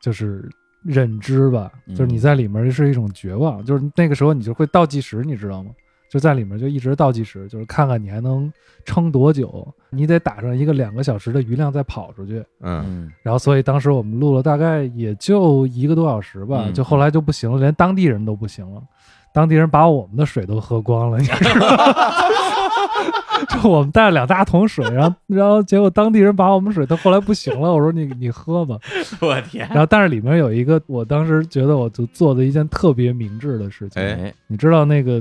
S3: 就是认知吧，
S2: 嗯
S3: 就是你在里面是一种绝望，就是那个时候你就会倒计时，你知道吗？就在里面就一直倒计时，就是看看你还能撑多久，你得打上一个两个小时的余量再跑出去。
S1: 嗯
S2: 嗯
S3: 然后，所以当时我们录了大概也就一个多小时吧，
S2: 嗯
S3: 就后来就不行了，连当地人都不行了，当地人把我们的水都喝光了，你知道吗？ 就我们带了两大桶水，然后然后结果当地人把我们水都后来不行了，我说你你喝吧，
S2: 我天，
S3: 然后但是里面有一个，我当时觉得我就做的一件特别明智的事情，
S1: 哎
S2: 哎，
S3: 你知道那个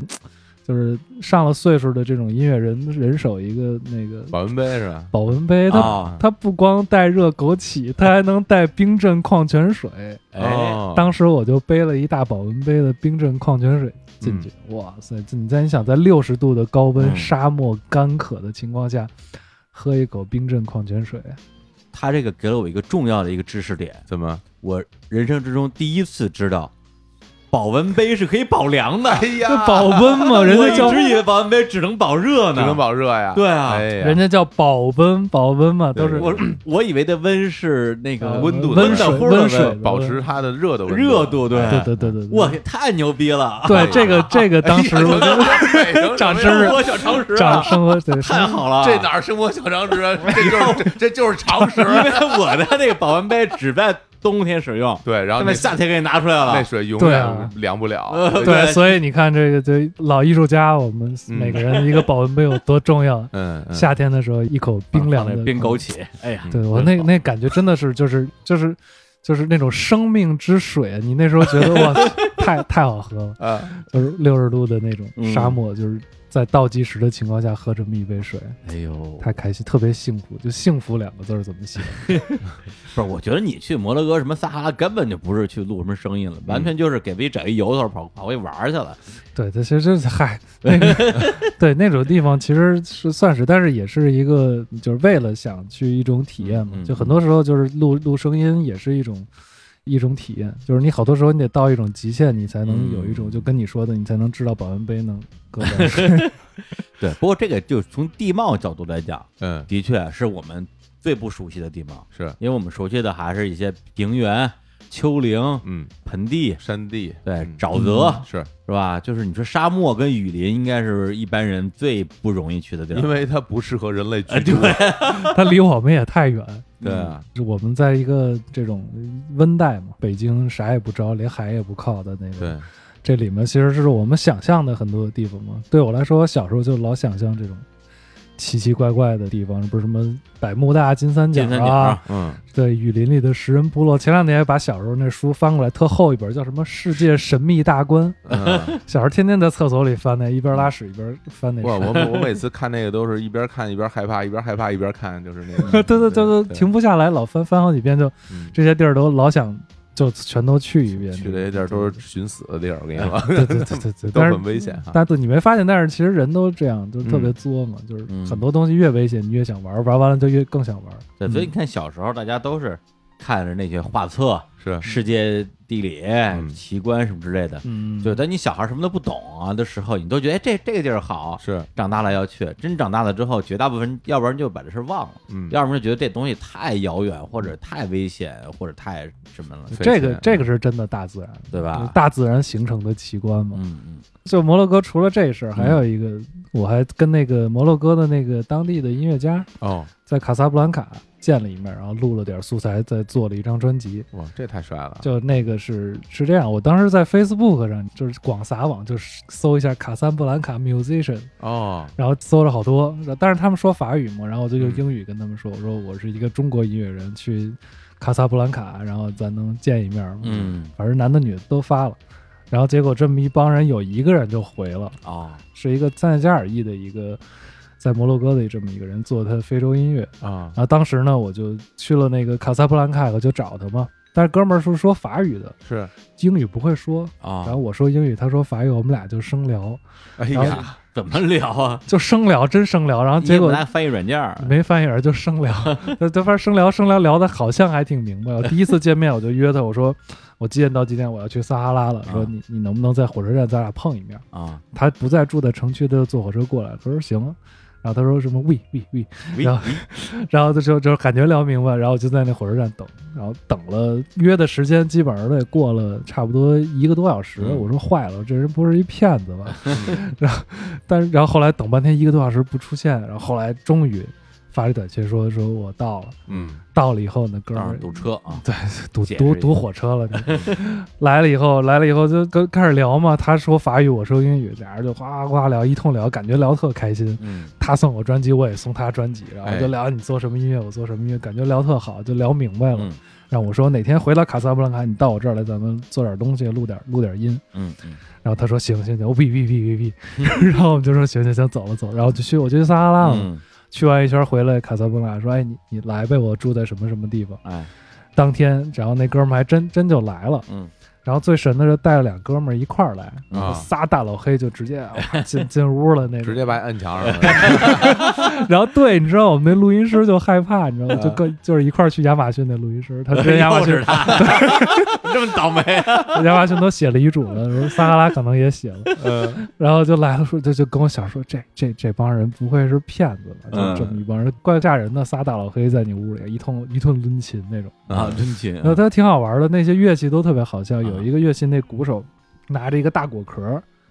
S3: 就是上了岁数的这种音乐人人手一个那个
S1: 保温杯是吧？
S3: 保温杯，它
S2: 啊，
S3: 它不光带热枸杞，它还能带冰镇矿泉水。
S2: 哎，
S1: 哦，
S3: 当时我就背了一大保温杯的冰镇矿泉水进去，哇塞！这你在你想在六十度的高温、
S2: 嗯
S3: 沙漠、干渴的情况下，喝一口冰镇矿泉水，
S2: 他这个给了我一个重要的一个知识点，
S1: 怎么？
S2: 我人生之中第一次知道，保温杯是可以保凉
S3: 哎
S2: 的。
S1: 呀
S3: 这保温嘛，哦 人
S2: 我
S3: 家
S2: 一
S3: 叫
S2: 直以为保温杯只能保热
S1: 只
S2: 呢，
S1: 能保热呀。
S2: 对啊
S1: 哎呀
S3: 人家叫保温，保温嘛，都是嗯
S1: 对
S2: 我我以为的温是那
S3: 呃
S2: 个
S1: 温度的
S3: 温
S1: 温
S3: 水
S2: 的乎的
S3: 温水
S2: 温
S1: 保持它的热的温
S2: 热度，对
S3: 对对对对
S2: 哇，
S3: 对，
S2: 太牛逼了！
S3: 对这个这
S1: 哎
S3: 个当时 我
S1: 啊
S3: 就
S1: 就
S3: 长知
S2: 生
S3: 识啊
S2: 活小常识
S3: 长
S2: 啊，
S3: 生活对
S2: 太好了！
S1: 这哪儿生活小常识 啊？这就是这这就是常识
S2: 因。为我的那个保温杯只在冬天使用，
S1: 对，然后
S2: 现
S1: 啊那
S2: 在夏天给你拿出来
S1: 那
S2: 了。
S1: 水永
S3: 对啊
S1: 远凉不了。
S2: 呃
S3: 对，所以你看这个，这老艺术家，我们
S1: 嗯。
S3: 每个人一个保温杯有多重要
S1: 嗯，嗯
S3: 夏天的时候，一口冰凉
S2: 放
S3: 的
S2: 那冰枸，杞，哎呀，
S3: 对
S2: 真
S1: 嗯
S3: 我那
S2: 好
S3: 那感觉真的是就是就是就是那种生命之水，你那时候觉得 哇，太太好喝了，
S1: 啊，
S3: 就是六十度的那种
S2: 嗯
S3: 沙漠，就是在倒计时的情况下喝这么一杯水，
S2: 哎呦，
S3: 太开心，特别幸福。就幸福两个字儿怎么写？
S2: 不是，我觉得你去摩洛哥什么撒哈拉根本就不是去录什么声音了，
S1: 嗯
S2: 完全就是给自己找一由头跑跑回去玩儿去了。
S3: 对，这其实嗨，那个 对那种地方其实是算是，但是也是一个，就是为了想去一种体验嘛。
S2: 嗯嗯
S3: 就很多时候就是录录声音也是一种一种体验，就是你好多时候你得到一种极限，你才能有一种、
S2: 嗯
S3: 就跟你说的，你才能知道保温杯能搁多少
S2: 对，不过这个就从地貌角度来讲，
S1: 嗯，
S2: 的确是我们最不熟悉的地貌，
S1: 是，
S2: 因为我们熟悉的还是一些平原、丘陵、
S1: 嗯，
S2: 盆地，
S1: 山地，
S2: 对，
S1: 嗯
S2: 沼泽、
S1: 是
S2: 是吧？就是你说沙漠跟雨林，应该是一般人最不容易去的地
S3: 啊
S2: 儿，
S1: 因为它不适合人类居
S2: 哎
S1: 住。
S2: 对
S3: 它离我们也太远。
S2: 对啊，
S3: 就我们在一个这种温带嘛，北京啥也不着，连海也不靠的那种，
S1: 对，
S3: 这里面其实是我们想象的很多地方嘛。对我来说，我小时候就老想象这种奇奇怪怪的地方，不是什么百慕大金三角
S2: 金三角
S3: 啊，
S2: 啊，
S1: 嗯，
S3: 对，雨林里的食人部落。前两天还把小时候那书翻过来，特厚一本，叫什么《世界神秘大观》。
S1: 嗯
S3: 小时候天天在厕所里翻那，一边拉屎一边翻那书。，
S1: 哇，我我每次看那个都是一边看一边害怕，一边害怕一边看，就是那个
S3: 对对对对，停不下来，老翻翻好几遍，就
S1: 嗯
S3: 这些地儿都老想就全都去一遍。
S1: 去这些地儿都是寻死的地儿，我跟你说，
S3: 对对对对 对，
S1: 都
S3: 但是
S1: 很危险哈。啊
S3: 但对你没发现，但是其实人都这样，就是特别
S1: 嗯
S3: 作嘛，就是
S2: 嗯
S3: 很多东西越危险，你越想玩，玩完了就越更想玩。
S2: 对，
S3: 嗯
S2: 所以你看小时候大家都是看着那些画册、
S1: 是
S2: 世界地理、奇观什么之类的。
S3: 嗯，
S2: 就当你小孩什么都不懂啊的时候，你都觉得哎这这个地儿好，
S1: 是，
S2: 长大了要去。真长大了之后，绝大部分人要不然就把这事儿忘了，
S1: 嗯，
S2: 要不然就觉得这东西太遥远，或者太危险，或者太什么了，
S3: 这个
S1: 费钱
S3: 这个是真的大自然，
S2: 对吧？
S3: 大自然形成的奇观嘛。
S2: 嗯嗯，
S3: 就摩洛哥除了这事儿，还有一个，我还跟那个摩洛哥的那个当地的音乐家
S1: 哦，
S3: 在卡萨布兰卡见了一面，然后录了点素材，再做了一张专辑。
S1: 哇，这太帅了，
S3: 就那个是是这样，我当时在 Facebook 上就是广撒网，就是搜一下卡萨布兰卡 musician，
S1: 哦，
S3: 然后搜了好多，但是他们说法语嘛，然后我就用英语跟他们说，我说我是一个中国音乐人，去卡萨布兰卡，然后咱能见一面吗？，
S2: 嗯
S3: 反正男的女的都发了，然后结果这么一帮人有一个人就回了，
S2: 哦，
S3: 是一个塞加尔裔的一个在摩洛哥的这么一个人做他的非洲音乐，
S1: 啊
S3: 然，后当时呢我就去了那个卡萨布兰卡，我就找他嘛，但是哥们儿是说法语的，
S1: 是，
S3: 英语不会说。然后
S2: 哦，
S3: 我说英语，他说法语，我们俩就生聊，
S1: 哎
S3: 然
S1: 呀
S3: 后，
S2: 怎么聊啊？
S3: 就生聊，真生聊。然后结果
S2: 拿翻译软件儿
S3: 没翻译人就生 聊，那这番生聊生聊聊的好像还挺明白。我第一次见面我就约他，我说我几点到几点我要去撒哈拉了，说
S2: 啊
S3: 你你能不能在火车站咱俩碰一面？
S2: 啊，
S3: 他不在住在城区，他就坐火车过来。他说行。然后他说什么 we we we，然后 然后他就就感觉聊明白，然后我就在那火车站等，然后等了约的时间基本上都也过了差不多一个多小时。
S2: 嗯
S3: 我说坏了，这人不是一骗子 吧？然后，但是然后后来等半天一个多小时不出现，然后后来终于发了一短信说说我到了，
S1: 嗯，
S3: 到了以后呢，哥们
S2: 当
S3: 儿
S2: 时堵车啊，
S3: 对，堵
S2: 解释
S3: 堵
S2: 一下
S3: 堵火车了，就来了以后，来了以后就跟开始聊嘛，他说法语，我说英语，俩人就哗哗哗聊，一通聊，感觉聊特开心。
S2: 嗯
S3: 他送我专辑，我也送他专辑，然后
S1: 哎
S3: 就聊你做什么音乐，我做什么音乐，感觉聊特好，就聊明白了。
S2: 嗯
S3: 然后我说哪天回到卡萨布兰卡，你到我这儿来，咱们做点东西，录点录点音。
S2: 嗯嗯，
S3: 然后他说行行行，我哔哔 哔哔哔，然后我们就说行行行，走了走了，然后就去我就去撒哈拉了，
S2: 嗯
S3: 去完一圈回来，卡萨布兰卡说哎你你来呗，我住在什么什么地方。
S2: 哎
S3: 当天，然后那哥们儿还真真就来了，
S2: 嗯
S3: 然后最神的是带了俩哥们儿一块儿来，
S1: 啊
S3: 仨大老黑就直接 哇进进屋了那
S1: 直
S3: 种。
S1: 接把你摁墙上 了，
S3: 然后对，你知道我们那录音师就害怕，你知道吗？
S1: 啊
S3: 就跟就是一块儿去亚马逊那录音师， 他跟亚马逊
S2: 又是他， 这么倒霉啊！
S3: 亚马逊都写了遗嘱了，说撒哈拉可能也写了，
S1: 嗯，
S3: 然后就来了说就就跟我想说这这这帮人不会是骗子吧？
S2: 嗯
S3: 就这么一帮人怪吓人的，仨大老黑在你屋里一通一顿抡琴那种。
S2: 啊，真
S1: 嗯
S2: 勤
S3: 然后他挺好玩的，那些乐器都特别好笑。有
S2: 啊
S3: 一个乐器，那鼓手拿着一个大果壳，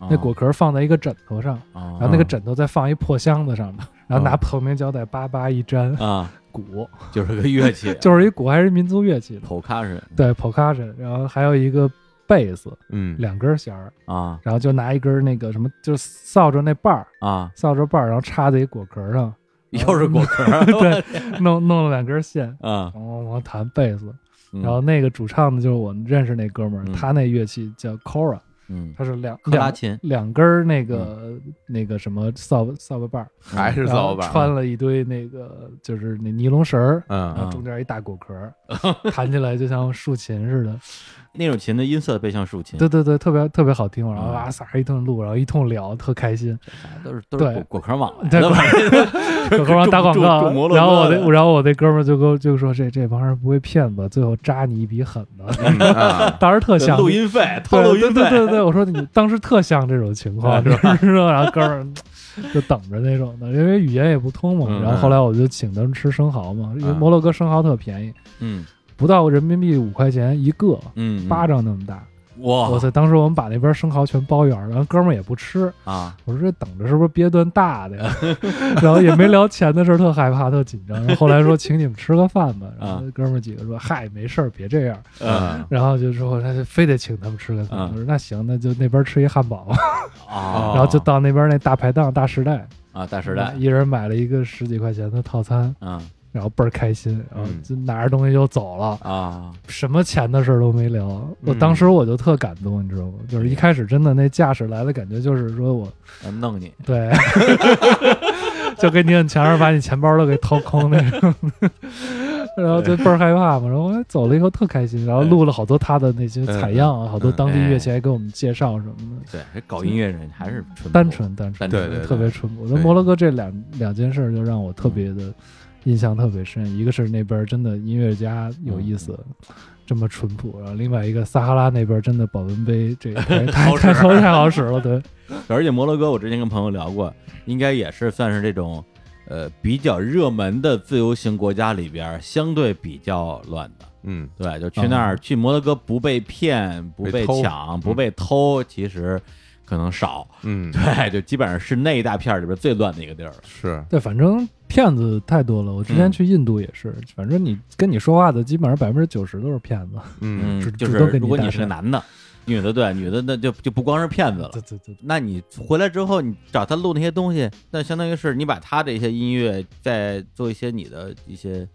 S3: 那
S1: 嗯
S2: 那
S3: 果壳放在一个枕头上，
S2: 啊
S3: 然后那个枕头再放一破箱子上面，然后拿透明胶带叭叭一粘，
S2: 啊，
S3: 鼓
S2: 就是个乐器，
S3: 就是一鼓，还是民族乐器呢。
S2: 口卡是
S3: 对，percussion，然后还有一个贝斯，
S1: 嗯，
S3: 两根弦儿，
S2: 啊
S3: 然后就拿一根那个什么，就是扫帚那把儿，
S2: 啊，
S3: 扫帚把儿，然后插在一果壳上，
S2: 又是果壳，
S3: 对，弄弄了两根线，
S2: 啊，
S3: 咣咣咣弹贝斯。
S2: 嗯
S3: 然后那个主唱呢，就是我们认识那哥们儿，
S2: 嗯
S3: 他那乐器叫 kora，
S2: 嗯，
S3: 它是两
S2: 克拉
S3: 两
S2: 琴嗯
S3: 两根儿那个、那个什么扫扫把把儿，
S1: 还是
S3: 然后
S1: 扫把，
S3: 穿，了一堆那个就是那尼龙绳儿，然
S1: 嗯
S3: 后中间一大果壳儿，弹起来就像竖琴似的。
S2: 那种琴的音色特别像竖琴，
S3: 对对对，特别特别好听。然后
S2: 嗯
S3: 啊，仨人一通录，然后一通聊，特 开心。
S2: 都是都是
S3: 对
S2: 果果壳网来
S3: 对
S2: 的吧？
S3: 可帮打广
S2: 中中中摩
S3: 告，
S2: 洛
S3: 然后我
S2: 哥的
S3: 那然后我那哥们儿就跟我就说这这帮人不会骗子，最后扎你一笔狠的。
S1: 嗯啊
S3: 当时特像
S2: 录音费，掏
S3: 对
S2: 录
S3: 对
S2: 音
S3: 对对
S2: 费，
S3: 对，我说你当时特像这种情 况，
S2: 是
S3: 是吧？然后哥们儿就等着那种的，因为语言也不通嘛。
S2: 嗯
S3: 然后后来我就请他们吃生蚝嘛，因为
S1: 嗯
S3: 摩洛哥生蚝特便宜，
S2: 嗯
S3: 不到人民币五块钱一个，
S2: 嗯，
S3: 巴掌那么大。哇
S2: 哇
S3: 塞！当时我们把那边生蚝全包圆了，然后哥们儿也不吃，
S2: 啊，
S3: 我说这等着是不是憋顿大的呀？ 然后也没聊钱的事儿，特害怕，特紧张。然后后来说请你们吃个饭
S2: 啊
S3: 吧，然后那哥们儿几个说嗨，没事儿，别这样。
S2: 嗯
S3: 然后就说他就非得请他们吃个饭，
S2: 嗯哦
S3: 我说那行，那就那边吃一汉堡吧。
S2: 啊，
S3: 然后就到那边那大排档大时代，
S2: 啊，大时代，
S3: 一人买了一个十几块钱的套餐，
S2: 嗯
S3: 然后倍儿开心，然后
S1: 嗯
S3: 就拿着东西就走了，
S2: 啊，
S3: 什么钱的事儿都没聊。我
S1: 嗯
S3: 当时我就特感动，你知道吗？就是一开始真的那架势来的感觉，就是说我
S2: 要弄你，
S3: 对，就给你摁墙上把你钱包都给掏空那种，然后就倍儿害怕嘛。然后我走了以后特开心，然后录了好多他的那些采样啊，好多当地乐器还给我们介绍什么的，
S2: 对，这搞音乐人还是纯
S3: 单
S2: 朴
S3: 纯单纯，
S2: 单
S1: 对对对
S3: 特别淳朴。我觉得摩洛哥这两两件事儿就让我特别的印象特别深，一个是那边儿真的音乐家有意思。这么淳朴，然后另外一个撒哈拉那边儿真的保温杯，这个太太太太好使了，对，
S2: 而且摩洛哥，我之前跟朋友聊过，应该也是算是这种呃比较热门的自由行国家里边儿相对比较乱的。
S1: 嗯
S2: 对，就去那儿、去摩洛哥不被骗、不
S1: 被
S2: 被
S1: 偷
S2: 抢、不被偷，其实可能少。
S1: 嗯，
S2: 对，就基本上是那一大片儿里边最乱的一个地儿了。
S1: 是，
S3: 对，反正骗子太多了。我之
S2: 嗯
S3: 前去印度也是，反正你跟你说话的基本上百分之九十都是骗子。
S1: 嗯
S3: 只
S2: 就是
S3: 只都给你
S2: 如果你
S3: 搭讪
S2: 是个男的，女的对，女的那就就不光是骗子了
S3: 对。对对，
S2: 那你回来之后，你找他录那些东西，那相当于是你把他的一些音乐再做一些你的一些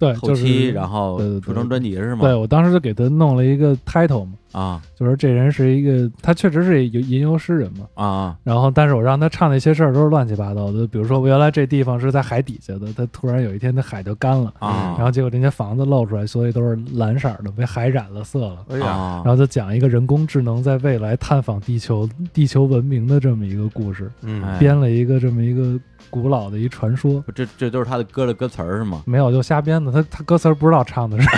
S3: 对，
S2: 后
S3: 呃就是
S2: 期，然后
S3: 对对对
S2: 出成专辑是吗？
S3: 对我当时就给他弄了一个 title 嘛，
S2: 啊
S3: 就说这人是一个，他确实是一个吟游诗人嘛。
S2: 啊
S3: 然后，但是我让他唱那些事儿都是乱七八糟的，比如说我原来这地方是在海底下的，他突然有一天那海就干了，
S2: 啊！
S3: 嗯然后结果这些房子露出来，所以都是蓝色儿的，被海染了色了。
S1: 哎呀，
S2: 啊
S3: 然，后就讲一个人工智能在未来探访地球、地球文明的这么一个故事。
S1: 嗯
S2: 哎
S3: 编了一个这么一个古老的一传说，
S2: 这这都是他的歌的歌词儿是吗？
S3: 没有就瞎编的。他他歌词儿不知道唱的 是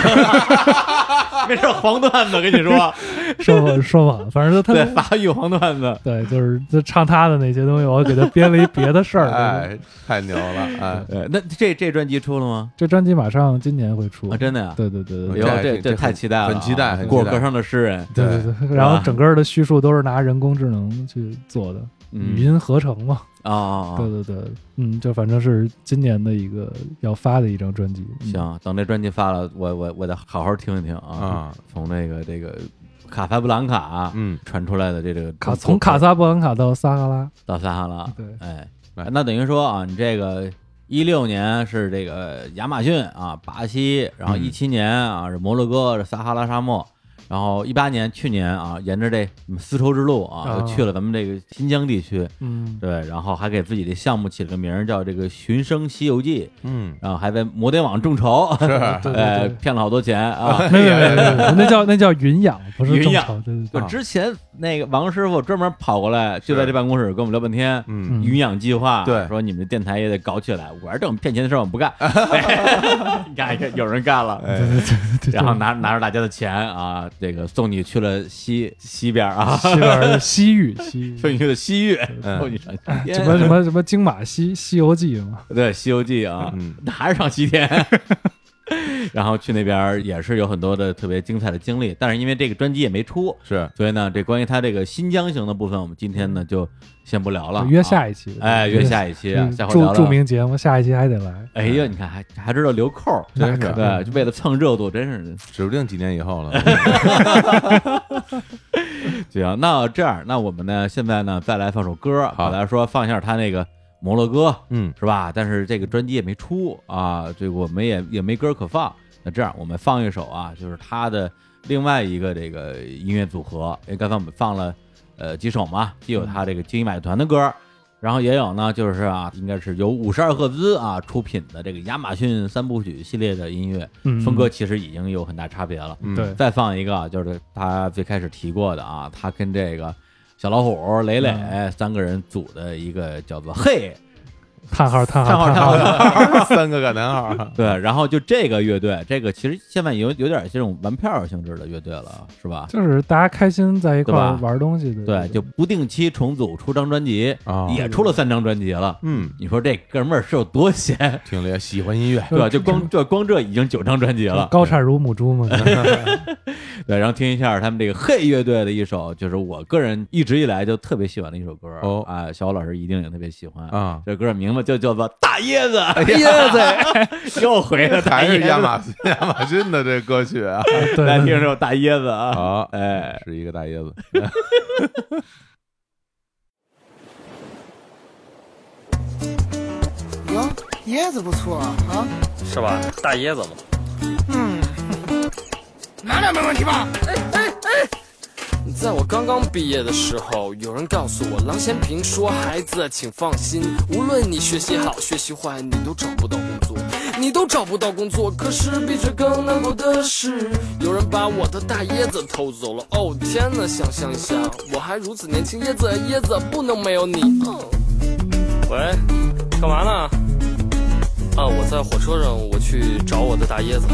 S2: 没事，黄段子跟你说，
S3: 说吧说吧，反正 他
S2: 对，法语黄段子。
S3: 对就是就唱他的那些东西，我给他编了一别的事儿。就是
S1: 哎，太牛了，哎，
S2: 呃，那这这专辑出了吗？
S3: 这专辑马上今年会出
S2: 啊，，真的呀！
S3: 对对对
S1: 哎
S2: 哎
S3: 对
S2: 呦
S1: 这还
S2: 这
S1: 挺这
S2: 太
S1: 很
S2: 期待了啊，
S1: 很期待很期
S2: 过
S1: 待
S2: 歌上的诗人，嗯
S3: 对 对对。然
S2: 啊
S3: 后整个的叙述都是拿人工智能去做的，
S2: 嗯
S3: 语音合成嘛。
S2: 啊啊！啊
S3: 对对对，嗯，就反正是今年的一个要发的一张专辑。嗯，
S2: 行，等这专辑发了，我我我得好好听一听啊
S1: 啊。
S2: 从那个这个卡萨布兰卡啊
S1: 嗯，
S2: 传出来的这个
S3: 卡从卡萨布嗯兰卡到撒哈拉，
S2: 到撒哈拉，
S3: 对
S2: 哎
S1: 来，
S2: 那等于说啊，你这个一六年是这个亚马逊啊，巴西，然后
S1: 嗯
S2: 一七年啊是摩洛哥，是撒哈拉沙漠，然后一八年去年啊，沿着这嗯丝绸之路啊，
S3: 啊
S2: 又去了咱们这个新疆地区，
S3: 嗯，
S2: 对，然后还给自己的项目起了个名儿叫这个《寻声西游记》，
S1: 嗯，
S2: 然后还在摩天网众筹，
S1: 是，
S3: 对
S2: 呃，
S3: 对对。
S2: 骗了好多钱 啊。
S3: 没有没有没有，没有那叫那叫云养，不是
S2: 云
S3: 众
S2: 养
S3: 筹。对对对
S2: 我
S1: 啊
S2: 之前那个王师傅专门跑过来，就在这办公室跟我们聊半天，
S1: 嗯，
S2: 云养计划，
S1: 对
S2: 说你们电台也得搞起来。我说这种骗钱的事儿我们不 干，你看有人干了，
S1: 哎，
S3: 对
S2: 然后拿拿着大家的钱啊，这个送你去了西西边啊，
S3: 西边儿西 域西域
S2: 送你去了西域，
S1: 嗯
S2: 送你上西
S3: 什么
S2: 天，
S3: 什么什么金马西西游记嘛，
S2: 对《西游记》啊，
S1: 嗯
S2: 那还是上西 天。然后去那边儿也是有很多的特别精彩的经历，但是因为这个专辑也没出，
S1: 是，
S2: 所以呢，这关于他这个新疆行的部分，我们今天呢就先不聊了，
S3: 约
S2: 一、
S3: 下一期，
S2: 哎，约下一期，啊，
S3: 嗯
S2: 下回聊
S3: 著
S2: 聊
S3: 著。名节目，下一期还得来。
S2: 哎呀，你看还还知道留扣儿，
S1: 真是
S2: 对，就为了蹭热度，真是
S1: 指不定几年以后了，
S2: 行。那这样，那我们呢，现在呢再来放首歌，
S1: 好
S2: 本来说放一下他那个摩洛哥
S1: 嗯，
S2: 是吧？但是这个专辑也没出啊，这个我们也也没歌可放。那这样，我们放一首啊，就是他的另外一个这个音乐组合，因为刚才我们放了呃几首嘛，既有他这个精英买团的歌，然后也有呢，就是啊，应该是由五十二赫兹啊出品的这个亚马逊三部曲系列的音乐
S3: 嗯
S2: 风格，其实已经有很大差别了。
S1: 嗯
S3: 对
S2: 再放一个啊，就是他最开始提过的啊，他跟这个小老虎、磊磊、三个人组的一个叫做“嘿”
S3: 叹号叹
S2: 叹号
S3: 号
S2: 叹
S3: 号，
S2: 号。
S1: 三个感叹号，
S2: 对，然后就这个乐队，这个其实现在有有点这种玩票性质的乐队了，是吧？
S3: 就是大家开心在一块儿
S2: 对吧
S3: 玩东西的，
S2: 对，就不定期重组出张专辑，
S1: 啊
S2: 也出了三张专辑了。
S1: 嗯，
S2: 你说这哥们儿是有多闲，
S1: 挺厉害，喜欢音乐，
S2: 对吧？就光这光这已经九张专辑了。
S3: 高产如母 猪嘛。
S2: 对，然后听一下他们这个嘿乐队的一首，就是我个人一直以来就特别喜欢的一首歌
S1: 哦
S2: 啊，小欧老师一定也特别喜欢。
S1: 啊，哎
S2: 这歌儿名字就叫做《大椰子》， 椰 子又回了大
S1: 还
S2: 椰
S1: 是
S2: 子，
S1: 亚马逊亚马逊的这歌曲啊，
S3: 对
S2: 来听
S3: 对，对
S2: 这首《大椰子》啊，
S1: 好，
S2: 哎，
S1: 是一个大椰子，
S4: 啊，椰子不错啊，啊
S5: 是吧？大椰子嘛，
S4: 嗯，拿两没问题吧？
S6: 在我刚刚毕业的时候，有人告诉我，郎咸平说：“孩子，请放心，无论你学习好学习坏，你都找不到工作，你都找不到工作。”可是比这更难过的是，有人把我的大椰子偷走了。哦天哪！想象一下，我还如此年轻，椰子椰子不能没有你。哦
S5: 喂，干嘛呢？
S6: 哦
S5: 啊，我在火车上，我去找我的大椰子。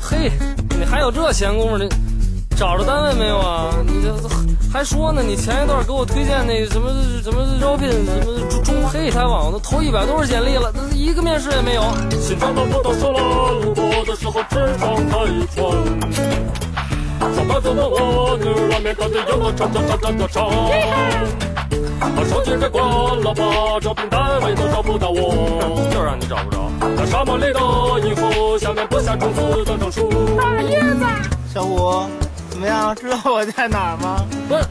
S5: 嘿，你还有这闲工夫？你找着单位没有啊？你这还说呢？你前一段给我推荐那什么什么招聘什么中中黑台网，都投一百多少简历了，那一个面试也没有。
S7: 心肠的不到手了，路过的时候只当开窗。上班怎么我女儿拉面干的油炸炸炸炸炸炸。把手机给关了吧，招聘单位都找不到我。
S5: 就让你找不着。
S7: 在沙漠里的衣服，下面不下种子的证书。
S4: 小虎，怎么样？知道我在哪儿 吗？
S5: 不是，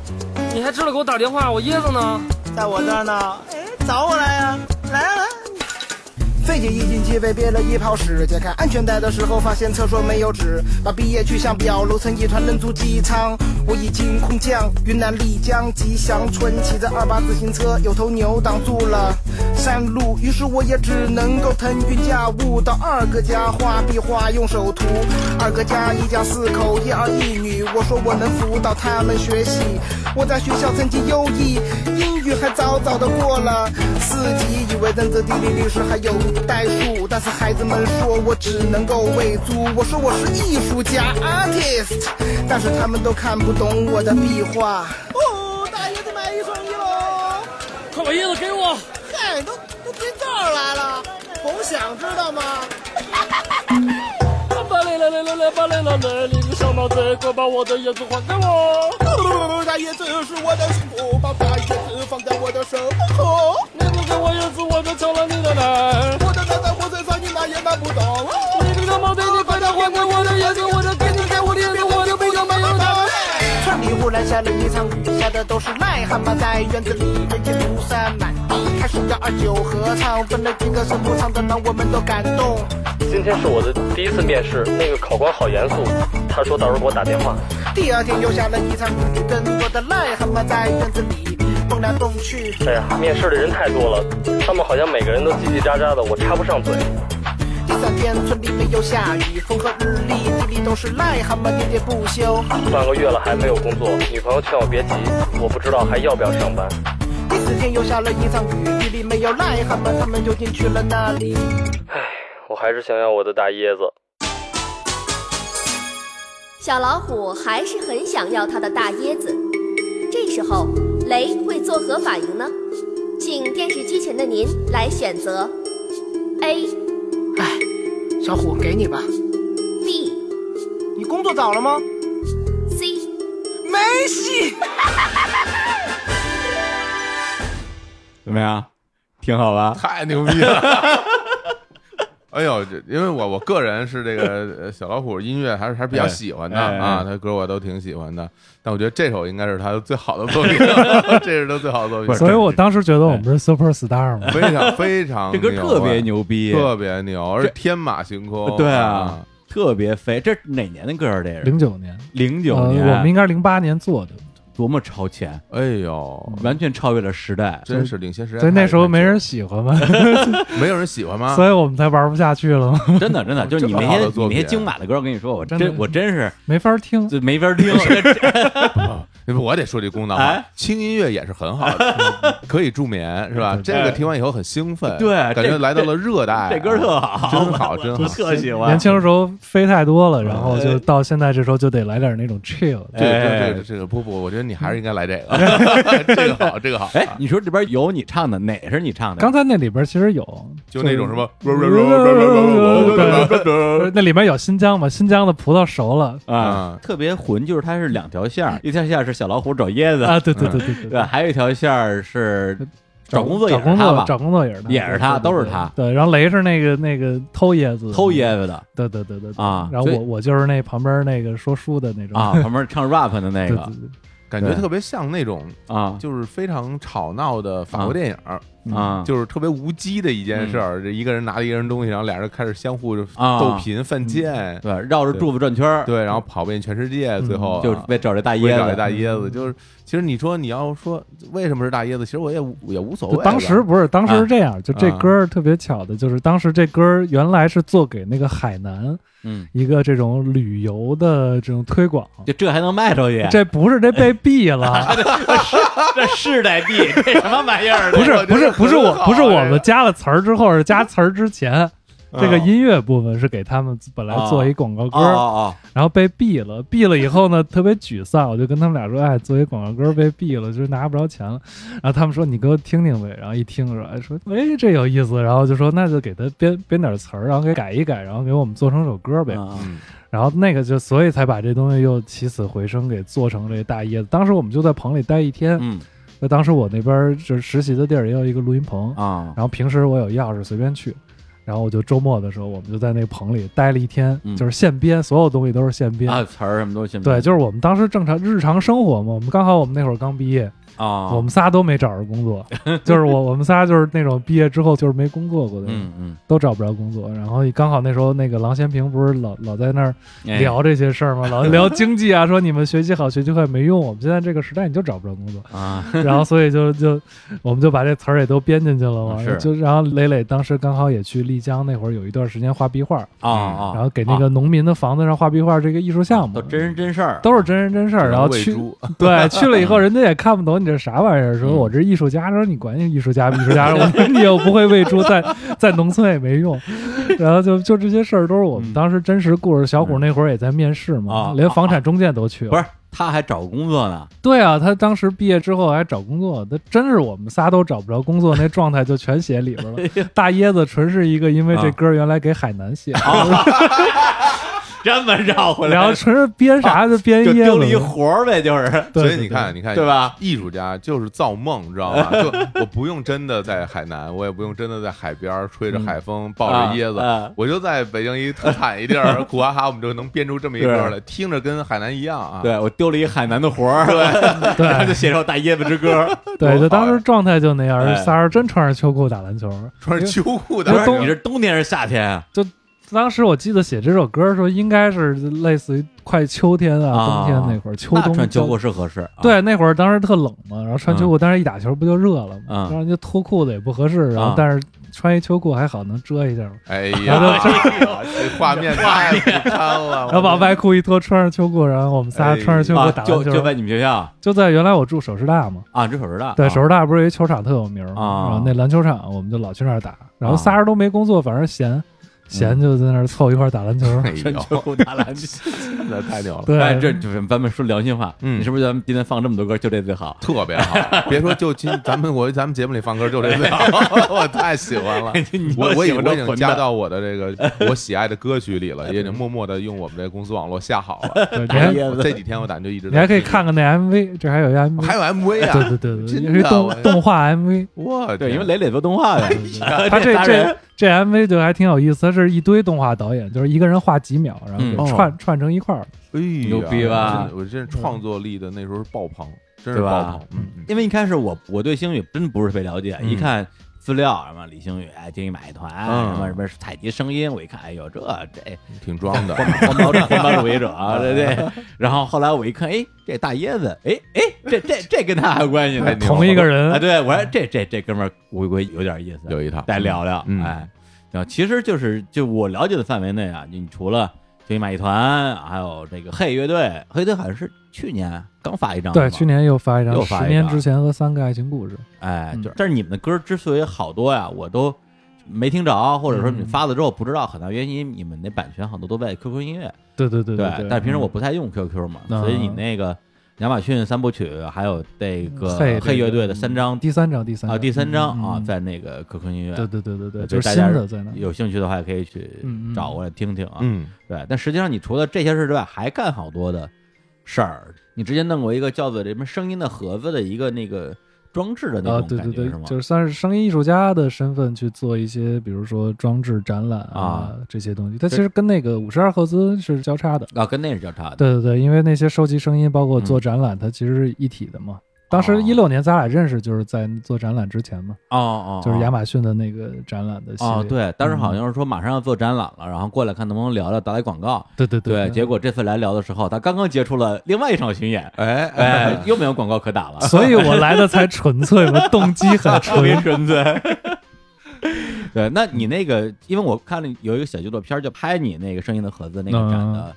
S5: 你还知道给我打电话？我椰子呢？
S4: 在我这儿呢。哎，找我来呀、来啊来啊！费解一进街被憋了一泡屎，解开安全带的时候发现厕所没有纸，把毕业去向表揉成一团扔出机舱。我已经空降云南丽江吉祥村，骑着二八自行车，有头牛挡住了山路，于是我也只能够腾云驾雾到二哥家画壁画，用手涂。二哥家一家四口，一儿一女，我说我能辅导他们学习。我在学校成绩优异，英语还早早的过了四级，以为认字、地理、历史还有代数，但是孩子们说我只能够喂猪。我说我是艺术家 artist，但是他们都看不懂我的壁画。哦，大爷子买一送一喽！
S5: 快把椰子给我！
S4: 嗨，都都跟这儿来了，甭想知道吗？
S7: 巴雷来来来来巴雷来来，你个小毛贼，快把我的椰子还给我！
S4: 大椰子是我的幸福，把大椰子放在我的手哦口。
S7: 你不给我椰子，我就抢了你的奶。
S4: 我的奶奶我嘴上你拿也拿不懂。
S7: 你这个小毛贼，你快点还给我的椰子，我的给你给我的椰子，我就不想没有它。
S4: 村里忽然下了一场雨，下的都是癞蛤蟆，在院子里面也如山满地。开始要二九合唱，分了几个声部唱的让我们都感动。
S5: 今天是我的第一次面试，那个考官好严肃，他说到时候给我打电话。
S4: 第二天又下了一场雨，更多的癞蛤蟆在院子里动来动去。
S5: 哎呀，面试的人太多了，他们好像每个人都叽叽喳喳的，我插不上嘴。
S4: 第三天村里没有下雨，风和日丽，地里都是癞蛤蟆喋喋不休。
S5: 半个月了还没有工作，女朋友劝我别急，我不知道还要不要上班。
S4: 第四天又下了一场雨，地里没有癞蛤蟆，他们又进去了那里。
S5: 我还是想要我的大椰子。
S8: 小老虎还是很想要它的大椰子。这时候，雷会作何反应呢？请电视机前的您来选择：A、
S4: 哎，小虎，给你吧。
S8: B、
S4: 你工作找了吗？
S8: C。
S4: 没戏。
S2: 怎么样？挺好吧？
S1: 太牛逼了！哎呦，这因为我我个人是这个呃小老虎音乐还是还是比较喜欢的
S2: 哎哎哎
S1: 啊，他歌我都挺喜欢的，但我觉得这首应该是他最好的作品，这是他最好的作品，
S3: 所以我当时觉得我们是 super star 嘛。
S1: 非常非常
S2: 这歌
S1: 牛
S2: 特别
S1: 啊
S2: 牛逼，
S1: 特别牛，而且
S2: 这
S1: 天马行空。
S2: 对啊，，特别飞。这哪年的歌啊？这是
S3: 零九年，
S2: 零
S3: 呃，
S2: 九年，
S3: 我们应该是零八年做的，
S2: 多么超前，
S1: 哎呦，
S2: 完全超越了时代。
S1: 真是领先时代太久
S3: 所以
S1: 了。
S3: 那时候没人喜欢嘛，
S1: 没有人喜欢吗？
S3: 所以我们才玩不下去了嘛，
S2: 真的，真 的，就是你
S1: 这么
S2: 那
S1: 好
S2: 些
S1: 的
S2: 你
S1: 作
S2: 那
S1: 品
S2: 些精马的歌，我跟你说，我
S3: 真
S2: 真
S3: 的
S2: 我 真是
S3: 没法听。
S2: 就没法听。
S1: 因 为我得说句公道话
S2: 哎，
S1: 轻音乐也是很好 的，可以助眠，是吧？
S3: 对
S1: 这个听完以后很兴奋，
S2: 对
S1: 感觉
S2: 这
S1: 来到了热带。啊
S2: 这歌特哎好，
S1: 真 好真好
S2: 我特喜欢。
S3: 年轻的时候飞太多了，然后
S1: 哎
S3: 就到现在这时候就得来点那种 chill 的。
S1: 这个这个
S2: 哎
S1: 这个这个不不，我觉得你还是应该来这个，这个好，这个好。啊
S2: 哎，你说这边有你唱的，哪是你唱的？
S3: 刚才那里边其实有，
S1: 就那种什么，
S3: 对，那里面有新疆嘛？新疆的葡萄熟了
S2: 啊
S1: 嗯，
S2: 特别混，就是它是两条线儿，一条线儿是小老虎找椰子，
S3: 啊！对对对对
S2: 对，嗯还有一条线儿是找工作也
S3: 找
S2: 是
S3: 工
S2: 他
S3: 作
S2: 吧，
S3: 找工作也是他，
S2: 也是他
S3: 对
S2: 都是他。
S3: 对对，对然后雷是那个那个偷椰子，
S2: 偷，椰子的
S3: 对对对对对
S2: 啊
S3: 然后
S2: 所以
S3: 我我就是那旁边那个说书的那种
S2: 啊，，旁边唱 rap 的那
S3: 对
S2: 个
S3: 对，对
S1: 感觉
S2: 对
S1: 特别像那种
S2: 啊
S1: 就是非常吵闹的法国电影儿，
S2: 啊，嗯
S1: 就是特别无稽的一件事儿。这一个人拿着一个人东西，然后俩人开始相互
S2: 啊嗯
S1: 斗贫犯贱，
S2: 对，绕着柱子转圈儿，
S1: 对，然后跑遍全世界，最后
S2: 嗯就是为找这大椰
S1: 这
S2: 子，
S1: 大椰子。就是其实你说你要说为什么是大椰子，其实我也无也无所谓
S3: 就
S1: 了。
S3: 当时不是，当时
S2: 啊
S3: 是这样，就这歌儿特别巧的，就是当时这歌儿原来是做给那个海南
S2: 嗯，
S3: 一个这种旅游的这种推广，
S2: 就这还能卖出去？
S3: 这不是这被毙了，
S2: 这是得 币，这什么玩意儿？
S3: 不是
S1: 我觉得
S3: 不是不是
S1: 很
S3: 我
S1: 好
S3: 不是
S1: 这
S3: 我
S1: 个
S3: 们加了词儿之后，是加词儿之前。这个音乐部分是给他们本来做一广告歌
S2: 哦
S3: 儿，
S2: 哦
S3: 然后被毙了，毙了以后呢，特别沮丧，我就跟他们俩说，哎，作为广告歌被毙了，就是拿不着钱了。然后他们说，你给我听听呗。然后一听说，哎，说，哎，这有意思。然后就说，那就给他编编点词儿，然后给改一改，然后给我们做成首歌呗。
S2: 哦，
S3: 然后那个就，所以才把这东西又起死回生，给做成这大椰子。当时我们就在棚里待一天，
S2: 嗯
S3: 那当时我那边就是实习的地儿也有一个录音棚，
S2: 啊，
S3: 然后平时我有钥匙随便去，然后我就周末的时候，我们就在那个棚里待了一天，
S2: 嗯
S3: 就是现编，所有东西都是现编。
S2: 啊词儿什么都行，
S3: 嗯对，就是我们当时正常日常生活嘛，我们刚好我们那会儿刚毕业，
S2: 啊，
S3: 我们仨都没找着工作，就是我我们仨就是那种毕业之后就是没工作过的，人，
S2: 嗯嗯
S3: 都找不着工作。然后刚好那时候那个郎咸平不是老老在那儿
S2: 哎
S3: 聊这些事 儿吗？老聊经济啊，说你们学习好学习坏没用，我们现在这个时代你就找不着工 作。
S2: 啊，
S3: 然后所以就就我们就把这词儿也都编进去了嘛。
S2: 啊是
S3: 就然后磊磊当时刚好也去丽江那会儿有一段时间画壁画，
S2: 啊啊，
S3: 嗯然后给那个农民的房子上画壁画这个艺术项目，
S2: 都真人真事儿，
S3: 都是真人真事儿。然后
S1: 喂
S3: 去
S1: 猪
S3: 对去了以后，人家也看不懂你这啥玩意儿，说我这是艺术家，说你管你艺术家不艺术家，我说你 又不会喂猪，在 在农村也没用。然后就就这些事儿都是我们
S2: 嗯
S3: 当时真实故事。小虎那会儿也在面试嘛
S2: 啊，
S3: 连房产中介都去了
S2: 不。是他还找工作呢，
S3: 对啊，他当时毕业之后还找工作，他真是我们仨都找不着工作，那状态就全写里 边
S2: 哎
S3: 了。大椰子纯是一个因为
S2: 啊
S3: 这歌原来给海南写，
S2: 这么绕回
S3: 然后纯是编啥就编
S2: 啊就
S3: 椰
S2: 丢了一
S3: 子嘛。
S2: 活儿呗，就是
S3: 对
S1: 所以你看，，你看，
S2: 对吧？
S1: 艺术家就是造梦，你知道 吗？就我不用真的在海南，我也不用真的在海边儿吹着海风抱着椰子，
S2: 嗯啊啊
S1: 我就在北京一特产一地 儿苦哈哈，我们就能编出这么一歌来，听着跟海南一样啊。
S2: 对我丢了一海南的活儿，对，
S3: 对
S2: 然后就写首《大椰子之歌》。
S3: 对对，
S1: 多好呀
S3: 就当时状态就那样，
S2: 哎
S3: 仨人真穿着秋裤打篮球。
S1: 穿着秋裤的
S2: 不
S3: 不，
S2: 是
S3: 是冬
S2: 你是冬天还是夏天啊？
S3: 当时我记得写这首歌的时候，应该是类似于快秋天
S2: 啊
S3: 啊，冬天那会儿，秋
S2: 那
S3: 冬
S2: 穿秋裤是合适啊。
S3: 对，那会儿当时特冷嘛，然后穿秋裤，但是一打球不就热了
S2: 嗯
S3: 嘛，然后就脱裤子也不合适，然
S2: 啊
S3: 后但是穿一秋裤还好能遮一下嘛。
S1: 哎
S3: 然
S1: 呀
S3: 后，
S1: 这画面太不堪了。
S2: 哦
S3: 然后把外裤一脱，穿上秋裤，然后我们仨穿上秋
S2: 啊
S3: 裤打，
S2: 就
S3: 篮
S2: 就
S3: 球，
S2: 在你们学校
S3: 就在原来我住首师大嘛。
S2: 啊，这手指大。
S3: 对，
S2: 啊
S3: 首师大不是有一球场特有名儿
S2: 啊
S3: 嘛，然后那篮球场我们就老去那儿打，然后
S2: 啊嗯
S3: 仨人都没工作，反正闲闲就在那儿凑一块儿打篮球。
S1: 哎
S2: 穿
S1: 呦，
S2: 秋裤打篮球。
S1: 那太牛了，
S2: 哎，
S3: 对，
S2: 这就是咱们说良心话，
S1: 嗯
S2: 你是不是咱们今天放这么多歌，就这最好？
S1: 特别好。别说就今咱们我咱们节目里放歌就这 最好，我太喜欢了。
S2: 哎你
S1: 我我已我已经加
S2: 到
S1: 到我的这个我喜爱的歌曲里了，也已经默默的用我们这公司网络下好了。
S3: 对你
S2: 哎
S3: 还
S2: 呀
S1: 这几天我感觉一直
S3: 你还可以
S1: 在听
S3: 看看那 MV，这还有一 MV，
S1: 还有 MV
S3: 对
S1: 啊，
S3: 对对对，
S1: 真
S3: 也是一
S1: 的
S3: 动
S1: 我
S3: 动画 MV。
S1: 我
S2: 对，因为
S1: 雷
S2: 磊磊做动画的，
S3: 他这
S2: 仨人
S3: 这这 MV 就还挺有意思，它是一堆动画导演，就是一个人画几秒，然后
S2: 嗯
S3: 给串串成一块儿。
S2: 啊
S1: 牛
S2: 牛逼吧
S1: 我哎真是创作力的那时候是爆棚，真是
S2: 对吧
S1: 爆棚。嗯，嗯
S2: 因为一开始我我对星宇真的不是特别了解，
S1: 嗯
S2: 一看资料什么李星宇、哎金宇买团、
S1: 嗯
S2: 什么什么采集声音，我一看，哎呦这这
S1: 挺装 的。
S2: 环保环保主义者，对对。然后后来我一看，哎，这大椰子，哎哎，这这这跟他还有关系呢
S1: 太，牛了
S3: 同一个
S2: 啊，
S3: 人，
S2: 对我说这这这哥们儿，我我有点意思，
S1: 有一套
S2: 再聊聊，
S1: 嗯
S2: 哎，然后其实就是就我了解的范围内啊，你除了。就马戏团，还有这个嘿乐队，嘿乐队好像是去年刚发一张的嘛，
S3: 对，去年又发一张
S2: 又
S3: 《
S2: 发一
S3: 十年
S2: 张
S3: 之前和三个爱情故事》。
S2: 哎，
S3: 嗯
S2: 就是，但是你们的歌之所以好多呀，我都没听着，啊或者说你们
S3: 嗯
S2: 发了之后不知道，很大原因你们那版权好多都在 QQ 音乐，
S3: 对对对
S2: 对
S3: 对，
S2: 但平时我不太用 QQ 嘛，
S3: 嗯
S2: 所以你那个亚马逊三部曲，还有这个
S3: 嗯嘿嗯
S2: 黑乐队的三张
S3: 第三张，第三
S2: 啊，第三张
S3: 嗯
S2: 啊，
S3: 嗯
S2: 在那个 QQ 音乐，
S3: 对对对对对，
S2: 所
S3: 就
S2: 以
S3: 是
S2: 大
S3: 新
S2: 家
S3: 的在那。
S2: 有兴趣的话也可以去
S3: 嗯嗯
S2: 找过来听听啊。
S1: 嗯，
S2: 对，但实际上你除了这些事儿之外，还干好多的事儿。你之前弄过一个叫做什么“声音的盒子”的一个那个装置的那
S3: 啊，
S2: 种
S3: 对
S2: 感
S3: 对
S2: 觉
S3: 对
S2: 是吗，？
S3: 就是算是声音艺术家的身份去做一些，比如说装置展览
S2: 啊
S3: 这些东西。它其实跟那个五十二赫兹是交叉的。
S2: 啊，跟那是交叉的。
S3: 对对对，因为那些收集声音，包括做展览，它其实是一体的嘛。当时
S2: 嗯哦
S3: 一六年咱俩认识，就是在做展览之前嘛，
S2: 哦哦，
S3: 就是亚
S2: 马
S3: 马逊的那个展览的系列。
S2: 哦，对，当时好
S3: 嗯
S2: 像是说马上要做展览了，然后过来看能不能聊聊打打广告。
S3: 对对
S2: 对，
S3: 对，
S2: 结果这次来聊的时候，他刚刚接触了另外一场巡演，
S1: 哎
S2: 哎，又没有广告可打了，
S3: 所以我来的才纯 粹嘛，动机很
S2: 特别纯
S3: 纯。
S2: 粹。 对，那你那个，因为我看了有一个小纪录片儿，就拍你那个声音的盒子
S3: 嗯
S2: 那个展的，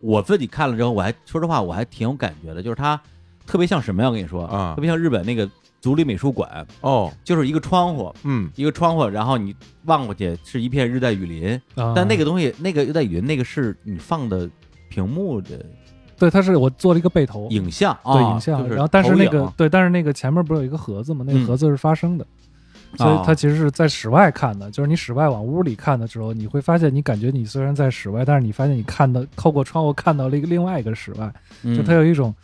S2: 我自己看了之后，我还说实话，我还挺有感觉的，就是它特别像什么呀？我跟你说，
S3: 嗯
S1: 啊
S2: 特别像日本那个足立美术馆，
S1: 哦，
S2: 就是一个窗户，
S1: 嗯，
S2: 一个窗户，然后你望过去是一片日带雨林，但那
S3: 个
S2: 个东西，那个日带雨林那个是你放的屏幕的
S3: 对，它是我做了一个背头，
S2: 影像啊，
S3: 哦对影像，
S2: 就是
S3: 然后但是那
S2: 投
S3: 个
S2: 影啊
S3: 对，但是那个前面不是有一个盒子嘛？那个
S2: 嗯啊
S3: 盒子是发声的，所以它其实是在室外看的，就是你室外往屋里看的时候，你会发现你感觉你虽然在室外，但是你发现你看到透过窗户看到了一个另外一个室外，就
S2: 嗯
S3: 它有一种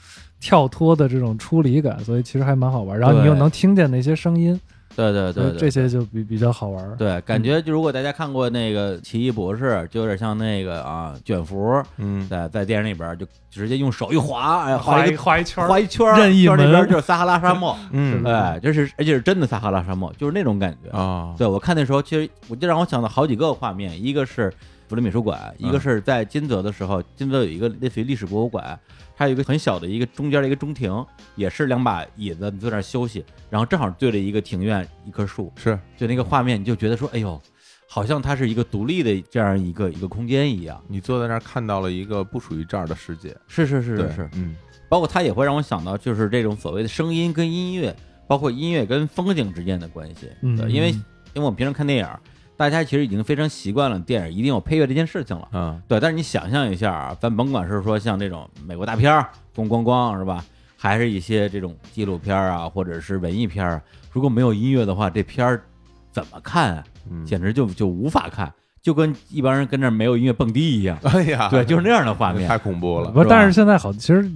S3: 跳脱的这种出离感，所以其实还蛮好玩。然后你
S2: 对
S3: 又能听见那些声音，
S2: 对对
S3: 所
S2: 对
S3: 以
S2: 对
S3: 这些就比比较好玩。
S2: 对，感觉就如果大家看过那个《奇异博士》，就有点像那个啊卷福，
S1: 嗯，
S2: 在在电视里边儿就直接用手一划，哎，
S3: 画
S2: 一
S3: 一
S2: 个
S3: 画一圈儿，
S2: 画一圈儿，
S3: 任意
S2: 圈儿里边儿
S3: 门
S2: 就是撒哈拉沙 漠，
S1: 嗯
S3: 是
S2: 哎，这是而且是真的撒哈拉沙漠，就是那种感觉。
S1: 啊，
S2: 对我看那时候，其实我就让我想到好几个画面，一个是柏林美术馆，一个是在金泽的时候，金泽有一个类似于历史博物馆，还有一个很小的一个中间的一个中庭，也是两把椅子你坐那儿休息，然后正好对着一个庭院一棵树，
S1: 是
S2: 就那个画面，你就觉得说，哎呦，好像它是一个独立的这样一个一个空间一样。
S1: 你坐在那儿看到了一个不属于这儿的世界，
S2: 是是是
S1: 对
S2: 是是，
S1: 嗯，
S2: 包括它也会让我想到，就是这种所谓的声音跟音乐，包括音乐跟风景之间的关系。
S3: 嗯
S2: 对，因为
S3: 嗯
S2: 因为我们平常看电影，大家其实已经非常习惯了电影一定有配乐这件事情了。
S1: 啊，
S2: 对，但是你想象一下啊，咱甭管是说像这种美国大片儿，咣咣咣是吧？还是一些这种纪录片儿啊，或者是文艺片儿啊，如果没有音乐的话，这片儿怎么看啊？
S1: 嗯，。
S2: 简直就就无法看，就跟一帮人跟那儿没有音乐蹦迪一样
S1: 哎呀，
S2: 对，就是那样的画面
S1: 太恐怖了，
S3: 不是，
S2: 是吧
S3: 但是现在好，其实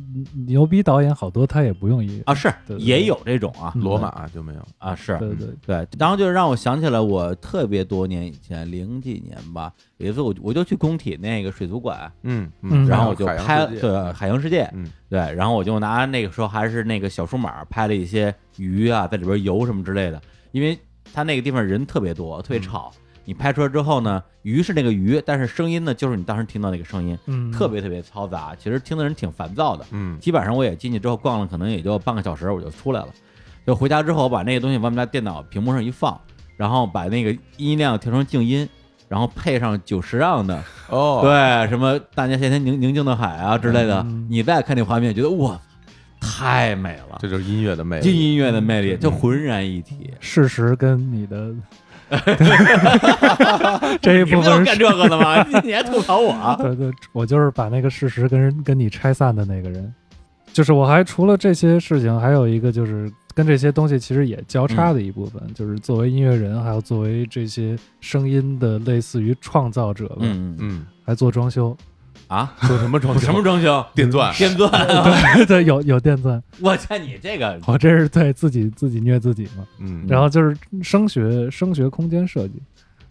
S3: 牛逼导演好多他也不用音乐，
S2: 啊，是
S3: 对对对
S2: 也有这种啊，
S1: 罗马就没有，
S2: 啊是
S3: 对对对，
S2: 对，然后就让我想起来，我特别多年以前，零几年吧，有一次我我就去工体那个水族馆，
S1: 嗯
S3: 嗯
S2: 然后我就
S1: 海洋
S2: 拍
S1: 世界
S2: 对海洋世界，
S1: 嗯
S2: 对，然后我就拿那个时候还是那个小数码拍了一些鱼啊，在里边游什么之类的，因为它那个地方人特别多，特
S1: 嗯
S2: 别吵。你拍出来之后呢，鱼是那个鱼，但是声音呢，就是你当时听到那个声音，
S3: 嗯，
S2: 特别特别嘈杂，其实听的人挺烦躁的。
S1: 嗯
S2: 基本上我也进去之后逛了，可能也就半个小时，我就出来了。就回家之后，我把那个东西往我们家电脑屏幕上一放，然后把那个音量调成静音，然后配上九十让的，
S1: 哦，
S2: 对，什么大年夏天宁宁静的海啊之类的，
S3: 嗯
S2: 你再看那画面，觉得哇，太美了
S1: 这，就是音乐的魅
S2: 这
S1: 力，
S2: 音乐的魅力就浑然一体。
S3: 事实跟你 的这一
S2: 你
S3: 部
S2: 不就
S3: 分
S2: 干
S3: 是，
S2: 这个的吗？ 你你还吐槽我啊？
S3: 对对，我就是把那个事实跟跟你拆散的那个人。就是我还除了这些事情，还有一个就是跟这些东西其实也交叉的一部
S2: 嗯
S3: 分，就是作为音乐人，还有作为这些声音的类似于创造者吧，
S2: 嗯嗯
S1: 嗯，
S3: 还做 装修，
S2: 啊，
S1: 做什么装
S2: 什么装修？
S1: 电钻，
S2: 电钻？
S3: 对对，有有电钻，
S2: 我看你这个
S3: 我这是对自己自己虐自己嘛。
S1: 嗯，
S3: 然后就是声学声学空间设计，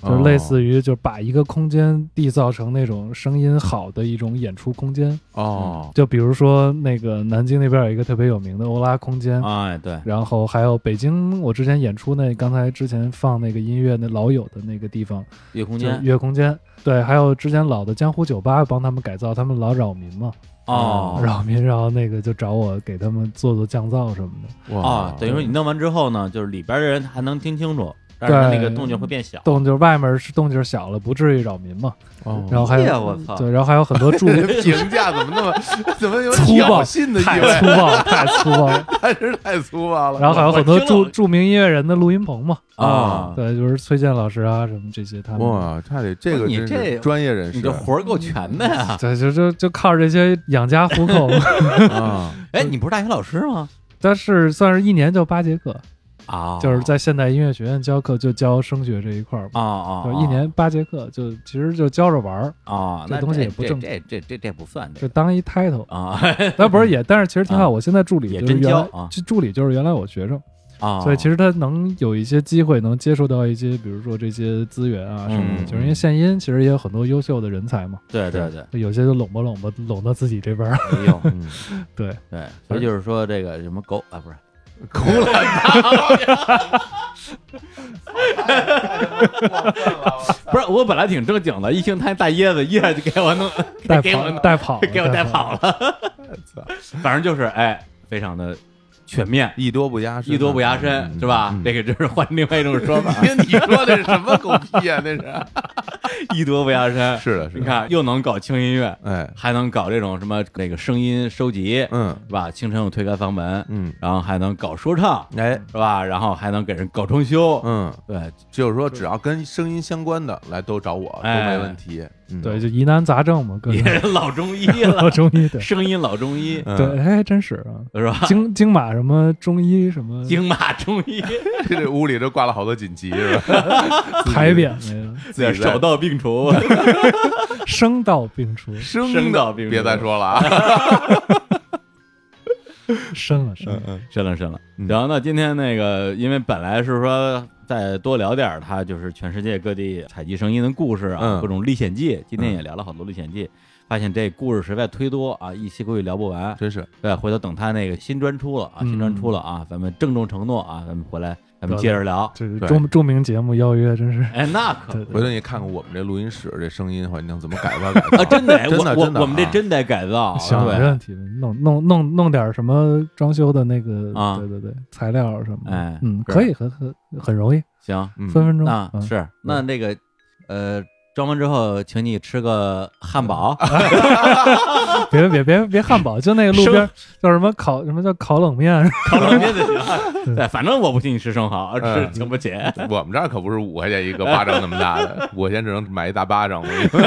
S1: 哦
S2: 哦
S3: 就是类似于就是把一个空间缔造成那种声音好的一种演出空间。
S1: 哦，
S3: 就比如说那个南京那边有一个特别有名的欧拉空间，
S2: 哎对，
S3: 然后还有北京，我之前演出那刚才之前放那个音乐那老友的那个地方，
S2: 月空
S3: 就是
S2: 间
S3: 乐空间。对，还有之前老的江湖酒吧帮他们改造，他们老扰民嘛，啊
S2: 哦
S3: 扰民，然后那个就找我给他们做做降噪什么的，
S1: 哇
S3: 哦
S2: 啊，等于说你弄完之后呢，就是里边的人还能听清楚，但是它那个
S3: 对
S2: 动静会变小。
S3: 动静外面是动静小了，不至于扰民嘛。
S1: 哦
S3: 然后还
S2: 哎呀
S3: 有
S2: 我操，
S3: 对，然后还有很多助
S1: 评价怎么那么怎么有
S3: 粗
S1: 挑
S3: 暴
S1: 衅的意
S3: 太
S1: 味
S3: 粗？暴了，太粗暴了。
S1: 还是太粗暴了。
S3: 然后还有很多
S2: 我听
S3: 著
S2: 了
S3: 著名音乐人的录音棚嘛，
S2: 啊，
S3: 对，就是崔健老师啊什么这些他们，
S1: 哇，差点这个
S2: 你
S1: 真
S2: 这
S1: 是专业人
S2: 你
S1: 士
S2: 这活儿够全的呀！
S3: 对， 就就就靠这些养家糊口。
S1: 啊，
S2: 哎，你不是大学老师吗？
S3: 但是算是一年就八节课，
S2: 啊，
S3: 就是在现代音乐学院教课就教声学这一块儿嘛，
S2: 啊啊，
S3: 就一年八节课，就其实就教着玩儿，
S2: 啊，
S3: 这
S2: 那
S3: 东西
S2: 这
S3: 也不
S2: 这
S3: 正
S2: 这这这这不算这
S3: 就
S2: 个
S3: 当一 title。
S2: 啊，
S3: 但不是也，但是其实挺
S2: 啊
S3: 好。我现在助理
S2: 也
S3: 就是
S2: 真
S3: 原来
S2: 教啊
S3: 就助理就是原来我学生，
S2: 啊，
S3: 所以其实他能有一些机会能接触到一些，比如说这些资源啊什么的，
S2: 嗯
S3: 就是因为现音其实也有很多优秀的人才嘛，
S2: 对对对，
S3: 有些就拢吧拢吧拢到自己这边儿，
S2: 没用，嗯
S3: 对，
S2: 对，所以就是说这个什么狗啊，不是
S1: 狗懒
S2: 不是，我本来挺正经的，一听他大椰子，一下就给我弄，
S3: 带
S2: 给我
S3: 跑带 跑了
S2: 给我带跑
S3: 了，
S2: 了， 反正就是哎，非常的全面，
S1: 一多不压身，啊嗯
S2: 艺多不压身，是吧？这个就是换另外一种说法，
S1: 你说的是什么狗屁呀、那是。
S2: 艺多不压 身。
S1: 是的，是
S2: 你
S1: 的，
S2: 看，又能搞轻音乐，
S1: 哎，
S2: 还能搞这种什么那个声音收集，
S1: 嗯
S2: 是吧？清晨我推开房门，
S1: 嗯，
S2: 然后还能搞说唱，
S1: 哎，
S2: 是吧？然后还能给人搞装修，
S1: 嗯，
S2: 对，
S1: 就是说只要跟声音相关的来都找我都
S2: 哎
S1: 没问题。嗯
S3: 对，，就疑难杂症嘛，各
S2: 也
S3: 种
S2: 是老中医
S3: 老
S2: 了，
S3: 中医 对
S2: 声音老中医，
S1: 嗯
S3: 对，，哎，真是啊，
S2: 是吧？
S3: 京京马什么中医什么
S2: 京马中医，
S1: 这屋里都挂了好多锦旗 是吧？
S3: 牌匾 那
S1: 自己在
S2: 手到病除，
S3: 个，生到病除，
S1: 生
S2: 生到
S1: 的，
S2: 病除
S1: 别再说了 啊。
S3: 生了生了，
S2: 深了深了
S1: 嗯。
S2: 然后呢，今天那个，因为本来是说再多聊点儿他就是全世界各地采集声音的故事啊，
S1: 嗯
S2: 各种历险记。今天也聊了好多历险记，发现这故事实在忒多啊，一期估计聊不完。
S1: 真是，
S2: 对，回头等他那个新专出了啊，
S3: 嗯
S2: 新专出了啊，咱们郑重承诺啊，咱们回来咱们接着聊。
S3: 这是
S1: 对
S3: 著著名节目邀约，真是
S2: 哎，那可
S3: 对
S1: 回头你看看我们这录音室这声音环境怎么改 造改
S2: 啊，
S1: 造。
S2: 真得
S1: 真的
S2: 我
S1: 真的
S2: 我我们这
S1: 啊
S2: 真得 改造啊，
S3: 行，没
S2: 对，
S3: 问题，弄弄弄弄点什么装修的那个，
S2: 啊
S3: 对对对，材料什么的，
S2: 哎
S3: 嗯，
S2: 是
S3: 可以，很很很容易，
S2: 行，
S1: 嗯
S3: 分分钟
S2: 那
S3: 嗯
S2: 是那那个呃，装完之后，请你吃个汉堡，
S3: 别别别别汉堡，就那个路边儿叫什么烤什么叫烤冷面，
S2: 烤冷面就行了。对，反正我不请你吃生蚝，
S1: 嗯
S2: 吃请不起。
S1: 我们这儿可不是五块钱一个巴掌那么大的，我现在只能买一大巴掌。我跟你说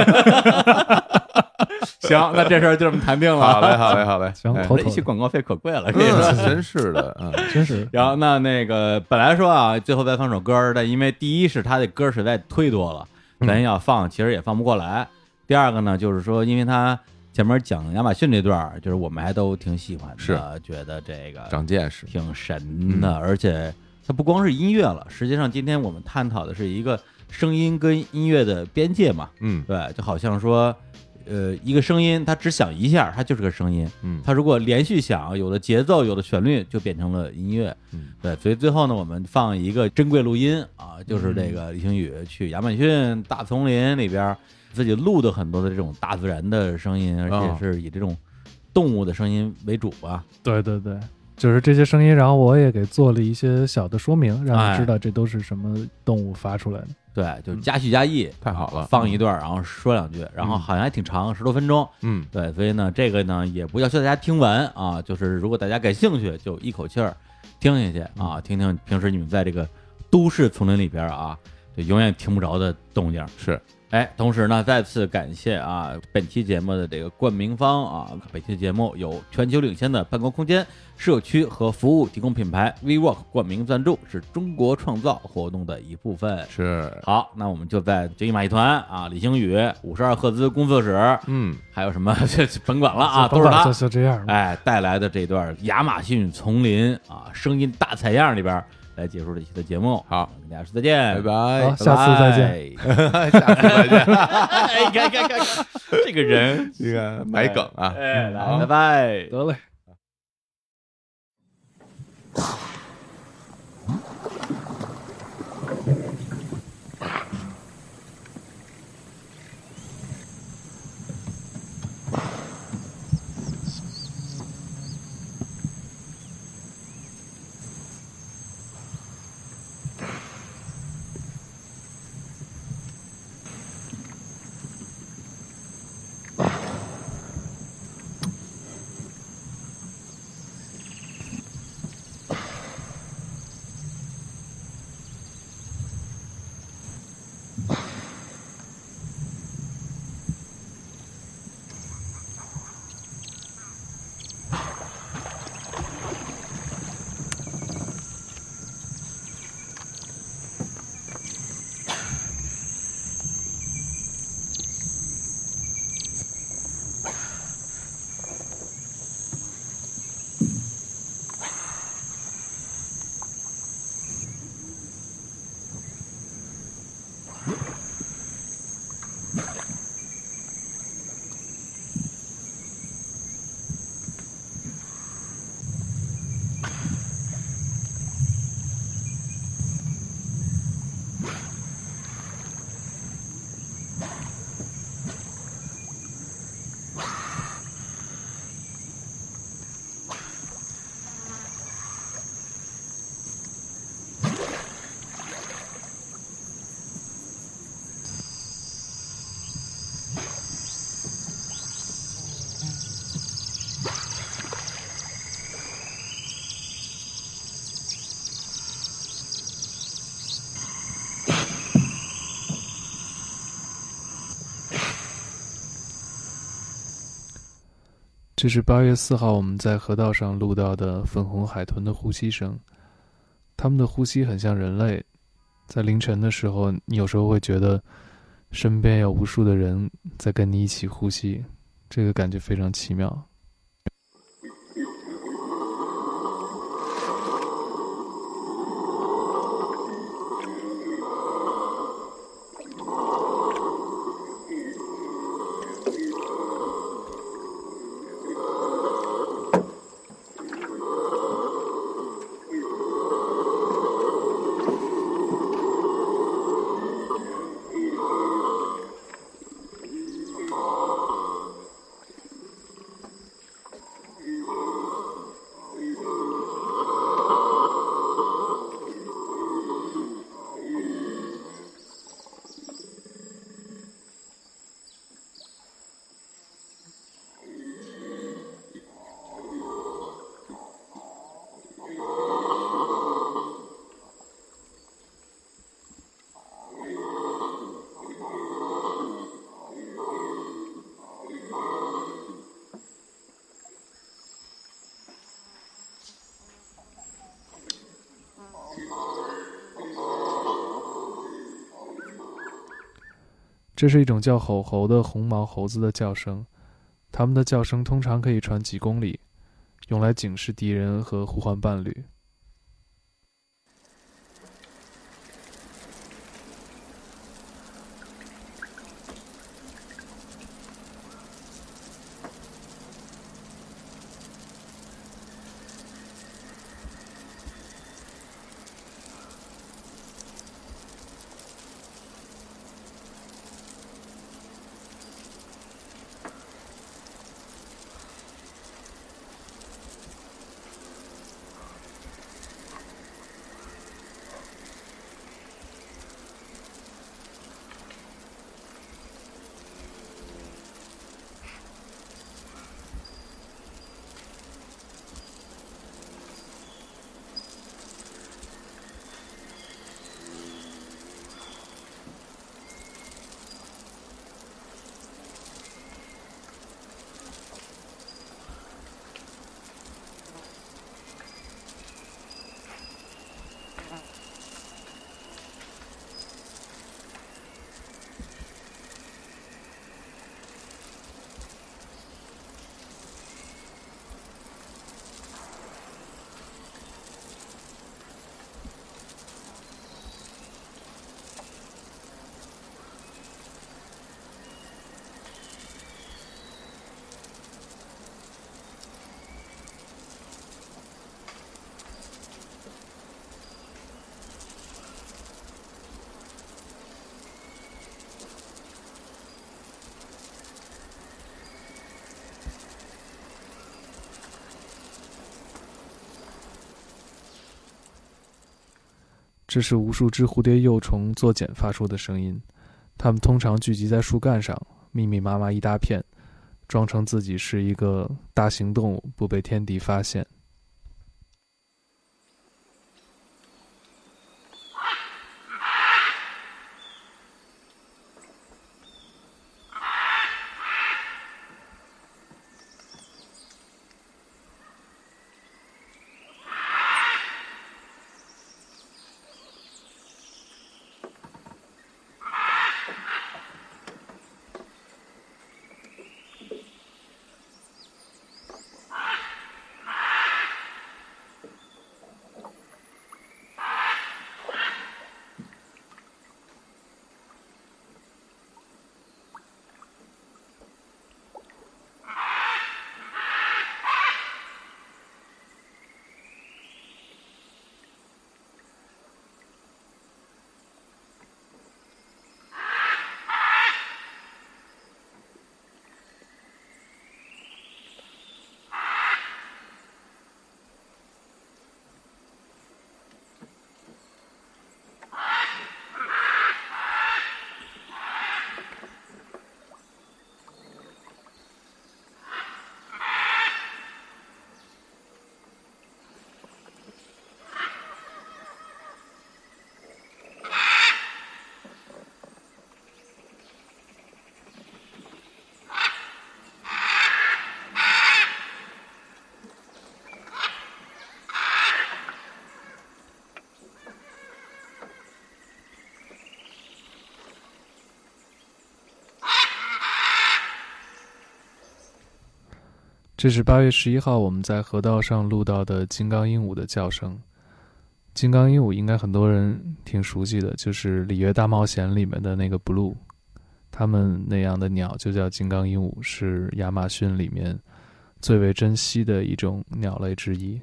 S2: 行，那这事儿就这么谈 定
S1: 好
S2: 了。
S1: 嘞，好嘞，好嘞，
S3: 行
S1: 哎
S3: 头
S2: 那一期广告费可贵了，跟你说。
S1: 嗯真是的，嗯，
S3: 真是
S2: 然后那那个本来说啊，最后再放首歌儿，但因为第一是他的歌儿实在忒多了，咱
S1: 嗯
S2: 要放其实也放不过来。第二个呢，就是说，因为他前面讲亚马逊这段儿，就是我们还都挺喜欢的，
S1: 是
S2: 觉得这个
S1: 长见识，
S2: 挺
S1: 嗯
S2: 神的，而且它不光是音乐了，实际上今天我们探讨的是一个声音跟音乐的边界嘛，
S1: 嗯
S2: 对，就好像说，呃，一个声音它只响一下，它就是个声音，
S1: 嗯，
S2: 它如果连续响，有的节奏，有的旋律，就变成了音乐。
S1: 嗯，
S2: 对，所以最后呢，我们放一个珍贵录音啊，就是这个李星宇去亚马逊大丛林里边儿自己录的很多的这种大自然的声音，而且
S1: 哦
S2: 是以这种动物的声音为主啊吧。
S3: 对对对，就是这些声音，然后我也给做了一些小的说明，让
S2: 哎
S3: 你知道这都是什么动物发出来的。
S2: 对，就是加叙加意，
S1: 太好了，
S2: 放一段，然后说两句，然后好像还挺长，十多分钟。
S1: 嗯，
S2: 对，所以呢，这个呢也不要求大家听完啊，就是如果大家感兴趣，就一口气儿听下去啊，听听平时你们在这个都市丛林里边啊，就永远听不着的动静。
S1: 是，
S2: 哎，同时呢，再次感谢啊本期节目的这个冠名方啊，本期节目有全球领先的办公空间、社区和服务提供品牌 WeWork 冠名赞助，是中国创造活动的一部分。
S1: 是，
S2: 好，那我们就在九一马戏团啊，李星宇五十二赫兹工作室，
S1: 嗯，
S2: 还有什么 这甭管了啊，
S3: 就
S2: 都是
S3: 就
S2: 他
S3: 就这样吧。
S2: 哎带来的这段亚马逊丛林啊声音大采样里边来结束这期的节目。
S1: 好，
S2: 跟大家说再见，
S1: 拜
S2: 拜
S1: 拜
S3: 好，下次再见
S1: 下
S2: 见。
S1: 次再见，
S2: 哎，看看看看，这 个人，
S1: 这个埋梗 啊，
S2: 哎，来，
S1: 好
S2: 拜拜。
S3: 得嘞。
S1: 嗯，
S3: 这是八月四号我们在河道上录到的粉红海豚的呼吸声，它们的呼吸很像人类。在凌晨的时候，你有时候会觉得身边有无数的人在跟你一起呼吸，这个感觉非常奇妙。这是一种叫吼猴的红毛猴子的叫声，它们的叫声通常可以传几公里，用来警示敌人和呼唤伴侣。这是无数只蝴蝶幼虫作茧发出的声音，它们通常聚集在树干上，密密麻麻一大片，装成自己是一个大型动物，不被天敌发现。这是八月十一号我们在河道上录到的金刚鹦鹉的叫声。金刚鹦鹉应该很多人挺熟悉的，就是《里约大冒险》里面的那个 Blue，他们那样的鸟就叫金刚鹦鹉，是亚马逊里面最为珍惜的一种鸟类之一。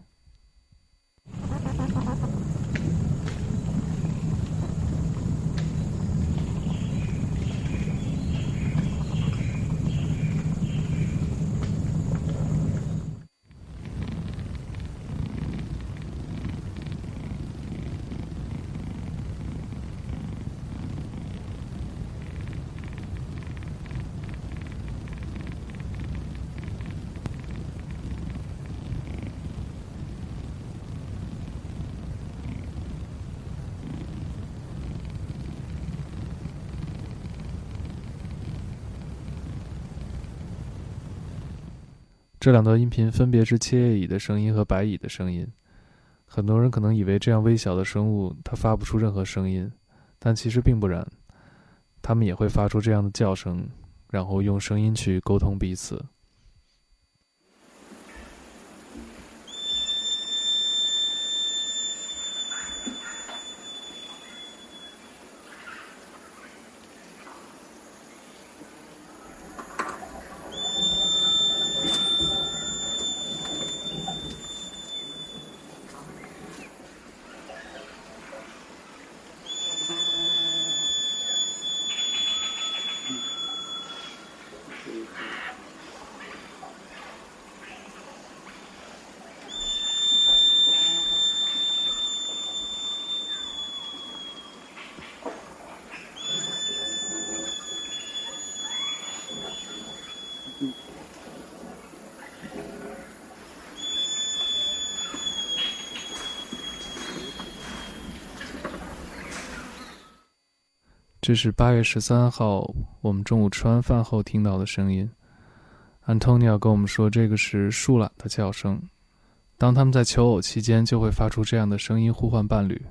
S3: 这两段音频分别是切叶蚁的声音和白蚁的声音。很多人可能以为这样微小的生物它发不出任何声音，但其实并不然，它们也会发出这样的叫声，然后用声音去沟通彼此。这是八月十三号我们中午吃完饭后听到的声音。Antonia 跟我们说，这个是树懒的叫声。当它们在求偶期间，就会发出这样的声音呼唤伴侣。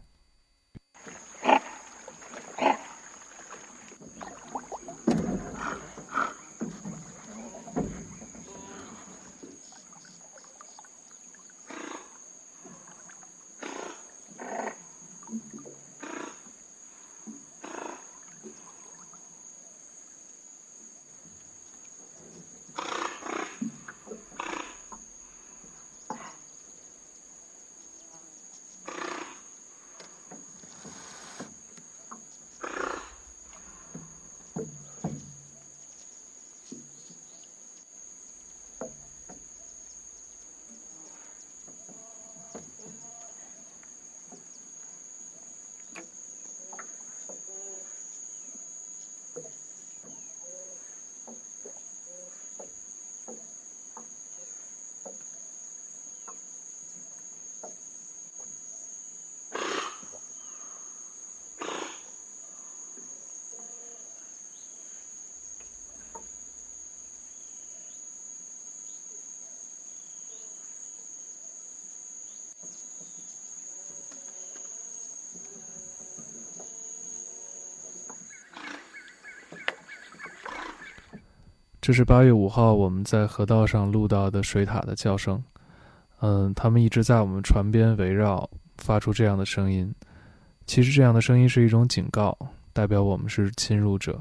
S3: 这是八月五号我们在河道上录到的水獭的叫声，嗯，它们一直在我们船边围绕，发出这样的声音。其实这样的声音是一种警告，代表我们是侵入者。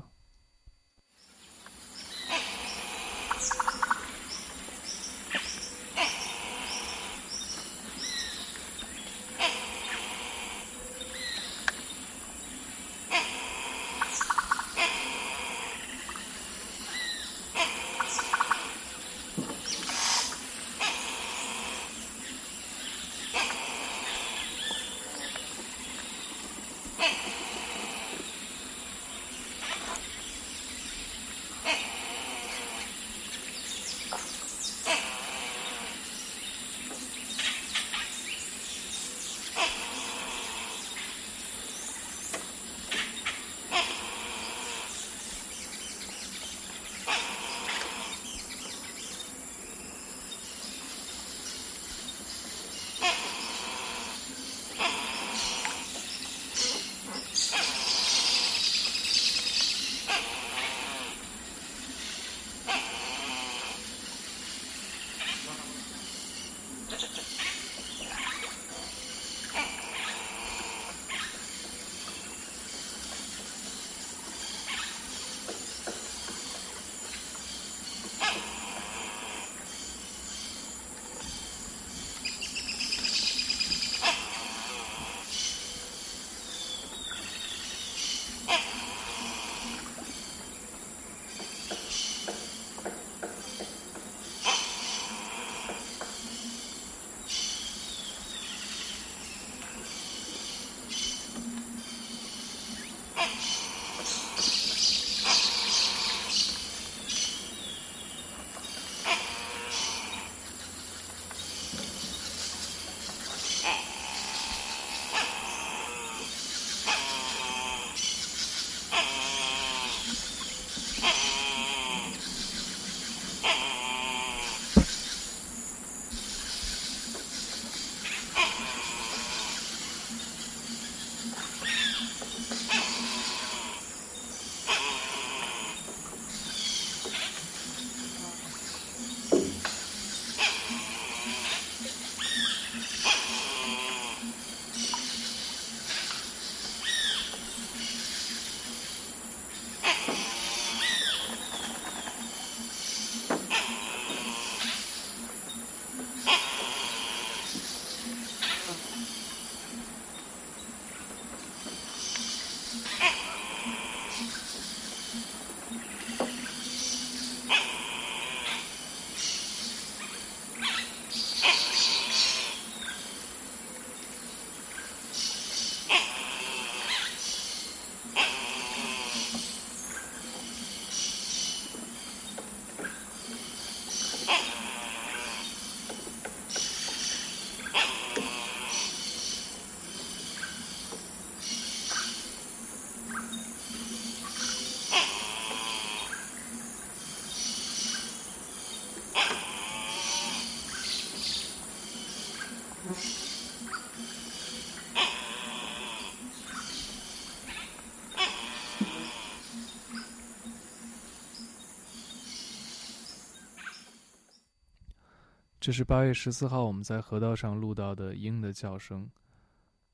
S3: 这是八月十四号我们在河道上录到的鹰的叫声，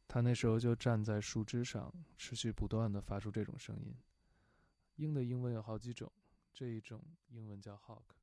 S3: 它那时候就站在树枝上，持续不断的发出这种声音。鹰的英文有好几种，这一种英文叫 hawk。